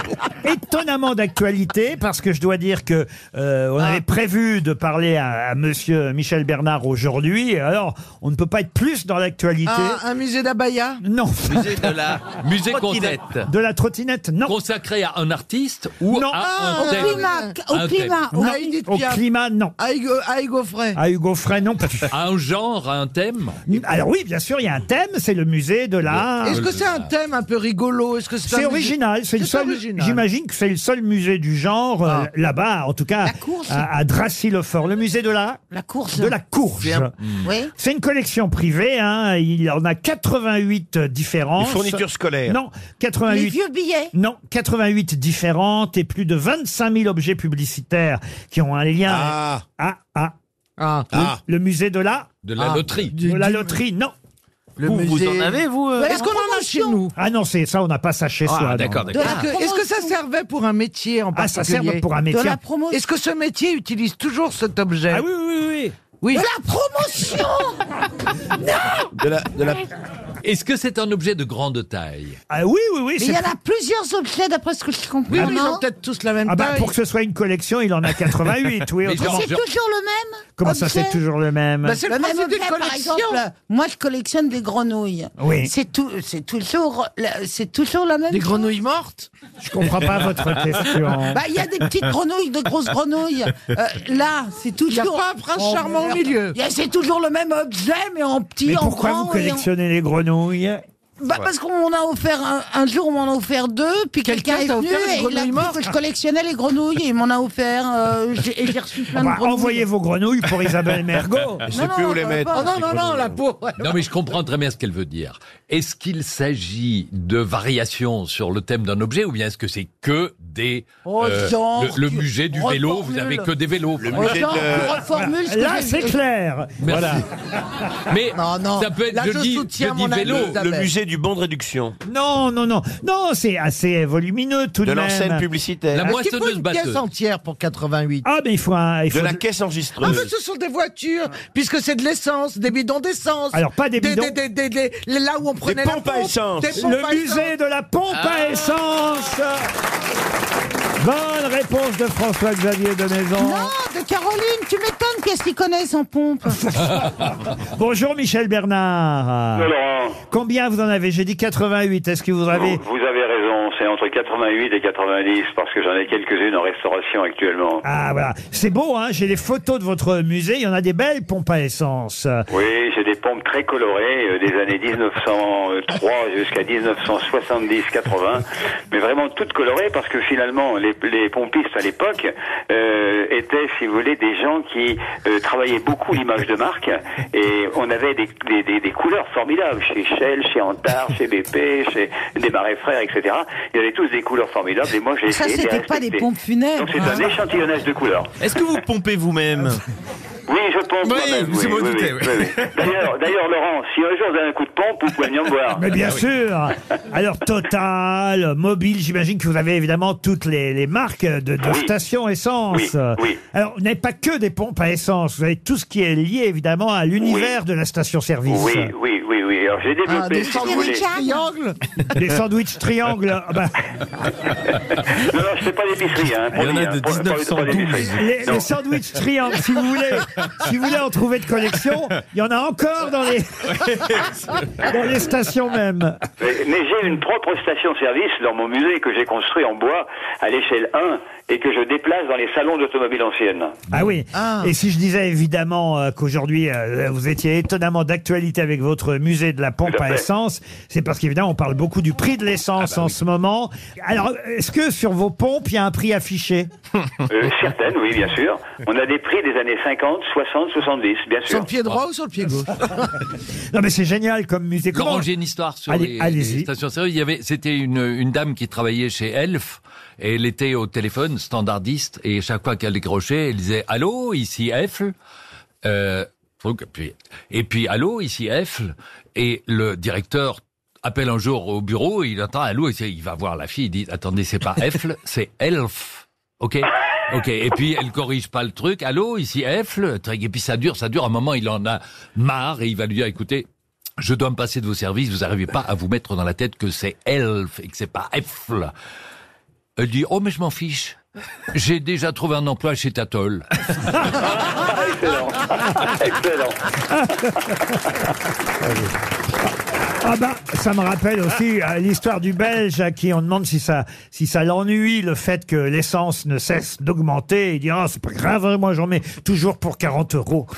Speaker 2: étonnamment d'actualité parce que je dois dire que euh, on avait prévu de parler à, à Monsieur Michel Bernard aujourd'hui. Alors on ne peut pas être plus dans l'actualité.
Speaker 4: Ah, un musée d'Abaya
Speaker 2: Non.
Speaker 6: Musée de la musée
Speaker 2: Trottinette.
Speaker 6: Condette.
Speaker 2: De la trottinette, non. Ah,
Speaker 6: Consacré à un artiste ou à un thème. Un thème.
Speaker 2: Non. Au
Speaker 6: Ah.
Speaker 2: climat, non.
Speaker 4: À Hugo, à Hugo Frey.
Speaker 2: À Hugo Frey, non.
Speaker 6: À un genre, à un thème.
Speaker 2: Alors oui, bien sûr, il y a un thème. C'est le musée de la.
Speaker 4: Est-ce que c'est un thème un peu rigolo Est-ce que c'est
Speaker 2: Ah. C'est
Speaker 4: un-
Speaker 2: original, c'est le seul.
Speaker 4: original.
Speaker 2: J'imagine que c'est le seul musée du genre euh, là-bas, en tout cas à, à Dracy-le-Fort, le musée de la. La course. De la course.
Speaker 15: C'est un-
Speaker 2: Oui. C'est une collection privée. Hein. Il en a 88 différentes.
Speaker 7: Les fournitures scolaires.
Speaker 2: Non, 88.
Speaker 5: Les vieux billets.
Speaker 2: Non, 88 différentes et plus de 25 000 objets publicitaires qui ont un lien. Ah. Ah. ah. Le,
Speaker 6: Ah.
Speaker 2: le musée de la. Ah.
Speaker 6: De la loterie.
Speaker 2: De la loterie, non.
Speaker 6: Le Vous, vous musée- en avez, vous, euh,
Speaker 4: Est-ce qu'on en a chez nous
Speaker 2: Ah non, c'est ça, on n'a pas ça chez
Speaker 4: Ah,
Speaker 2: soi. non.
Speaker 6: d'accord,
Speaker 4: Est-ce que- est-ce que ça servait pour un métier en
Speaker 2: Ah,
Speaker 4: particulier
Speaker 2: ça servait pour un métier. De la promotion.
Speaker 4: Est-ce que ce métier utilise toujours cet objet Ah
Speaker 2: oui, oui, oui.
Speaker 4: oui.
Speaker 15: De la
Speaker 4: [laughs]
Speaker 15: promotion Non
Speaker 7: De la, de la...
Speaker 6: Est-ce que c'est un objet de grande taille
Speaker 2: Ah oui, oui, oui.
Speaker 5: Mais il y en a plusieurs objets, d'après ce que je comprends.
Speaker 2: Oui, mais ils
Speaker 5: non
Speaker 2: ont
Speaker 4: peut-être tous la même
Speaker 2: Ah bah, pour que ce soit une collection, il en a 88, oui.
Speaker 5: [laughs] Mais
Speaker 2: autrement-
Speaker 5: c'est toujours le même
Speaker 2: Comment ça,
Speaker 5: objet Bah,
Speaker 2: c'est toujours le même
Speaker 4: Bah,
Speaker 5: Le même objet, par exemple, moi, je collectionne des grenouilles.
Speaker 2: Oui.
Speaker 5: C'est tout, c'est toujours, la- c'est toujours la même. Des
Speaker 4: grenouilles mortes
Speaker 2: Je comprends pas
Speaker 5: [laughs]
Speaker 2: votre question.
Speaker 5: Bah, il y a des petites grenouilles, de grosses grenouilles. Euh, là, c'est toujours.
Speaker 4: Il n'y a pas un prince
Speaker 5: Oh,
Speaker 4: charmant au
Speaker 5: merde.
Speaker 4: milieu.
Speaker 5: Il y a- C'est toujours le même objet, mais en petit,
Speaker 2: Mais
Speaker 5: en
Speaker 2: pourquoi
Speaker 5: grand
Speaker 2: vous
Speaker 5: et en-
Speaker 2: collectionnez les grenouilles
Speaker 5: Bah, Parce qu'on m'en a offert un, un jour, on m'en a offert deux, puis quelqu'un
Speaker 4: Quelqu'un t'a
Speaker 5: est venu
Speaker 4: offert des
Speaker 5: et il a
Speaker 4: grenouilles
Speaker 5: cru que je collectionnais les grenouilles et il m'en a offert. euh, j'ai- et j'ai reçu
Speaker 2: Ah
Speaker 5: plein de
Speaker 2: bah,
Speaker 5: grenouilles. Oh,
Speaker 2: Envoyez vos grenouilles pour Isabelle
Speaker 5: [laughs]
Speaker 2: Mergot.
Speaker 6: Je sais Non, plus non, où les non, mettre,
Speaker 5: non, ces non, non, grenouilles. la
Speaker 4: peau.
Speaker 6: Non, mais je comprends très bien ce qu'elle veut dire. Est-ce qu'il s'agit de variations sur le thème d'un objet ou bien est-ce que c'est que des. euh,
Speaker 5: Oh, genre,
Speaker 6: le, le
Speaker 5: tu
Speaker 6: musée du vélo, vous
Speaker 5: reformules.
Speaker 6: avez que des vélos. Le
Speaker 5: musée Genre, de- tu
Speaker 2: Ah,
Speaker 5: reformules ce que
Speaker 2: Là,
Speaker 5: j'ai-
Speaker 2: c'est clair. Voilà.
Speaker 6: Mais
Speaker 4: non.
Speaker 6: ça peut être,
Speaker 4: Là,
Speaker 6: je,
Speaker 4: je
Speaker 6: dis,
Speaker 4: soutiens
Speaker 6: je dis
Speaker 4: mon ami
Speaker 6: vélo.
Speaker 4: Isabelle.
Speaker 7: Le musée du bon de réduction.
Speaker 2: Non, non, non. Non, c'est assez volumineux tout de,
Speaker 7: De
Speaker 2: même.
Speaker 7: l'enseigne publicitaire. La
Speaker 4: Est-ce qu'il faut une caisse entière pour 88
Speaker 2: Ah, mais il faut un. il
Speaker 7: De
Speaker 2: faut
Speaker 7: la caisse
Speaker 4: Ah,
Speaker 7: enregistreuse.
Speaker 4: mais ce sont des voitures, puisque c'est de l'essence, des bidons d'essence.
Speaker 2: Alors, pas des bidons.
Speaker 4: des- des- des- des- là où on prenait la
Speaker 7: pompes à
Speaker 4: pompe,
Speaker 7: essence. Ah.
Speaker 4: des pompes à
Speaker 2: Le musée
Speaker 4: essence.
Speaker 2: de la pompe à essence. Bonne réponse de François-Xavier de Maison.
Speaker 5: Non, de Caroline, tu m'étonnes qu'est-ce qu'ils connaissent en pompe.
Speaker 2: [laughs] Bonjour Michel Bernard.
Speaker 16: Bonjour, Laurent.
Speaker 2: Combien vous en avez J'ai dit 88. Est-ce que vous avez
Speaker 16: Vous avez raison, c'est entre 88 et 90 parce que j'en ai quelques-unes en restauration actuellement.
Speaker 2: Ah voilà, c'est beau hein, j'ai les photos de votre musée, il y en a des belles pompes à essence.
Speaker 16: Oui, j'ai des pompes très colorées euh, des années 1903 jusqu'à 1970-80, mais vraiment toutes colorées parce que finalement les, les pompistes à l'époque euh, étaient, si vous voulez, des gens qui euh, travaillaient beaucoup l'image de marque et on avait des, des- des- des couleurs formidables chez Shell, chez Antar, chez BP, chez des Marais Frères, etc. Il y avait tous des couleurs formidables et moi j'ai
Speaker 5: Ça,
Speaker 16: essayé de les
Speaker 5: c'était pas des
Speaker 16: respecter.
Speaker 5: pompes funèbres,
Speaker 16: Donc c'est
Speaker 5: hein.
Speaker 16: un échantillonnage de couleurs.
Speaker 7: Est-ce que vous pompez vous-même
Speaker 16: Oui, je pompe.
Speaker 7: Oui,
Speaker 16: moi-même,
Speaker 7: c'est mon
Speaker 16: oui,
Speaker 7: douté,
Speaker 16: oui,
Speaker 7: oui.
Speaker 16: oui, oui. D'ailleurs, d'ailleurs, Laurent, si un jour vous avez un coup de pompe, vous pouvez venir me voir.
Speaker 2: [laughs] Mais bien sûr Alors Total, Mobile, j'imagine que vous avez évidemment toutes les, les marques de,
Speaker 16: Ah
Speaker 2: de stations essence. Alors vous n'avez pas que des pompes à essence, vous avez tout ce qui est lié évidemment à l'univers de la station-service.
Speaker 16: Oui, oui, oui, oui. Alors j'ai développé,
Speaker 4: Ah, des
Speaker 16: si vous voulez.
Speaker 4: sandwichs triangles
Speaker 2: Les sandwichs triangles, ah bah,
Speaker 16: Non, non, je fais pas d'épicerie, hein. Il y en a de 1912.
Speaker 2: les, les sandwichs triangles, si vous voulez, si vous voulez en trouver de collection, il y en a encore dans les, dans les stations même.
Speaker 16: Mais, mais j'ai une propre station-service dans mon musée que j'ai construit en bois à l'échelle 1 et que je déplace dans les salons d'automobiles anciennes.
Speaker 2: Ah oui. Et si je disais évidemment euh, qu'aujourd'hui euh, vous étiez étonnamment d'actualité avec votre musée de la pompe à essence, c'est parce qu'évidemment on parle beaucoup du prix de l'essence en ce moment. Alors est-ce que sur vos pompes il y a un prix affiché
Speaker 16: Euh, certaines, oui, bien sûr. On a des prix des années 50, 60, 70, bien sûr.
Speaker 4: Sur le pied droit ou sur le pied gauche
Speaker 2: [laughs] Non mais c'est génial comme musée. Comment-
Speaker 6: Laurent, j'ai une histoire sur
Speaker 2: Allez-
Speaker 6: les,
Speaker 2: allez-y.
Speaker 6: les stations-service. Il y avait, c'était une, une dame qui travaillait chez Elf Et elle était au téléphone standardiste et chaque fois qu'elle décrochait, elle disait allô, ici Eiffel. Euh, donc, puis- et puis allô, ici Eiffel. Et le directeur appelle un jour au bureau, il entend allô, et c'est- il va voir la fille, il dit attendez, c'est pas Eiffel, [laughs] c'est Elf. Ok, ok. Et puis elle corrige pas le truc. Allô, ici Eiffel. Et puis ça dure, ça dure. À un moment, il en a marre et il va lui dire écoutez, je dois me passer de vos services. Vous n'arrivez pas à vous mettre dans la tête que c'est Elf et que c'est pas Eiffel. Elle dit oh mais je m'en fiche. J'ai déjà trouvé un emploi chez Tatol.
Speaker 15: Excellent. Excellent.
Speaker 2: Ah bah, ça me rappelle aussi euh, l'histoire du Belge à qui on demande si ça, si ça l'ennuie le fait que l'essence ne cesse d'augmenter. Il dit ah c'est pas grave, hein, moi j'en mets toujours pour 40 euros.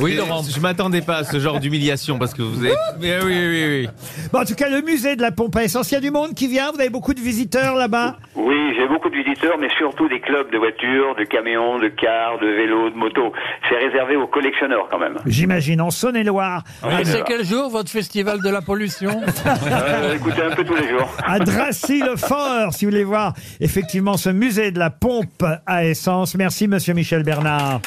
Speaker 17: oui, Laurent. Je m'attendais pas à ce genre d'humiliation parce que vous êtes. Mais oui, oui, oui.
Speaker 2: Bon, en tout cas, le musée de la pompe à essence, il y a du monde qui vient. Vous avez beaucoup de visiteurs là-bas.
Speaker 16: Oui, j'ai beaucoup de visiteurs, mais surtout des clubs de voitures, de camions, de cars, de vélos, de motos. C'est réservé aux collectionneurs quand même.
Speaker 2: J'imagine en Saône-et-Loire,
Speaker 16: Ah,
Speaker 9: Et c'est
Speaker 16: d'accord.
Speaker 9: quel jour votre festival de la pollution
Speaker 16: [laughs] Euh, écoutez un peu tous les jours.
Speaker 2: à Dracy-le-Fort, si vous voulez voir effectivement ce musée de la pompe à essence. Merci, monsieur Michel Bernard.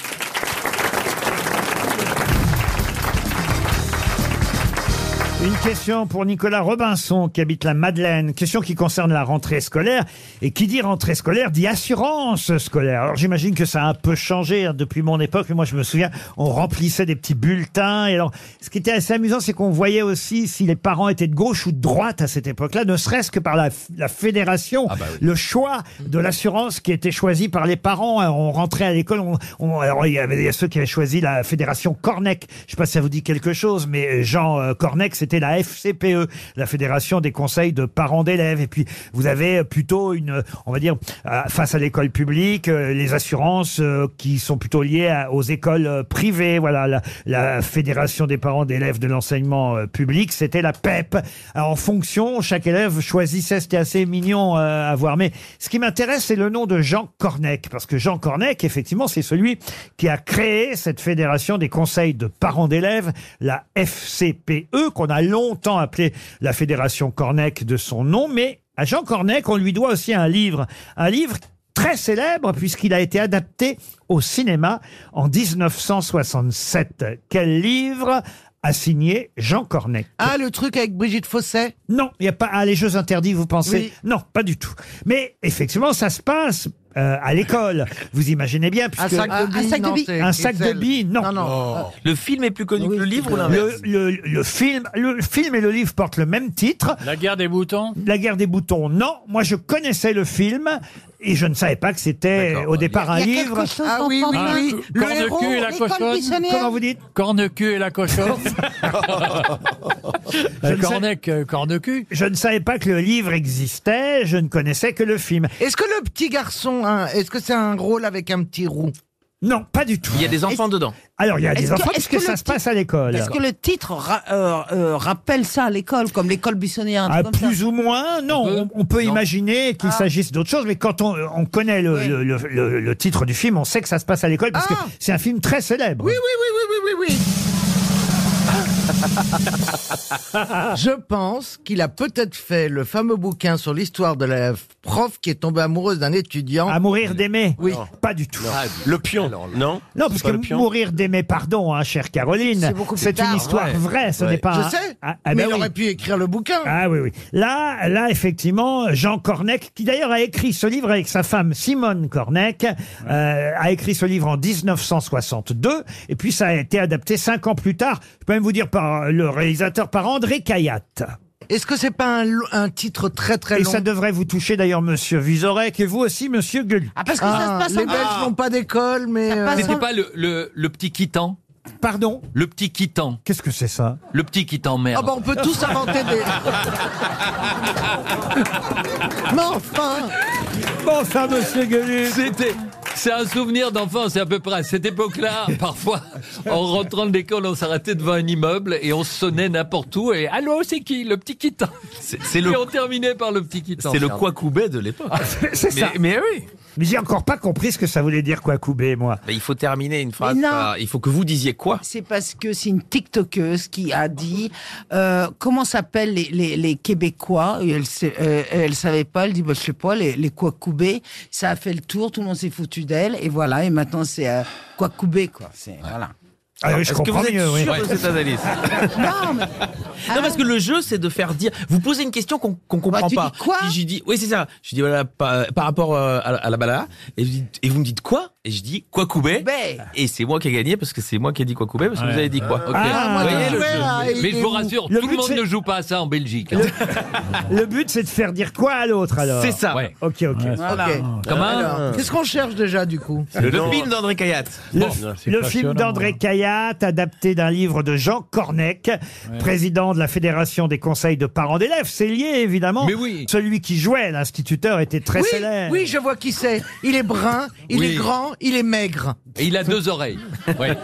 Speaker 2: Une question pour Nicolas Robinson qui habite la Madeleine. Question qui concerne la rentrée scolaire. Et qui dit rentrée scolaire dit assurance scolaire. Alors j'imagine que ça a un peu changé hein, depuis mon époque. Mais moi je me souviens, on remplissait des petits bulletins. Et alors, ce qui était assez amusant, c'est qu'on voyait aussi si les parents étaient de gauche ou de droite à cette époque-là, ne serait-ce que par la, f- la fédération, le choix de l'assurance qui était choisi par les parents. Alors, On rentrait à l'école, on, on- alors, il, y avait, il y a ceux qui avaient choisi la fédération Cornec. Je sais pas si ça vous dit quelque chose, mais Jean euh, Cornec, c'était la FCPE, E, la Fédération des conseils de parents d'élèves. Et puis, vous avez plutôt une, on va dire, euh, face à l'école publique, euh, les assurances euh, qui sont plutôt liées à- aux écoles euh, privées. Voilà, la, la Fédération des parents d'élèves de l'enseignement euh, public, c'était la PEP. Alors, en fonction, chaque élève choisissait, c'était assez mignon euh, à voir. Mais ce qui m'intéresse, c'est le nom de Jean Cornec, parce que Jean Cornec, effectivement, c'est celui qui a créé cette fédération des conseils de parents d'élèves, la FCPE, E, qu'on a longtemps appelée la fédération Cornec de son nom, mais à Jean Cornec, on lui doit aussi un livre, un livre très célèbre puisqu'il a été adapté au cinéma en 1967. Quel livre a signé Jean Cornec
Speaker 4: Ah, le truc avec Brigitte Fosset
Speaker 2: Non, il n'y a pas. Ah, les Jeux interdits, vous pensez
Speaker 4: Oui.
Speaker 2: Non, pas du tout. Mais effectivement, ça se passe. euh, à l'école, vous imaginez bien. Puisque...
Speaker 4: sac de Un- un billes, sac de non, billes. c'est
Speaker 2: Un sac de
Speaker 4: Excel.
Speaker 2: billes, non.
Speaker 17: Le film est plus connu que le livre ou l'inverse
Speaker 2: Le, le- le film, le film et le livre portent le même titre. La guerre des boutons. La guerre des boutons. Non, moi je connaissais le film et je ne savais pas que c'était au départ un
Speaker 9: Il y a quelque
Speaker 2: livre.
Speaker 9: chose Ah oui, d'enfantin. oui, oui. Le Corne-cul héros, et la l'école cochonne. missionnaire.
Speaker 2: Comment vous dites
Speaker 9: Corne-cul et la [laughs] cochonne
Speaker 2: Je ne sais-
Speaker 9: Cornec, euh, corne-cul
Speaker 2: Je ne savais pas que le livre existait. Je ne connaissais que le film.
Speaker 4: Est-ce que le petit garçon, hein, est-ce que c'est un rôle avec un petit roux
Speaker 2: Non, pas du tout.
Speaker 17: Il y a des enfants dedans.
Speaker 2: Alors il y a des
Speaker 5: Est-ce que-
Speaker 2: enfants
Speaker 5: est-ce
Speaker 2: parce
Speaker 5: que
Speaker 2: que ça
Speaker 5: le
Speaker 2: se passe à l'école.
Speaker 5: Est-ce que le titre ra- euh, euh, rappelle ça à l'école, comme l'école buissonnière un
Speaker 2: Ah,
Speaker 5: truc comme ça Ah.
Speaker 2: plus ou moins, non. On, on peut imaginer qu'il s'agisse d'autre chose, mais quand on, on connaît le, le- le- le- le titre du film, on sait que ça se passe à l'école
Speaker 5: Ah.
Speaker 2: parce que c'est un film très célèbre.
Speaker 4: Oui, oui, oui, oui, oui,
Speaker 2: [laughs]
Speaker 4: oui, oui. [laughs] Je pense qu'il a peut-être fait le fameux bouquin sur l'histoire de la prof qui est tombée amoureuse d'un étudiant.
Speaker 2: À mourir d'aimer
Speaker 4: Oui.
Speaker 2: Pas du tout.
Speaker 7: Ah, Le pion, non
Speaker 2: Non, parce
Speaker 7: C'est pas
Speaker 2: que
Speaker 7: le pion
Speaker 2: mourir d'aimer, pardon, hein, chère Caroline,
Speaker 4: C'est beaucoup plus
Speaker 2: c'est une
Speaker 4: tard.
Speaker 2: histoire
Speaker 4: Ouais.
Speaker 2: vraie, ce
Speaker 4: Ouais.
Speaker 2: n'est pas.
Speaker 4: Je
Speaker 2: un-
Speaker 4: sais,
Speaker 2: Ah, ah,
Speaker 4: mais
Speaker 2: ben
Speaker 4: il
Speaker 2: oui.
Speaker 4: aurait pu écrire le bouquin.
Speaker 2: Ah oui, oui. Là, là, effectivement, Jean Cornec, qui d'ailleurs a écrit ce livre avec sa femme Simone Cornec, euh, a écrit ce livre en 1962, et puis ça a été adapté cinq ans plus tard, je peux même vous dire par le réalisateur, par André Cayatte.
Speaker 4: Est-ce que c'est pas un, lo- un titre très très
Speaker 2: Et
Speaker 4: long
Speaker 2: ça devrait vous toucher d'ailleurs, monsieur Vizorek, et vous aussi, monsieur Gueluc.
Speaker 5: Ah, parce que
Speaker 4: Ah,
Speaker 5: ça se passe
Speaker 4: Les
Speaker 5: en...
Speaker 4: Belges
Speaker 6: Ah.
Speaker 4: n'ont pas d'école, mais... euh,
Speaker 6: C'était pas le, le, le petit quittant
Speaker 2: Pardon
Speaker 6: Le petit quittant.
Speaker 2: Qu'est-ce que c'est ça
Speaker 6: Le petit quittant, merde.
Speaker 4: Ah bah on peut tous inventer
Speaker 2: [laughs]
Speaker 4: des... Mais enfin
Speaker 2: Bon, ça, monsieur Gueluc
Speaker 17: C'était.
Speaker 6: C'est un souvenir d'enfance, c'est à peu près à cette époque-là. [laughs] Parfois, en rentrant de l'école, on s'arrêtait devant un immeuble et on sonnait n'importe où. Et allô, c'est qui Le petit quittant.
Speaker 17: c'est le-
Speaker 6: Et on terminait par le petit quittant.
Speaker 17: C'est le
Speaker 6: Charles.
Speaker 17: Kouakoubé de l'époque.
Speaker 2: [laughs] C'est ça.
Speaker 3: Mais oui.
Speaker 2: Mais j'ai encore pas compris ce que ça voulait dire quoi couper moi.
Speaker 3: Mais il faut terminer une phrase.
Speaker 5: Mais non.
Speaker 3: par- Il faut que vous disiez quoi
Speaker 5: C'est parce que c'est une TikTokeuse qui a dit euh, comment s'appellent les, les, les Québécois. Et elle sait- euh, elle savait pas. Elle dit bah, je sais pas les les Kouakoubés. Ça a fait le tour. Tout le monde s'est foutu d'elle. Et voilà. Et maintenant c'est euh, Kouakoubé quoi. C'est voilà.
Speaker 2: Ah oui, je
Speaker 3: Est-ce
Speaker 2: comprends
Speaker 3: que vous êtes
Speaker 2: mieux, oui.
Speaker 3: sûr
Speaker 2: Ouais.
Speaker 3: de cette analyse
Speaker 5: Non, mais-
Speaker 2: Ah.
Speaker 3: Non, parce que le jeu, c'est de faire dire. Vous posez une question qu'on qu'on comprend
Speaker 2: Bah,
Speaker 5: tu
Speaker 3: pas.
Speaker 5: dis quoi
Speaker 3: Puis je dis, oui, c'est ça. Je dis, voilà, par, par rapport euh, à, la- à la balada. Et, vous dites- et vous me dites quoi Et je dis, quoi coubé Et c'est moi qui ai gagné parce que c'est moi qui ai dit quoi coubé parce que vous avez dit quoi. Ok.
Speaker 2: Ah,
Speaker 6: Vous voyez
Speaker 2: ouais,
Speaker 6: le
Speaker 2: ouais,
Speaker 6: jeu.
Speaker 2: ah, il
Speaker 6: Mais je
Speaker 2: est
Speaker 6: vous
Speaker 2: mou.
Speaker 6: rassure,
Speaker 2: Le
Speaker 6: tout
Speaker 2: but,
Speaker 6: le monde
Speaker 2: c'est-
Speaker 6: ne joue pas à ça en Belgique. hein.
Speaker 2: Le but, c'est de faire dire quoi à l'autre alors
Speaker 6: C'est ça. Ouais.
Speaker 2: Ok, ok.
Speaker 4: Voilà.
Speaker 6: Comment
Speaker 4: Euh, Alors, Qu'est-ce qu'on cherche déjà du coup
Speaker 2: Le nom-
Speaker 3: film d'André Cayatte.
Speaker 2: Le, le film d'André Cayatte, adapté d'un livre de Jean Cornec, président de la Fédération des conseils de parents d'élèves. C'est lié, évidemment. Mais oui. Celui qui jouait l'instituteur était très
Speaker 4: oui,
Speaker 2: célèbre.
Speaker 4: oui, je vois qui c'est. Il est brun, il
Speaker 2: Oui.
Speaker 4: est grand, il est maigre.
Speaker 6: Et il a deux oreilles. Ah, Ouais.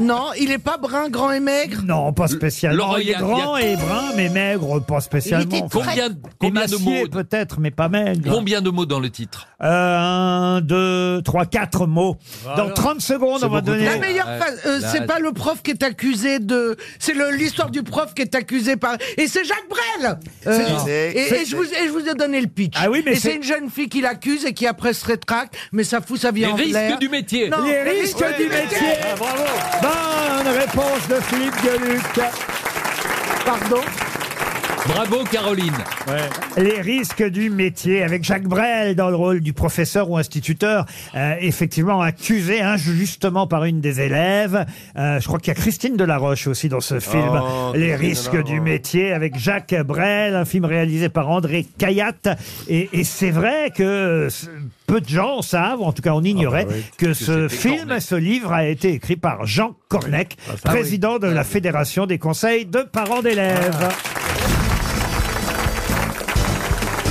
Speaker 4: Non, il est pas brun, grand et maigre
Speaker 2: Non, pas spécialement.
Speaker 6: Laurent,
Speaker 2: il est
Speaker 6: il y a-
Speaker 2: grand
Speaker 6: il y a-
Speaker 2: et brun, mais maigre, pas spécialement.
Speaker 6: était très- Combien- combien de
Speaker 2: Émacié,
Speaker 6: mots
Speaker 2: peut-être, mais pas maigre.
Speaker 6: Combien de mots dans le titre
Speaker 2: Euh, un, deux, trois, quatre mots. Dans
Speaker 6: Voilà.
Speaker 2: 30 secondes, on va donner.
Speaker 4: La meilleure phrase, euh, c'est pas le prof qui est accusé de. C'est le- l'histoire du prof qui est accusé par. Et c'est Jacques Brel Euh,
Speaker 2: C'est-
Speaker 4: Et,
Speaker 2: c'est-
Speaker 4: et je vous, et je vous ai donné le pitch.
Speaker 2: Ah oui, mais
Speaker 4: et c'est
Speaker 2: c'est-
Speaker 4: une jeune fille qui l'accuse et qui après se rétracte, mais ça fout sa vie
Speaker 6: Les
Speaker 4: en
Speaker 6: risques
Speaker 4: l'air.
Speaker 6: du métier.
Speaker 4: Non,
Speaker 2: Les risques du métier.
Speaker 4: Ah,
Speaker 2: Ah, bravo. Bonne réponse de Philippe Gueluc.
Speaker 4: Pardon
Speaker 6: Bravo, Caroline.
Speaker 2: Les risques du métier avec Jacques Brel dans le rôle du professeur ou instituteur, euh, effectivement accusé injustement par une des élèves. Euh, je crois qu'il y a Christine Delaroche aussi dans ce film. Les
Speaker 17: Oh, Christine
Speaker 2: risques
Speaker 17: Delaroche.
Speaker 2: du métier avec Jacques Brel, un film réalisé par André Cayatte. Et, et c'est vrai que c- peu de gens savent, en tout cas on ignorait,
Speaker 17: Ah bah oui,
Speaker 2: que
Speaker 17: que
Speaker 2: ce
Speaker 17: c'était Ah,
Speaker 2: film, ce livre a été écrit par Jean Cornec,
Speaker 17: ça,
Speaker 2: président de la Fédération des conseils de parents d'élèves.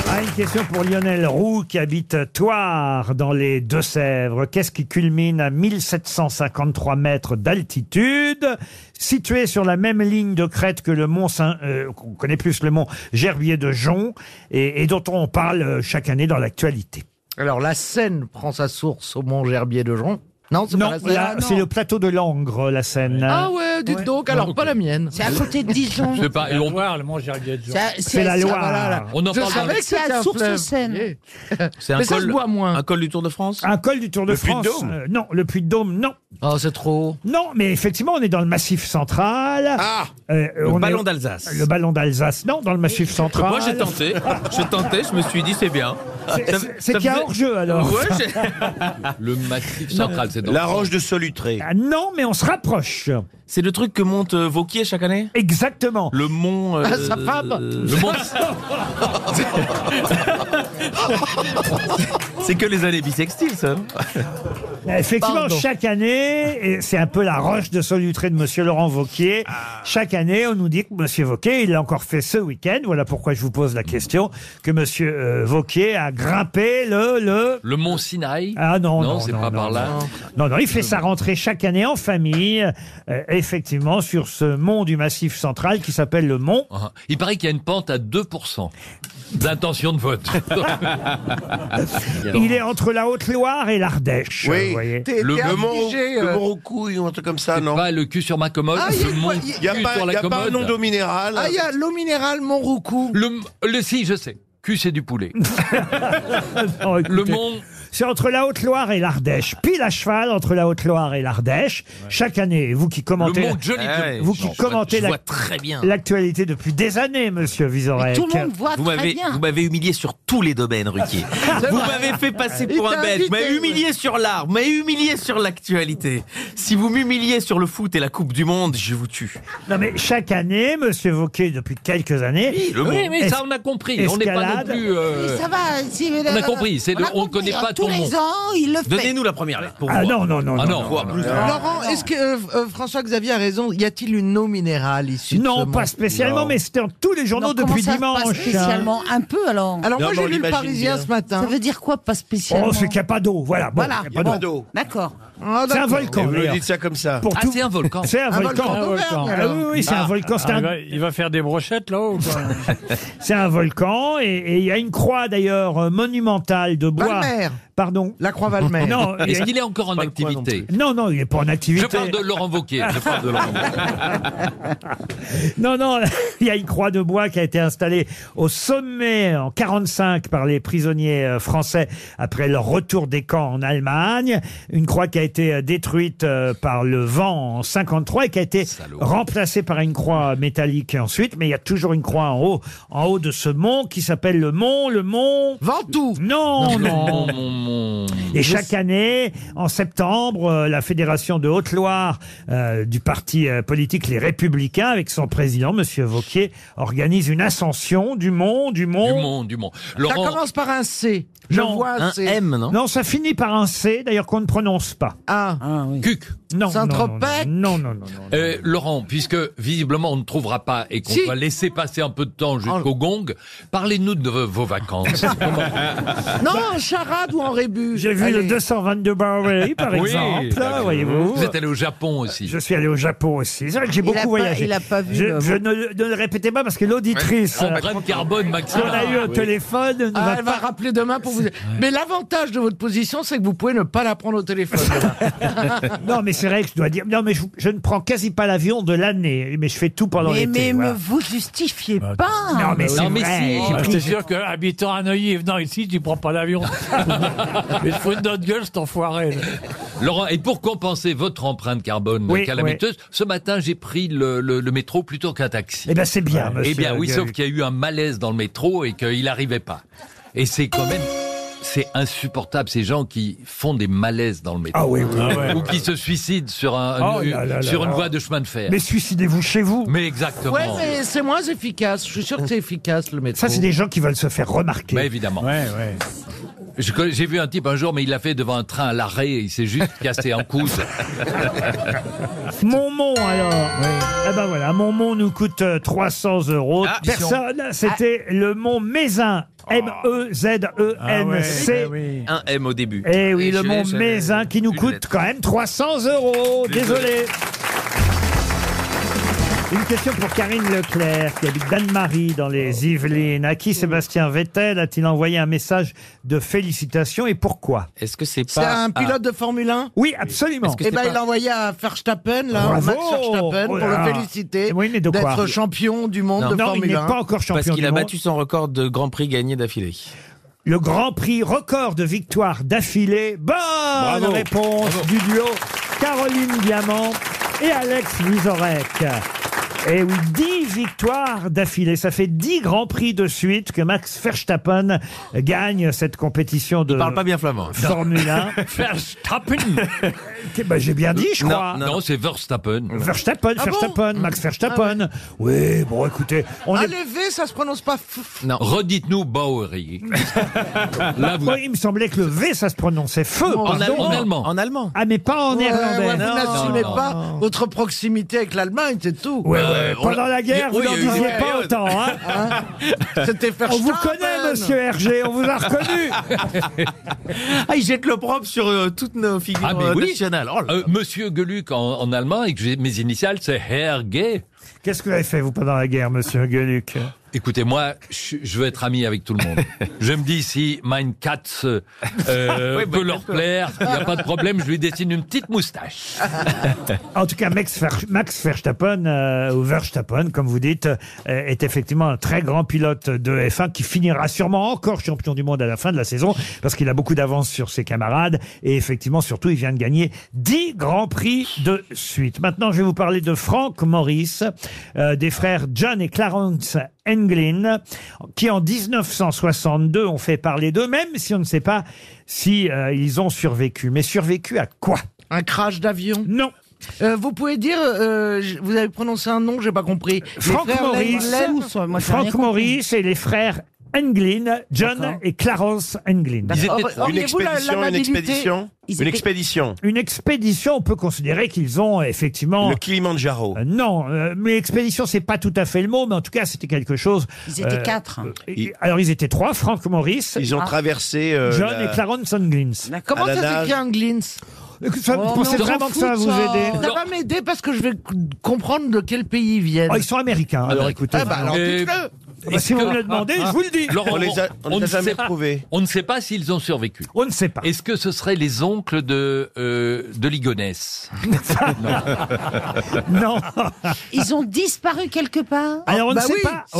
Speaker 2: Ah, une question pour Lionel Roux qui habite Toire dans les Deux-Sèvres. Qu'est-ce qui culmine à 1753 mètres d'altitude Situé sur la même ligne de crête que le mont Saint, euh, qu'on connaît plus le mont Gerbier de Jonc et, et dont on parle euh, chaque année dans l'actualité.
Speaker 4: Alors la Seine prend sa source au Mont Gerbier de Jonc. Non, c'est
Speaker 2: Non,
Speaker 4: pas la Seine.
Speaker 2: là,
Speaker 4: Ah, non.
Speaker 2: c'est le plateau de Langres, la Seine.
Speaker 4: Ah ouais, dites donc, alors pas la mienne.
Speaker 5: C'est à côté de Dijon.
Speaker 6: Je sais pas, et on-
Speaker 9: Voir le Mont Gerbier de Jonc.
Speaker 5: Ça-
Speaker 2: C'est la
Speaker 5: ça-
Speaker 2: Loire.
Speaker 5: voilà, là.
Speaker 6: On en
Speaker 4: Je
Speaker 6: parle dans
Speaker 4: savais
Speaker 6: le-
Speaker 4: que c'était un
Speaker 5: source
Speaker 4: fleuve.
Speaker 5: Seine.
Speaker 3: C'est un,
Speaker 4: Mais ça se
Speaker 3: col-
Speaker 4: boit moins.
Speaker 3: un col du Tour de France
Speaker 2: Un col du Tour de
Speaker 3: Le
Speaker 2: France.
Speaker 3: Puy-de-Dôme
Speaker 2: euh, non, le Puy de Dôme, non.
Speaker 4: Oh, c'est trop.
Speaker 2: Non, mais effectivement, on est dans le Massif central.
Speaker 3: Ah
Speaker 2: Euh,
Speaker 3: Le
Speaker 2: on est-
Speaker 3: ballon d'Alsace.
Speaker 2: Le ballon d'Alsace, non, dans le Massif central.
Speaker 17: Moi, j'ai tenté. J'ai tenté, je me suis dit, c'est bien.
Speaker 2: C'est-
Speaker 17: Ça-
Speaker 2: c'est-
Speaker 17: ça
Speaker 2: C'est qu'il y a
Speaker 17: faisait-
Speaker 2: hors-jeu, alors.
Speaker 17: Ouais, j'ai-
Speaker 6: [laughs] Le massif central, c'est dans
Speaker 7: La roche de Solutré.
Speaker 2: Ah Non, mais on se rapproche.
Speaker 3: C'est le truc que monte euh, Vauquier chaque année
Speaker 2: Exactement.
Speaker 3: Le mont. euh,
Speaker 4: Ah, sa femme
Speaker 3: Le mont. [laughs] c'est que les années bissextiles, ça.
Speaker 2: Euh, Effectivement,
Speaker 4: Pardon.
Speaker 2: chaque année, et c'est un peu la roche de solutré de Monsieur Laurent Vauquier.
Speaker 6: Ah.
Speaker 2: Chaque année, on nous dit que Monsieur Vauquier, il l'a encore fait ce week-end. Voilà pourquoi je vous pose la question que Monsieur euh, Vauquier a grimpé le le.
Speaker 6: Le Mont Sinaï.
Speaker 2: Ah non, non,
Speaker 6: non, c'est
Speaker 2: non,
Speaker 6: pas
Speaker 2: non,
Speaker 6: par là.
Speaker 2: Non, non, il fait sa rentrée chaque année en famille, euh, effectivement, sur ce mont du Massif central qui s'appelle le mont.
Speaker 6: Ah, Il paraît qu'il y a une pente à 2% d'intention
Speaker 7: [laughs]
Speaker 6: de vote.
Speaker 2: Il est entre la Haute-Loire et l'Ardèche,
Speaker 7: Oui.
Speaker 2: vous voyez.
Speaker 4: T'es
Speaker 6: Le-
Speaker 4: t'es
Speaker 6: le
Speaker 4: affligé,
Speaker 7: Le
Speaker 4: euh.
Speaker 7: Morocouille ou un truc comme ça,
Speaker 6: C'est
Speaker 7: non
Speaker 6: pas le cul sur ma commode,
Speaker 4: Ah, il y a
Speaker 6: c'est mon
Speaker 4: quoi- il
Speaker 6: cul
Speaker 7: Il n'y a, pas,
Speaker 6: sur
Speaker 7: y
Speaker 6: la
Speaker 7: a pas un
Speaker 6: commode.
Speaker 7: nom d'eau minérale.
Speaker 4: Ah, il y a l'eau minérale Montroucou.
Speaker 6: le, le- si, je sais. Cul, c'est du
Speaker 2: [laughs]
Speaker 6: poulet.
Speaker 2: Non,
Speaker 6: Le
Speaker 2: écoutez,
Speaker 6: Mont.
Speaker 2: C'est entre la Haute-Loire et l'Ardèche. Pile à cheval entre la Haute-Loire et l'Ardèche. Chaque année, vous qui
Speaker 6: Le
Speaker 2: commentez... Eh
Speaker 6: Mont Johnny.
Speaker 3: Ah ouais,
Speaker 2: Vous
Speaker 3: je
Speaker 2: qui
Speaker 3: vois-
Speaker 2: commentez
Speaker 3: je
Speaker 2: la-
Speaker 3: vois très bien.
Speaker 2: L'actualité depuis des années, monsieur
Speaker 5: Mais
Speaker 2: Vizorek.
Speaker 5: tout le monde voit
Speaker 3: Vous
Speaker 5: très
Speaker 3: m'avez,
Speaker 5: bien.
Speaker 3: vous m'avez humilié sur tous les
Speaker 2: [laughs]
Speaker 3: domaines, Ruquier. vous m'avez fait passer pour
Speaker 4: Il
Speaker 3: un
Speaker 4: t'a
Speaker 3: bête. Vous m'avez
Speaker 4: invité,
Speaker 3: humilié sur l'art. Vous m'avez humilié sur l'actualité. Si vous m'humiliez sur le foot et la Coupe du Monde, je vous tue.
Speaker 2: Non mais chaque année, monsieur Vauquier, depuis quelques années,
Speaker 3: Le
Speaker 6: Oui,
Speaker 3: mot.
Speaker 6: mais
Speaker 2: Est-
Speaker 6: ça, on a compris. On n'est pas
Speaker 2: escalade
Speaker 6: dans
Speaker 2: malade.
Speaker 6: plus, euh,
Speaker 5: Ça va, si, mais-
Speaker 6: on a compris, c'est le-
Speaker 5: a
Speaker 6: on connaît
Speaker 5: compris, hein.
Speaker 6: pas
Speaker 5: Tous
Speaker 6: ton
Speaker 5: les
Speaker 6: nom.
Speaker 5: ans, il le fait.
Speaker 17: la première lettre
Speaker 2: Ah non, non, non.
Speaker 6: Ah non,
Speaker 2: non,
Speaker 6: voire
Speaker 2: non,
Speaker 6: plus.
Speaker 2: non.
Speaker 4: Laurent, est-ce que euh, euh, François-Xavier a raison Y a-t-il une eau minérale issue de ce
Speaker 2: Non,
Speaker 4: monde
Speaker 2: pas spécialement, mais c'était dans tous les journaux
Speaker 4: Non, comment
Speaker 2: depuis
Speaker 4: ça, pas
Speaker 2: dimanche.
Speaker 4: spécialement
Speaker 5: Un peu alors.
Speaker 4: Alors moi, j'ai lu le Parisien ce matin.
Speaker 5: Ça veut dire quoi, pas spécialement
Speaker 2: Oh, c'est qu'il n'y a pas d'eau, voilà. bon,
Speaker 5: Voilà.
Speaker 2: il y a pas
Speaker 5: Bon.
Speaker 2: d'eau. Ah,
Speaker 5: D'accord.
Speaker 2: C'est un volcan. d'ailleurs. Pour tout- Ah, C'est un, volcan. Ah oui, oui, c'est un volcan. C'est
Speaker 9: Ah,
Speaker 2: un-
Speaker 9: il, va, il va faire des brochettes là-haut. [laughs] quoi.
Speaker 2: C'est un volcan et- et il y a une croix d'ailleurs euh, monumentale de bois.
Speaker 9: Valmer.
Speaker 2: Pardon.
Speaker 4: La croix Valmer.
Speaker 2: Non, il y
Speaker 6: Est-ce
Speaker 2: a-
Speaker 6: qu'il est encore en activité
Speaker 2: non, non, il n'est pas en activité.
Speaker 6: Je parle de
Speaker 2: [laughs]
Speaker 6: Laurent Wauquiez. Je parle de Laurent
Speaker 2: Non, non, [laughs] il y a une croix de bois qui a été installée au sommet en 45 par les prisonniers euh, français après leur retour des camps en Allemagne. Une croix qui a été euh, détruite euh, par le vent en 53 et qui a été remplacée par une croix métallique ensuite. Mais il y a toujours une croix en haut, en haut de ce mont qui s'appelle le mont, le mont.
Speaker 4: Ventoux.
Speaker 2: Oh, Non, non. Et chaque
Speaker 6: année,
Speaker 2: année, en septembre, euh, la Fédération de Haute-Loire euh, du parti euh, politique Les Républicains, avec son président, Monsieur Vauquier, organise une ascension du mont, du mont.
Speaker 6: Du mont, du mont.
Speaker 4: Ça
Speaker 6: Laurent,
Speaker 4: commence par un C. Je vois un, C.
Speaker 2: non ça finit par un C, d'ailleurs qu'on ne prononce pas.
Speaker 4: Ah,
Speaker 6: Cuc.
Speaker 2: Non, non, non,
Speaker 4: Saint-Tropez
Speaker 2: non, non, non, non.
Speaker 6: [laughs] Euh, Laurent, puisque visiblement on ne trouvera pas et qu'on
Speaker 2: Si.
Speaker 6: va laisser passer un peu de
Speaker 7: Ah.
Speaker 6: temps jusqu'au gong, parlez-nous de vos
Speaker 7: [laughs]
Speaker 6: vos vacances.
Speaker 4: Non, en charade ou en rébus
Speaker 2: J'ai vu le 222
Speaker 6: [laughs]
Speaker 2: Barberry, par
Speaker 6: Ah Oui,
Speaker 2: exemple,
Speaker 6: d'accord.
Speaker 2: voyez-vous.
Speaker 6: Vous êtes allé au Japon aussi.
Speaker 2: Je suis allé au Japon aussi. C'est vrai que j'ai
Speaker 6: Il a
Speaker 2: beaucoup
Speaker 6: pas-
Speaker 2: voyagé.
Speaker 6: il a pas vu
Speaker 2: Je,
Speaker 6: le-
Speaker 2: je ne, le- ne le répétez pas parce que l'auditrice euh,
Speaker 6: Empreinte carbone
Speaker 2: qu'on
Speaker 6: maximum.
Speaker 2: a
Speaker 7: Ah,
Speaker 2: eu au
Speaker 6: Oui.
Speaker 2: téléphone ne
Speaker 4: Ah,
Speaker 2: va
Speaker 4: elle va
Speaker 2: pas
Speaker 4: rappeler demain pour vous. Mais l'avantage de votre position, c'est que vous pouvez ne pas la prendre au téléphone.
Speaker 2: [laughs] non, mais c'est vrai que je dois dire. Non, mais je, je ne prends quasi pas l'avion de l'année, mais je fais tout pendant
Speaker 5: Mais,
Speaker 2: l'été.
Speaker 5: mais
Speaker 2: voilà. Ah,
Speaker 5: me vous justifiez pas.
Speaker 2: Non, mais c'est vrai. Ah, j'ai
Speaker 9: si, Ah,
Speaker 2: pris-
Speaker 9: je te jure que habitant à Neuilly et venant ici, tu prends pas [laughs] l'avion.
Speaker 6: [laughs]
Speaker 9: Il te faut une autre gueule, cet enfoiré. là.
Speaker 6: Laurent, et pour compenser votre empreinte carbone
Speaker 9: Oui,
Speaker 6: calamiteuse, ce matin j'ai pris le, le- le métro plutôt qu'un taxi.
Speaker 2: Eh ben, c'est bien,
Speaker 6: Eh
Speaker 2: monsieur
Speaker 6: bien oui,
Speaker 2: Gueluc.
Speaker 6: sauf qu'il y a eu un malaise dans le métro et qu'il n'arrivait pas. Et c'est quand même... C'est insupportable ces gens qui font des malaises dans le métro
Speaker 2: Ah oui, oui, oui.
Speaker 6: ou qui se suicident sur un
Speaker 2: Oh là là là
Speaker 6: sur une
Speaker 2: là.
Speaker 6: voie de chemin de fer.
Speaker 2: Mais suicidez-vous chez vous.
Speaker 6: Mais exactement.
Speaker 4: ouais, mais c'est moins efficace. Je suis sûr que c'est efficace le métro.
Speaker 2: Ça, c'est des gens qui veulent se faire remarquer.
Speaker 6: Bah, évidemment. Je connais- J'ai vu un type un jour, mais il l'a fait devant un train à l'arrêt et il s'est juste cassé un coude.
Speaker 2: Mon mont alors. Eh ben voilà, mon mont nous coûte euh, 300 euros.
Speaker 6: Ah,
Speaker 2: Personne.
Speaker 6: mission.
Speaker 2: C'était
Speaker 5: Ah.
Speaker 2: le mont Mézin. E M-E-Z-E-N-C.
Speaker 3: bah
Speaker 17: Ah ouais, Un M au début.
Speaker 2: Eh oui, le
Speaker 17: je
Speaker 2: mont
Speaker 17: l'ai, je l'ai.
Speaker 2: Mézin qui nous coûte quand même 300 euros.
Speaker 17: Désolé.
Speaker 2: Désolé. Une question pour Karine Leclerc, qui habite Danemarie dans
Speaker 17: Oh,
Speaker 2: les Yvelines. À qui Sébastien Vettel a-t-il envoyé un message de félicitations et pourquoi
Speaker 17: Est-ce que c'est pas
Speaker 4: C'est un pilote de Formule 1
Speaker 2: Oui, absolument.
Speaker 4: Eh ben, il l'a envoyé à Verstappen, là, à
Speaker 2: Bravo
Speaker 4: Max Verstappen,
Speaker 2: Oh
Speaker 4: pour
Speaker 2: là.
Speaker 4: le féliciter
Speaker 2: Oui, mais de quoi
Speaker 4: d'être champion du monde
Speaker 17: Non.
Speaker 4: de
Speaker 2: Non, il
Speaker 4: Formule
Speaker 2: n'est
Speaker 4: 1.
Speaker 2: pas encore champion
Speaker 17: Parce qu'il
Speaker 2: du
Speaker 17: a
Speaker 2: monde.
Speaker 17: battu son record de Grand Prix gagné d'affilée.
Speaker 2: Le grand prix record de victoire d'affilée. Bonne
Speaker 17: Bravo.
Speaker 2: réponse du duo Caroline Diamant et Alex Vizorek. Et oui, 10 victoires d'affilée. Ça fait 10 grands prix de suite que Max Verstappen gagne cette compétition de
Speaker 17: Il parle pas bien flamand.
Speaker 2: Formule
Speaker 17: [laughs]
Speaker 2: 1.
Speaker 6: [laughs] Verstappen
Speaker 2: Ok, bah, J'ai bien dit, je
Speaker 17: Non,
Speaker 2: crois.
Speaker 6: Non, c'est Verstappen.
Speaker 2: Verstappen,
Speaker 4: Ah bon
Speaker 2: Verstappen, Max Verstappen. Oui, bon, écoutez, on
Speaker 4: Ah,
Speaker 2: est
Speaker 4: les V, ça se prononce pas fouf.
Speaker 6: Non. Redites-nous
Speaker 2: [laughs]
Speaker 6: Bowery. Là, vous...
Speaker 2: Oui, il me semblait que le V, ça se prononçait feu.
Speaker 4: En
Speaker 2: pardon.
Speaker 6: allemand. En allemand.
Speaker 17: En allemand.
Speaker 2: Ah, mais pas en
Speaker 4: Ouais,
Speaker 2: néerlandais.
Speaker 4: ouais,
Speaker 2: Non.
Speaker 4: vous n'assumez
Speaker 6: non,
Speaker 4: pas votre proximité avec l'Allemagne, c'est tout.
Speaker 2: Ouais, ouais,
Speaker 6: Euh, on
Speaker 2: Pendant
Speaker 6: l'a-
Speaker 2: la guerre, vous
Speaker 17: Oui,
Speaker 2: n'en
Speaker 17: il y a eu-
Speaker 2: disiez
Speaker 17: ouais,
Speaker 2: pas
Speaker 17: ouais.
Speaker 2: autant. Hein
Speaker 4: [laughs] C'était Verstappen.
Speaker 2: on vous connaît, monsieur Hergé, on vous a reconnu.
Speaker 17: [laughs] Ah, il jette le propre sur euh, toutes nos figures
Speaker 6: Ah, mais
Speaker 17: euh,
Speaker 6: oui.
Speaker 17: nationales. Oh là
Speaker 6: Euh,
Speaker 17: là.
Speaker 6: Monsieur Geluc en, en allemand, et que j'ai- mes initiales, c'est Herr Gay.
Speaker 2: Qu'est-ce que vous avez fait, vous, pendant la guerre, monsieur Gueluc
Speaker 6: Écoutez, moi, je, je veux être ami avec tout le monde. Je me dis, si Mein Katz euh,
Speaker 17: Oui, bah,
Speaker 6: peut leur plaire, il n'y a pas de problème, je lui dessine une petite moustache.
Speaker 2: En tout cas, Max, Ver- Max Verstappen, euh, ou Verstappen, comme vous dites, euh, est effectivement un très grand pilote de F1 qui finira sûrement encore champion du monde à la fin de la saison parce qu'il a beaucoup d'avance sur ses camarades et effectivement, surtout, il vient de gagner 10 grands prix de suite. Maintenant, je vais vous parler de Frank Morris, euh, des frères John et Clarence Englin, qui en 1962 ont fait parler d'eux, même si on ne sait pas si euh, ils ont survécu. Mais survécu à quoi
Speaker 4: Un crash d'avion.
Speaker 2: Non.
Speaker 4: Euh, vous pouvez dire, euh, j- vous avez prononcé un nom, j'ai pas compris. Les
Speaker 2: Franck
Speaker 4: frères
Speaker 2: Maurice,
Speaker 4: Lenglen-
Speaker 5: Moi, j'ai rien
Speaker 2: Franck
Speaker 5: compris.
Speaker 2: Maurice et les frères Englin, John et Clarence Englin.
Speaker 7: Ils étaient- une expédition, une expédition, une expédition.
Speaker 2: Une expédition, on peut considérer qu'ils ont euh, effectivement.
Speaker 7: Le Kilimanjaro.
Speaker 2: Euh, non, euh, mais expédition, c'est pas tout à fait le mot, mais en tout cas, c'était quelque chose.
Speaker 5: Ils étaient quatre.
Speaker 2: et- alors, ils étaient trois, Franck Maurice.
Speaker 7: Ils ont Ah. traversé, euh,
Speaker 2: John
Speaker 7: la-
Speaker 2: et Clarence Englins.
Speaker 5: Comment ça s'écrit Anglins
Speaker 4: Oh,
Speaker 2: vous pensez vraiment que ça va vous aider
Speaker 4: Ça va m'aider parce que je vais c- comprendre de quel pays ils viennent.
Speaker 2: Oh, ils sont américains, [laughs] alors écoutez.
Speaker 4: Ah bah alors
Speaker 6: Et-
Speaker 4: dites-le
Speaker 2: Bah, si
Speaker 6: Est-ce
Speaker 2: vous
Speaker 6: que-
Speaker 2: me le demandez, je vous le dis.
Speaker 6: Laurent,
Speaker 2: on
Speaker 6: ne
Speaker 2: ne sait
Speaker 6: sait
Speaker 2: pas.
Speaker 6: pas- On ne sait pas s'ils ont survécu.
Speaker 2: On ne sait pas.
Speaker 6: Est-ce que ce seraient les oncles de, euh, de
Speaker 2: [laughs]
Speaker 6: Ligonès
Speaker 2: Non.
Speaker 5: Ils ont disparu quelque part Ah,
Speaker 2: Alors on
Speaker 6: Ah, bah
Speaker 2: ne sait pas. on-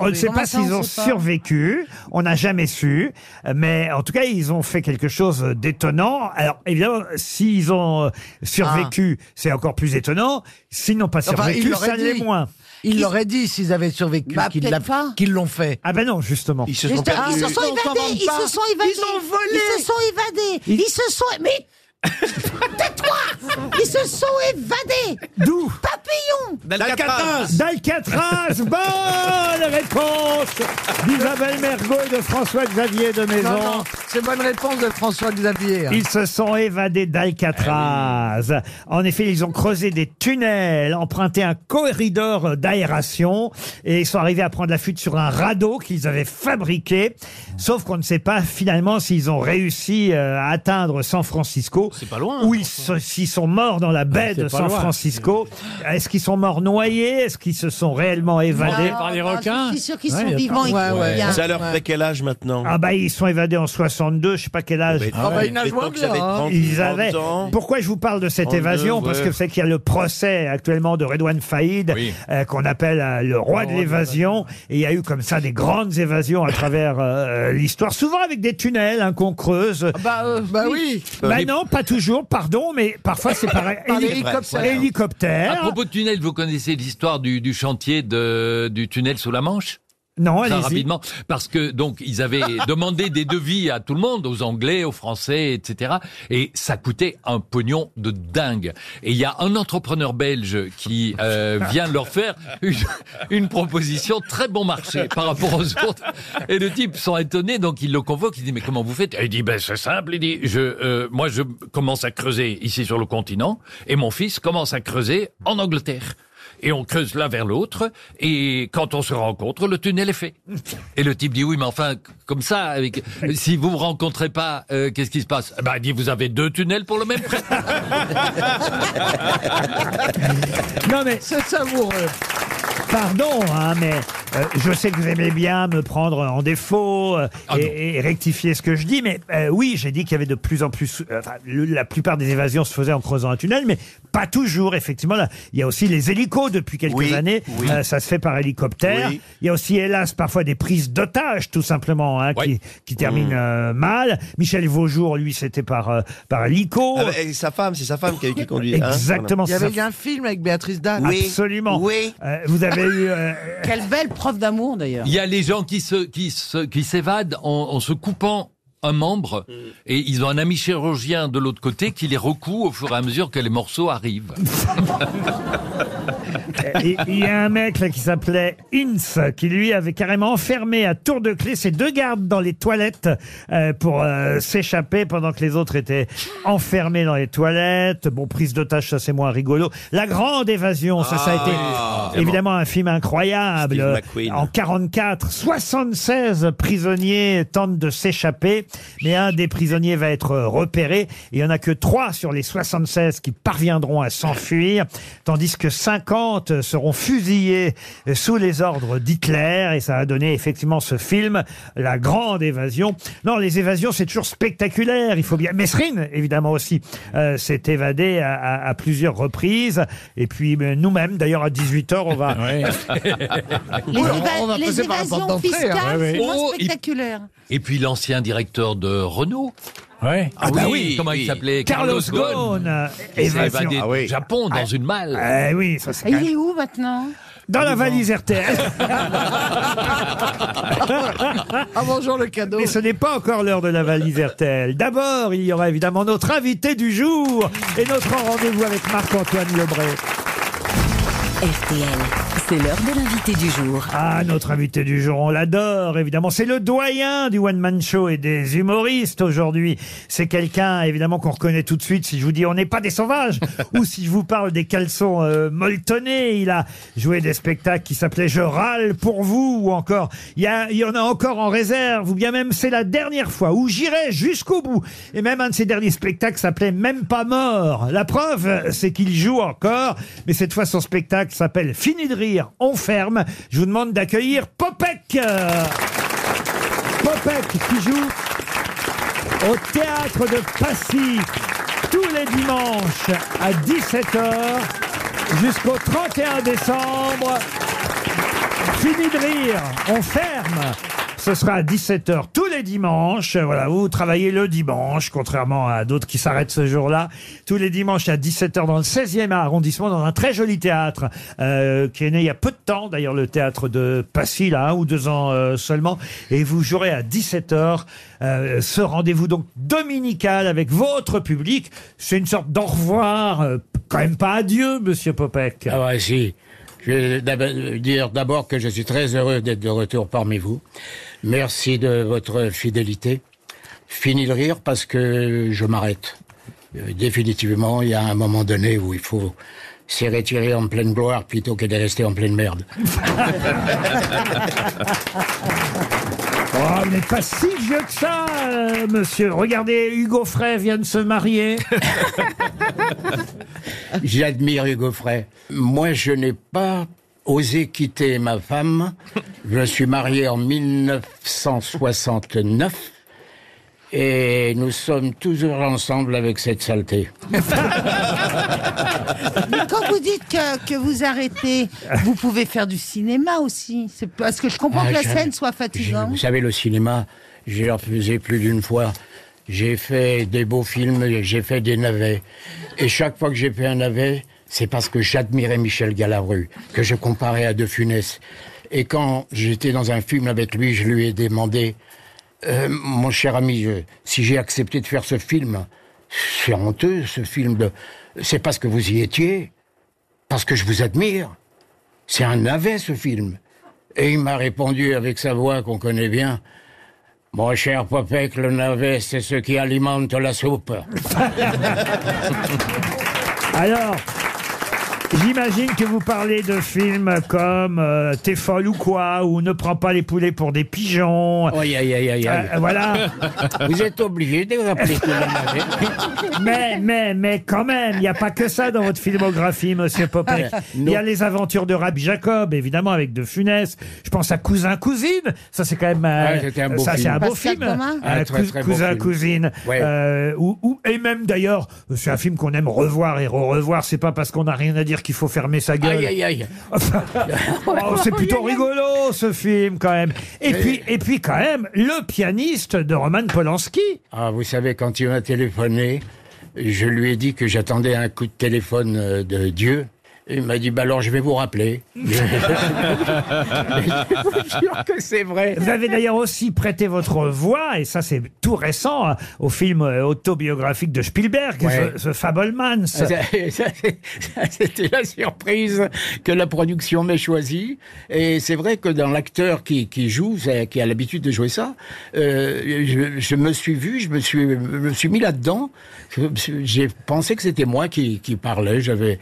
Speaker 2: On ne sait pas s'ils ont survécu. On n'a jamais su. Euh, Mais en tout cas, ils ont fait quelque chose d'étonnant. Alors évidemment, s'ils ont euh, survécu, c'est encore plus étonnant. S'ils n'ont pas
Speaker 4: Enfin, il
Speaker 2: survécu,
Speaker 4: l'aurait
Speaker 2: ça l'est
Speaker 4: dit.
Speaker 2: moins.
Speaker 4: Il l'aurait dit s'ils avaient survécu,
Speaker 2: Bah,
Speaker 4: qu'ils
Speaker 2: peut-être
Speaker 4: l'a-
Speaker 2: pas.
Speaker 4: qu'ils l'ont fait.
Speaker 2: Ah ben non, justement.
Speaker 4: Ils
Speaker 5: Ils se sont
Speaker 4: ils
Speaker 5: ils se sont évadés, ils se sont évadés.
Speaker 4: Ils ont volé.
Speaker 5: Ils se sont évadés. Ils, se sont. Mais.
Speaker 2: [laughs]
Speaker 5: Tais-toi Ils se sont évadés
Speaker 2: D'où
Speaker 5: Papillon
Speaker 2: D'Alcatraz D'Alcatraz Bonne Ah, réponse d'Isabelle Mergot et de François-Xavier de Maison.
Speaker 4: Non, non, c'est bonne réponse de François-Xavier.
Speaker 2: Ils Ah se sont évadés d'Alcatraz. En effet, ils ont creusé des tunnels, emprunté un corridor d'aération et ils sont arrivés à prendre la fuite sur un radeau qu'ils avaient fabriqué. Sauf qu'on ne sait pas finalement s'ils ont réussi euh, à atteindre San Francisco. C'est pas loin. hein, Ou ils se- s'ils sont morts dans la baie
Speaker 9: C'est
Speaker 2: de
Speaker 9: pas
Speaker 2: San
Speaker 9: loin.
Speaker 2: Francisco. Est-ce qu'ils sont morts noyés Est-ce qu'ils se sont réellement évadés
Speaker 5: par les requins Je suis sûr qu'ils sont vivants et qu'ils vivent bien.
Speaker 7: Ça leur fait quel âge maintenant
Speaker 2: Ah bah ils sont évadés en 62, je sais pas quel âge.
Speaker 7: Ah bah, il nage moins bien, hein.
Speaker 2: Ils avaient.
Speaker 7: 30 ans.
Speaker 2: Pourquoi je vous parle de cette
Speaker 7: 32,
Speaker 2: évasion Parce
Speaker 7: ouais.
Speaker 2: que c'est qu'il y a le procès actuellement de Redouane Faïd, euh, qu'on appelle euh, le roi de l'évasion. Et il y a eu comme ça des grandes évasions à travers euh, l'histoire, souvent avec des tunnels hein, qu'on creuse.
Speaker 4: Bah, euh, bah oui.
Speaker 2: Bah non, pas toujours, pardon, mais parfois c'est pareil.
Speaker 6: Par
Speaker 2: Héli-
Speaker 6: l'hélicoptère. À
Speaker 2: Hélicoptère.
Speaker 6: propos de tunnel, vous connaissez l'histoire du, du chantier de, du tunnel sous la Manche
Speaker 2: Non,
Speaker 6: Très
Speaker 2: allez-y.
Speaker 6: rapidement, parce que donc
Speaker 2: [laughs]
Speaker 6: ils avaient demandé des devis à tout le monde, aux Anglais, aux Français, etc. Et ça coûtait un pognon de dingue. Et il y a un entrepreneur belge qui euh, vient leur faire une, une proposition très bon marché par
Speaker 2: [laughs]
Speaker 6: rapport aux autres. [laughs] Et le type sont étonnés, donc il le convoque. Il dit mais comment vous faites Et Il dit ben c'est simple. Il dit je euh, moi je commence à creuser ici sur le continent et mon fils commence à creuser en Angleterre et on creuse l'un vers l'autre, et quand on se rencontre, le tunnel est fait. Et le type dit oui, mais enfin, comme ça, avec, si vous vous rencontrez pas, euh, qu'est-ce qui se passe Eh Ben, il dit vous avez deux tunnels pour le même prix.
Speaker 2: [laughs] Non mais
Speaker 4: c'est savoureux.
Speaker 2: Pardon, hein, mais euh, je sais que vous aimez bien me prendre en défaut euh,
Speaker 7: Ah
Speaker 2: et, et rectifier ce que je dis, mais euh, oui, j'ai dit qu'il y avait de plus en plus. euh, enfin, le- la plupart des évasions se faisaient en creusant un tunnel, mais pas toujours. Effectivement, là, il y a aussi les hélicos depuis quelques
Speaker 7: Oui,
Speaker 2: années.
Speaker 7: oui.
Speaker 2: Euh, ça se fait par hélicoptère.
Speaker 7: Oui.
Speaker 2: Il y a aussi, hélas, parfois des prises d'otages, tout simplement, hein, qui, qui
Speaker 7: Mmh.
Speaker 2: terminent euh, mal. Michel Vaujour, lui, c'était par euh, par hélico.
Speaker 7: Ah, et sa femme, c'est sa femme qui, a- qui conduit. hein.
Speaker 2: Exactement.
Speaker 4: Il y avait
Speaker 2: ça-
Speaker 4: eu un film avec Béatrice Dalle.
Speaker 2: Absolument. Euh, vous avez eu. euh,
Speaker 5: [laughs] Quelle belle preuve d'amour d'ailleurs.
Speaker 6: Il y a les gens qui se qui se qui s'évadent en, en se coupant un membre et ils ont un ami chirurgien de l'autre côté qui les recoue au fur et à mesure que les morceaux arrivent.
Speaker 2: Et Euh, Il y a un mec là qui s'appelait Ince qui lui avait carrément enfermé à tour de clé ses deux gardes dans les toilettes euh, pour euh, s'échapper pendant que les autres étaient enfermés dans les toilettes. Bon, prise d'otage, ça c'est moins rigolo. La grande évasion, ça, ça a été
Speaker 7: Ah,
Speaker 2: évidemment un film incroyable.
Speaker 7: Steve
Speaker 2: Euh,
Speaker 7: McQueen.
Speaker 2: En 44, 76 prisonniers tentent de s'échapper, mais un des prisonniers va être repéré. Et il y en a que trois sur les 76 qui parviendront à s'enfuir, tandis que 50 seront fusillés sous les ordres d'Hitler. Et ça a donné effectivement ce film, La Grande Évasion. Non, les évasions, c'est toujours spectaculaire. Il faut bien. Mesrine, évidemment aussi, euh, s'est évadé à, à- à plusieurs reprises. Et puis euh, nous-mêmes, d'ailleurs, à 18 h on va.
Speaker 5: Les,
Speaker 2: Alors,
Speaker 5: éva-
Speaker 2: on va
Speaker 5: les
Speaker 2: passer par la porte
Speaker 5: évasions
Speaker 2: d'entrée,
Speaker 5: fiscales,
Speaker 2: hein. Ouais, ouais.
Speaker 5: c'est moins
Speaker 6: Oh, et-
Speaker 5: spectaculaire.
Speaker 6: Et puis l'ancien directeur de Renault.
Speaker 9: Ouais.
Speaker 6: Ah, oui, comment il s'appelait
Speaker 2: Carlos
Speaker 6: Ghosn.
Speaker 2: Ghosn.
Speaker 6: Il s'est
Speaker 2: Évasion.
Speaker 6: évadé
Speaker 2: Ah
Speaker 6: du Japon dans une malle.
Speaker 2: Eh oui, ça
Speaker 5: Et
Speaker 2: c'est.
Speaker 5: il est où maintenant
Speaker 2: Dans la valise RTL.
Speaker 6: [laughs]
Speaker 4: Ah bonjour le cadeau.
Speaker 2: Mais ce n'est pas encore l'heure de la valise RTL. D'abord, il y aura évidemment notre invité du jour et notre rendez-vous avec Marc-Antoine Lebray.
Speaker 8: RTL, C'est l'heure de l'invité du jour.
Speaker 2: Ah, notre invité du jour, on l'adore, évidemment. C'est le doyen du One Man Show et des humoristes aujourd'hui. C'est quelqu'un, évidemment, qu'on reconnaît tout de suite si je vous dis on n'est pas des sauvages ou si je vous parle des caleçons euh, molletonnés. Il a joué des spectacles qui s'appelaient Je râle pour vous ou encore il y, a- il y en a encore en réserve ou bien même c'est la dernière fois où j'irai jusqu'au bout. Et même un de ses derniers spectacles s'appelait Même pas mort. La preuve, c'est qu'il joue encore, mais cette fois son spectacle s'appelle Fini de rire, on ferme. Je vous demande d'accueillir Popek. euh, Popek qui joue au théâtre de Passy tous les dimanches à 17h jusqu'au 31 décembre. Fini de rire, on ferme. Ce sera à 17h tous les dimanches. Voilà, vous travaillez le dimanche, contrairement à d'autres qui s'arrêtent ce jour-là. Tous les dimanches à 17h dans le 16e arrondissement, dans un très joli théâtre euh, qui est né il y a peu de temps, d'ailleurs le théâtre de Passy, là, un ou deux ans euh, seulement. Et vous jouerez à 17h euh, ce rendez-vous donc dominical avec votre public. C'est une sorte d'au revoir, euh, quand même pas adieu, monsieur Popek.
Speaker 18: Ah ouais, si. Je vais d'ab- dire d'abord que je suis très heureux d'être de retour parmi vous. Merci de votre fidélité. Fini le rire parce que je m'arrête. Euh, Définitivement, il y a un moment donné où il faut se retirer en pleine gloire plutôt que de rester en pleine merde.
Speaker 2: Oh, vous n'êtes pas si vieux que ça, euh, monsieur. Regardez, Hugo Frey vient de se marier.
Speaker 18: [laughs] J'admire Hugo Frey. Moi, je n'ai pas osé quitter ma femme. Je suis marié en 1969 et nous sommes toujours ensemble avec cette saleté.
Speaker 5: Mais quand vous dites que, que vous arrêtez, vous pouvez faire du cinéma aussi. C'est parce que je comprends
Speaker 18: Ah,
Speaker 5: que la
Speaker 18: j'aime-
Speaker 5: scène soit
Speaker 18: Vous
Speaker 5: fatigante.
Speaker 18: savez, le cinéma, j'ai refusé plus d'une fois. J'ai fait des beaux films, j'ai fait des navets. Et chaque fois que j'ai fait un navet, c'est parce que j'admirais Michel Galabru, que je comparais à De Funès. Et quand j'étais dans un film avec lui, je lui ai demandé, Euh, mon cher ami, je- si j'ai accepté de faire ce film, c'est honteux, ce film de... C'est parce que vous y étiez, parce que je vous admire. C'est un navet, ce film. Et il m'a répondu avec sa voix qu'on connaît bien. Mon cher Popek, le navet, c'est ce qui alimente la soupe.
Speaker 2: Alors, j'imagine que vous parlez de films comme euh, T'es folle ou quoi ou Ne prends pas les poulets pour des pigeons.
Speaker 18: Aïe, aïe, aïe, aïe, aïe.
Speaker 2: Euh, voilà.
Speaker 18: [laughs] Vous êtes obligé de rappeler que le navet.
Speaker 2: [laughs] Mais, mais, mais quand même, il n'y a pas que ça dans votre filmographie, monsieur Popek.
Speaker 18: Ah,
Speaker 2: Il y a les aventures de Rabbi Jacob, évidemment, avec De Funès. Je pense à Cousin Cousine. Ça, c'est quand même. euh,
Speaker 18: Ah, c'était un beau
Speaker 2: ça,
Speaker 18: film.
Speaker 2: c'est un beau
Speaker 18: Pascal
Speaker 2: film. Euh,
Speaker 18: Thomas Ah, très,
Speaker 2: Cous-
Speaker 18: très beau
Speaker 2: cousin
Speaker 18: film.
Speaker 2: Cousine.
Speaker 18: Ouais.
Speaker 2: Euh, ou- ou- et même d'ailleurs, c'est un film qu'on aime revoir et re-revoir. C'est pas parce qu'on n'a rien à dire qu'il faut fermer sa gueule.
Speaker 18: Aïe, aïe, aïe.
Speaker 15: [laughs]
Speaker 2: Oh, c'est
Speaker 18: [laughs]
Speaker 2: plutôt rigolo ce film quand même. Et puis, et puis quand même, le pianiste de Roman Polanski.
Speaker 18: Ah, vous savez, quand il m'a téléphoné, je lui ai dit que j'attendais un coup de téléphone euh, de Dieu. Il m'a dit, bah alors je vais vous
Speaker 2: [laughs]
Speaker 18: rappeler. [laughs] jure que c'est vrai.
Speaker 2: Vous avez d'ailleurs aussi prêté votre voix, et ça c'est tout récent, hein, au film euh, autobiographique de Spielberg,
Speaker 18: Ouais.
Speaker 2: The, The Fablemans.
Speaker 18: Ça,
Speaker 2: Euh.
Speaker 18: [laughs] ça, ça, C'était la surprise que la production m'ait choisi. Et c'est vrai que dans l'acteur qui, qui joue, ça- qui a l'habitude de jouer ça, euh, je, je me suis vu, je me suis, je me suis mis là-dedans. Je me suis- J'ai pensé que c'était moi qui, qui parlais. J'avais,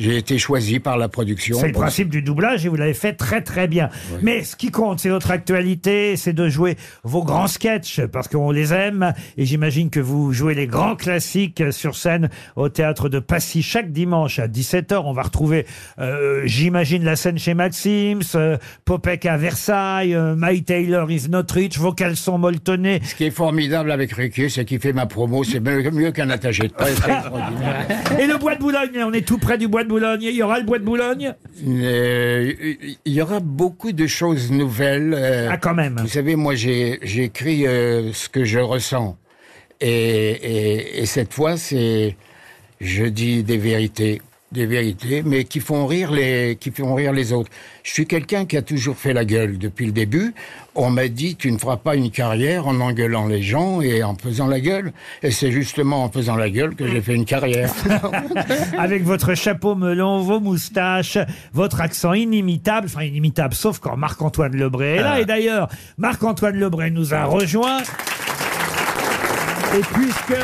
Speaker 18: j'ai été choisi par la production.
Speaker 2: C'est le principe du doublage et vous l'avez fait très très bien. Mais ce qui compte, c'est votre actualité, c'est de jouer vos grands sketchs parce qu'on les aime et j'imagine que vous jouez les grands classiques sur scène au théâtre de Passy chaque dimanche à 17h. On va retrouver, euh, j'imagine, la scène chez Matt Sims, euh, Popek à Versailles, euh, My Taylor is not rich, vos caleçons molletonnés.
Speaker 18: Ce qui est formidable
Speaker 2: [laughs]
Speaker 18: avec Riquier, c'est qu'il fait ma promo. C'est mieux mieux qu'un attaché de presse.
Speaker 2: [laughs]
Speaker 18: C'est extraordinaire.
Speaker 2: Et le bois de Boulogne, on est tout près du bois de Boulogne. Il y aura le bois de Boulogne
Speaker 18: Euh, Il y aura beaucoup de choses nouvelles. euh,
Speaker 2: Ah, quand même.
Speaker 18: Vous savez, moi, j'ai- j'écris euh, ce que je ressens. Et, et- et cette fois, c'est. Je dis des vérités. des vérités, mais qui font rire les, qui font rire les autres. Je suis quelqu'un qui a toujours fait la gueule depuis le début. On m'a dit, tu ne feras pas une carrière en engueulant les gens et en faisant la gueule. Et c'est justement en faisant la gueule que
Speaker 2: Ah.
Speaker 18: j'ai fait
Speaker 2: [laughs]
Speaker 18: une carrière.
Speaker 2: Avec votre chapeau melon, vos moustaches, votre accent inimitable, enfin inimitable, sauf quand Marc-Antoine Lebray est
Speaker 19: Ah.
Speaker 2: là. Et d'ailleurs, Marc-Antoine Lebray nous a rejoints. Et puisque...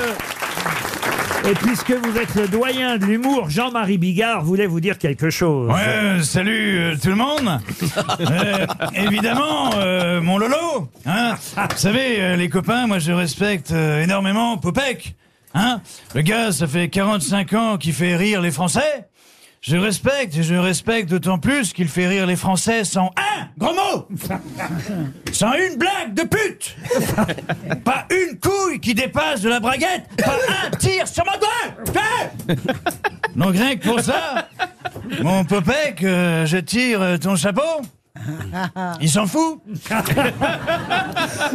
Speaker 2: Et puisque vous êtes le doyen de l'humour, Jean-Marie Bigard voulait vous dire quelque chose.
Speaker 19: Ouais, euh, salut euh, tout le
Speaker 2: [laughs]
Speaker 19: monde. Euh,
Speaker 15: Eh,
Speaker 19: évidemment, euh, mon Lolo.
Speaker 2: [laughs]
Speaker 19: Hein Vous savez, euh, les copains, moi je respecte euh, énormément Popek. Hein le gars, ça fait 45 ans qu'il fait rire les Français. Je respecte et je respecte d'autant plus qu'il fait rire les Français sans un gros mot, sans une blague de
Speaker 4: [laughs]
Speaker 19: pute, pas une couille qui dépasse de la braguette, pas un tir sur mon doigt. Hein donc rien que pour ça, mon Popek, euh, je tire euh, ton chapeau. Il s'en fout.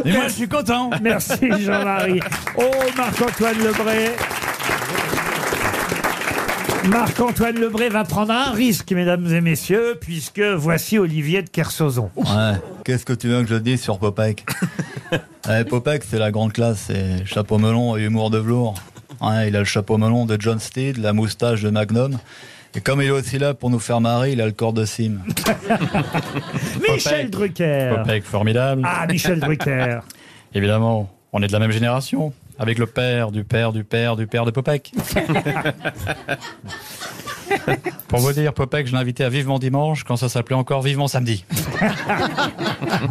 Speaker 19: Et moi, je suis content.
Speaker 2: Merci
Speaker 15: [laughs]
Speaker 2: Jean-Marie. Oh Marc-Antoine Lebray. Marc-Antoine Lebray va prendre un risque, mesdames et messieurs, puisque voici Olivier de Kersauzon.
Speaker 20: Ouais. Qu'est-ce que tu veux que je dise sur Popek ouais, Popek, c'est la grande classe, c'est chapeau melon et humour de velours. Ouais, il a le chapeau melon de John Steed, la moustache de Magnum. Et comme il est aussi là pour nous faire marrer, il a le corps de Sim.
Speaker 2: Michel Drucker.
Speaker 20: Popek, formidable.
Speaker 2: Ah, Michel Drucker.
Speaker 20: [laughs] Évidemment, on est de la même génération. Avec le père du père du père du père
Speaker 2: [laughs]
Speaker 20: de Popek. Pour vous dire, Popek, je l'ai invité à Vivement Dimanche quand ça s'appelait encore
Speaker 2: [laughs]
Speaker 20: Vivement Samedi.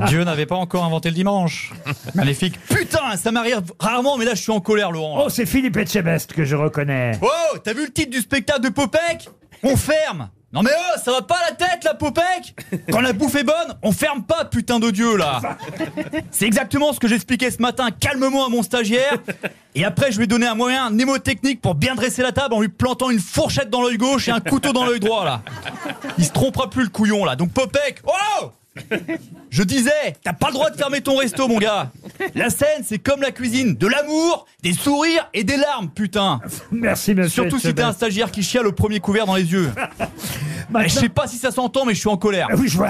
Speaker 20: Dieu n'avait pas encore inventé le dimanche. Maléfique. Putain, ça m'arrive rarement, mais là je suis en colère, Laurent.
Speaker 2: Oh, c'est Philippe Etchebest que je reconnais.
Speaker 20: Oh, t'as vu le titre du spectacle de Popek On ferme Non mais oh, ça va pas la tête là, Popek Quand la bouffe est bonne, on ferme pas, putain de Dieu là C'est exactement ce que j'expliquais ce matin calmement à mon stagiaire, et après je lui ai donné un moyen mnémotechnique pour bien dresser la table en lui plantant une fourchette dans l'œil gauche et un couteau dans l'œil droit là. Il se trompera plus le couillon là, donc Popek, oh je disais, t'as pas le droit de fermer ton resto, mon gars. La scène, c'est comme la cuisine, de l'amour, des sourires et des larmes, putain.
Speaker 2: Merci, monsieur
Speaker 20: Surtout si t'es
Speaker 2: Etchebest.
Speaker 20: un stagiaire qui chiale le premier couvert dans les yeux. Eh, Je sais pas si ça s'entend, mais je suis en colère.
Speaker 2: Ah Oui, je vois.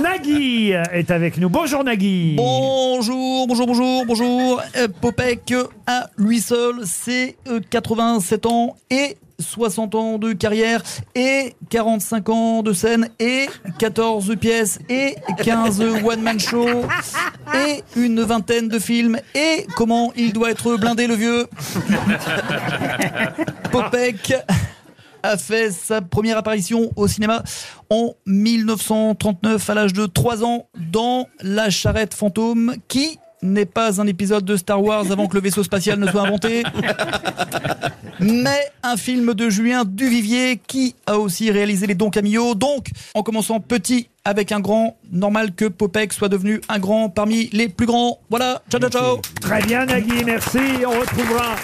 Speaker 2: Nagui euh, est avec nous. Bonjour Nagui.
Speaker 21: Bonjour, bonjour, bonjour, bonjour. Euh, Popek, euh, à lui seul, c'est euh, 87 ans et 60 ans de carrière et 45 ans de scène et 14 pièces et 15 one-man show et une vingtaine de films et comment il doit être blindé le vieux. [laughs] Popek a fait sa première apparition au cinéma en 1939 à l'âge de 3 ans dans La charrette fantôme qui n'est pas un épisode de Star Wars avant que le vaisseau spatial ne soit inventé, mais un film de Julien Duvivier qui a aussi réalisé Les Dons Camillo. Donc, en commençant petit avec un grand, normal que Popek soit devenu un grand parmi les plus grands. Voilà, ciao ciao ciao
Speaker 2: Très bien Nagui, merci. On retrouvera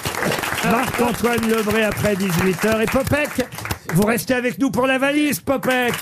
Speaker 2: Marc-Antoine Lebray après 18h. Et Popek, vous restez avec nous pour la valise, Popek.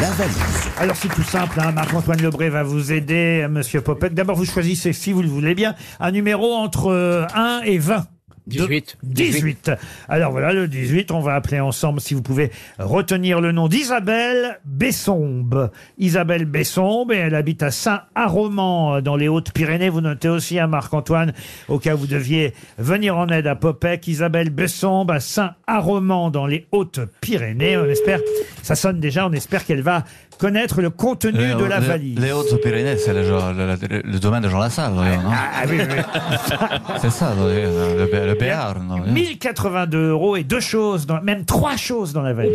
Speaker 2: La valise. Alors c'est tout simple, hein, Marc-Antoine Lebray va vous aider, euh, Monsieur Popek. D'abord, vous choisissez, si vous le voulez bien, un numéro entre euh, 1 et 20.
Speaker 18: 18.
Speaker 2: 18. Alors voilà, le 18, on va appeler ensemble, si vous pouvez retenir le nom d'Isabelle Bessombe. Isabelle Bessombe, et elle habite à Saint-Aromand, euh, dans les Hautes-Pyrénées. Vous notez aussi, hein, Marc-Antoine, au cas où vous deviez venir en aide à Popek, Isabelle Bessombe à Saint-Aromand, dans les Hautes-Pyrénées. On espère, ça sonne déjà, on espère qu'elle va connaître le contenu
Speaker 22: Eh,
Speaker 2: de la valise.
Speaker 22: Les Hautes-Pyrénées, c'est le, genre- le- le- le domaine de Jean Lassalle, d'ailleurs, non
Speaker 2: Ah oui, oui.
Speaker 22: [laughs] C'est ça, d'ailleurs, le, le, le Béarn, non
Speaker 2: 1082 euros et deux choses, dans- même trois choses dans la valise.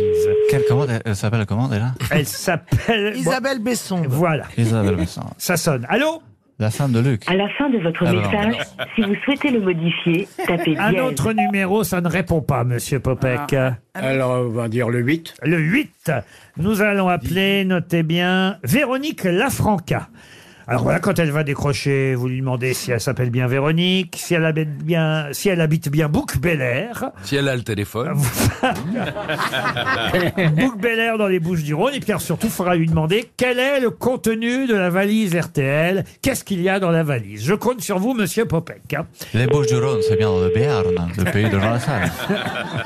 Speaker 22: Quelle commande elle, elle s'appelle la commande, elle là
Speaker 2: Elle s'appelle Isabelle Besson. Voilà,
Speaker 22: Isabelle Besson.
Speaker 2: ça sonne. Allô
Speaker 22: La femme de Luc.
Speaker 23: À la fin de votre
Speaker 22: Alors,
Speaker 2: Ah
Speaker 23: message, si vous souhaitez le modifier, tapez
Speaker 2: Un
Speaker 23: dièse.
Speaker 2: autre numéro, ça ne répond pas, monsieur Popek.
Speaker 18: Ah. Alors, on va dire le 8.
Speaker 2: Le 8. Nous allons appeler, notez bien, Véronique Lafranca. Alors voilà, quand elle va décrocher, vous lui demandez si elle s'appelle bien Véronique, si elle habite bien, si elle habite bien Bouc Bel
Speaker 18: [laughs]
Speaker 2: Air.
Speaker 6: Si elle a le téléphone. Ah.
Speaker 2: Bouc Bel Air dans les Bouches du Rhône. Et puis alors, surtout, il faudra lui demander quel est le contenu de la valise RTL. Qu'est-ce qu'il y a dans la valise Je compte sur vous, monsieur Popek. hein.
Speaker 22: Les Bouches du Rhône, c'est bien dans le Béarn,
Speaker 2: [laughs]
Speaker 22: le pays de Jean Lassalle.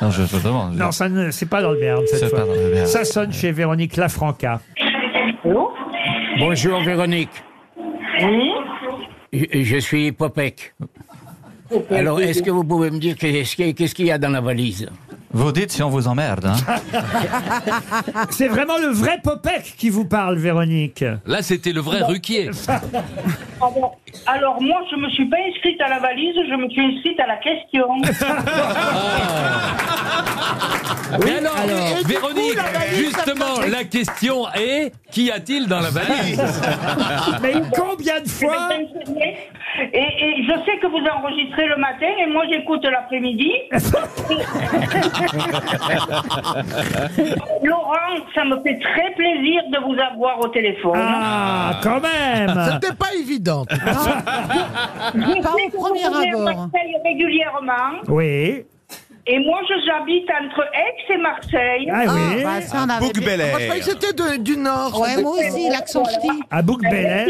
Speaker 22: Non, je, je demande.
Speaker 2: Non, ça ne, c'est pas dans le Béarn cette
Speaker 22: C'est
Speaker 2: fois.
Speaker 22: pas dans le Béarn.
Speaker 2: Ça sonne chez Véronique Lafranca.
Speaker 18: Bonjour Véronique. Je, je suis Popek. Alors, est-ce que vous pouvez me dire qu'est-ce qu'il y a- qu'est-ce qu'il y a dans la valise
Speaker 22: Vous dites si on vous emmerde, hein
Speaker 2: C'est vraiment le vrai Popek qui vous parle, Véronique.
Speaker 6: Là, c'était le vrai Ruquier.
Speaker 10: [laughs] Ah bon. Alors moi, je me suis pas inscrite à la valise, je me suis inscrite à la
Speaker 4: [laughs]
Speaker 10: question.
Speaker 6: Mais alors,
Speaker 10: alors,
Speaker 6: Véronique,
Speaker 10: la valise,
Speaker 6: justement,
Speaker 10: ça me-
Speaker 6: la question est qu'y a-t-il dans la valise
Speaker 2: Mais combien de fois
Speaker 10: et, et je sais que vous enregistrez le matin et moi
Speaker 4: [laughs]
Speaker 10: j'écoute l'après-midi. Laurent, ça me fait très plaisir de vous avoir au téléphone.
Speaker 2: Ah, quand [laughs] même Ah.
Speaker 4: C'était pas
Speaker 2: [laughs]
Speaker 4: évident.
Speaker 10: Je sais
Speaker 5: Pas au
Speaker 10: que vous
Speaker 5: premier
Speaker 10: venez à
Speaker 5: abord.
Speaker 10: Marseille régulièrement.
Speaker 2: Oui.
Speaker 10: Et moi, je- j'habite entre Aix et Marseille.
Speaker 2: Ah oui. Ah, bah, ça, on avait- Bouc Bel Air. Moi, je croyais que
Speaker 10: c'était du Nord.
Speaker 5: Ouais, moi aussi, l'accent ch'ti.
Speaker 2: À Bouc Bel Air.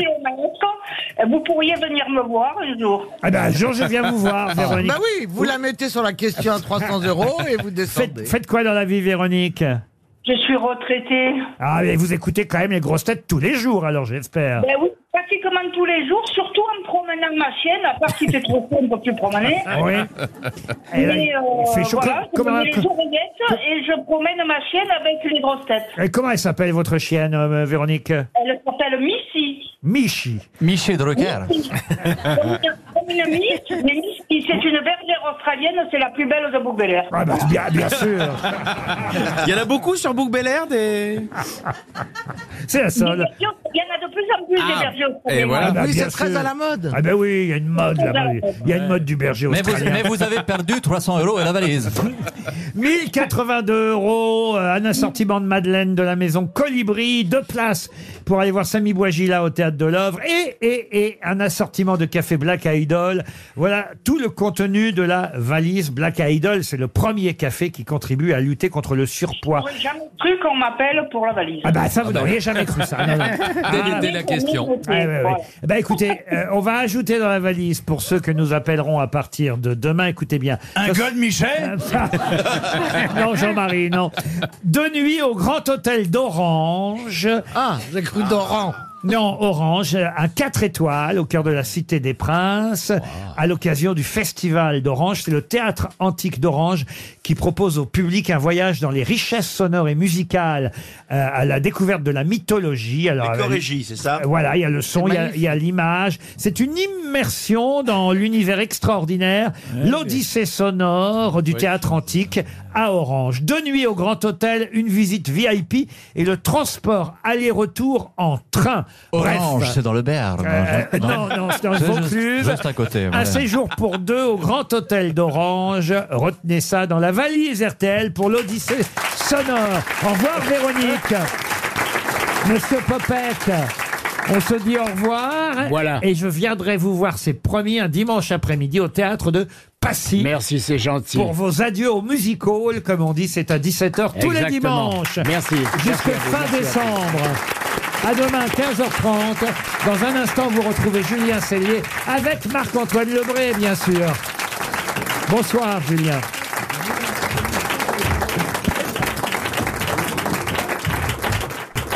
Speaker 10: Vous pourriez venir me voir un jour.
Speaker 2: Ah ben, un jour, je viens vous voir, Véronique.
Speaker 4: Bah oui, vous la mettez sur la question à 300 euros et vous descendez.
Speaker 2: Faites quoi dans la vie, Véronique
Speaker 10: Je suis retraitée.
Speaker 2: Ah, mais vous écoutez quand même les grosses têtes tous les jours, alors j'espère.
Speaker 10: Ben oui, pratiquement tous les jours, surtout en promenant ma chienne, à part si t'es trop con, on peut plus promener.
Speaker 2: Ah
Speaker 10: Ah
Speaker 2: Oui. Et là,
Speaker 10: Mais
Speaker 2: il
Speaker 10: euh,
Speaker 2: fait chaud
Speaker 10: voilà, je
Speaker 2: comme-
Speaker 10: me
Speaker 2: comme un-
Speaker 10: mets les oreillettes et je promène ma chienne avec les grosses têtes.
Speaker 2: Et comment elle s'appelle, votre chienne, euh, Véronique
Speaker 10: Elle s'appelle Missy.
Speaker 2: Michi. Michi Drucker.
Speaker 10: Comme une miss, mais miss, c'est une bergère australienne, c'est la plus belle de Bouc-Bel-Air.
Speaker 2: Ah bah, bien, bien sûr.
Speaker 17: [laughs] Il y en a beaucoup sur Bouc
Speaker 2: [laughs]
Speaker 17: Bel Air des.
Speaker 2: C'est la
Speaker 10: Il
Speaker 2: seule.
Speaker 10: y en a de plus en plus des bergers australiens.
Speaker 2: Ah bah, bien sûr. Ah ben oui, il y a une mode là-bas. Il y a une mode du berger
Speaker 22: mais vous,
Speaker 2: australien.
Speaker 22: mais
Speaker 2: [laughs]
Speaker 22: vous avez perdu 300 euros et la valise.
Speaker 2: 1082 euros, euh, un assortiment de Madeleine de la maison Colibri, deux places pour aller voir Samy Boisgila au théâtre de l'œuvre et, et, et un assortiment de café Black Idol. Voilà tout le contenu de la valise Black Idol. C'est le premier café qui contribue à lutter contre le surpoids.
Speaker 10: J'aurais jamais cru qu'on m'appelle pour la valise.
Speaker 2: Ah bah ça, vous n'auriez jamais cru ça.
Speaker 10: [laughs]
Speaker 2: [laughs] Non, non.
Speaker 10: Telle était la question.
Speaker 2: Ah, ouais, ouais. Bah écoutez, euh, on va ajouter dans la valise pour ceux que nous appellerons à partir de demain. Écoutez bien.
Speaker 19: Un
Speaker 2: Ça- Ah,
Speaker 19: gold Michel
Speaker 2: [laughs] non, Jean-Marie, non. Deux nuits au Grand Hôtel d'Orange. Ah, j'ai cru d'Orange. Non, Orange, un 4 étoiles au cœur de la Cité des Princes, à l'occasion du Festival d'Orange. C'est le théâtre antique d'Orange qui propose au public un voyage dans les richesses sonores et musicales euh, à la découverte de la mythologie. Alors, avec-
Speaker 7: Corégie, c'est ça
Speaker 2: voilà, il y a le son,
Speaker 7: C'est
Speaker 2: il y a-
Speaker 7: magnifique.
Speaker 2: il y a l'image. C'est une immersion dans l'univers extraordinaire, l'Odyssée sonore du théâtre antique à Orange. Deux nuits au Grand Hôtel, une visite VIP et le transport aller-retour en train. Bref.
Speaker 22: Orange, c'est dans le Béarn.
Speaker 2: Euh, non, non, c'est dans le
Speaker 22: juste-
Speaker 2: Vaucluse.
Speaker 22: Juste à côté.
Speaker 2: Un
Speaker 22: voilà.
Speaker 2: séjour pour deux au Grand Hôtel d'Orange. Retenez ça dans la valise RTL pour l'Odyssée sonore. Au revoir Véronique. Monsieur Popette. On se dit au revoir.
Speaker 18: Voilà.
Speaker 2: Et je viendrai vous voir, c'est promis, un dimanche après-midi au théâtre de Passy.
Speaker 18: Merci, c'est gentil.
Speaker 2: Pour vos adieux au Music Hall, comme on dit, c'est à 17h tous les
Speaker 18: Exactement.
Speaker 2: dimanches.
Speaker 18: Merci. Merci
Speaker 2: Jusqu'à
Speaker 18: à vous,
Speaker 2: fin
Speaker 18: merci à vous.
Speaker 2: décembre. À demain, 15h30. Dans un instant, vous retrouvez Julien Cellier avec Marc-Antoine Lebré, bien sûr. Bonsoir, Julien.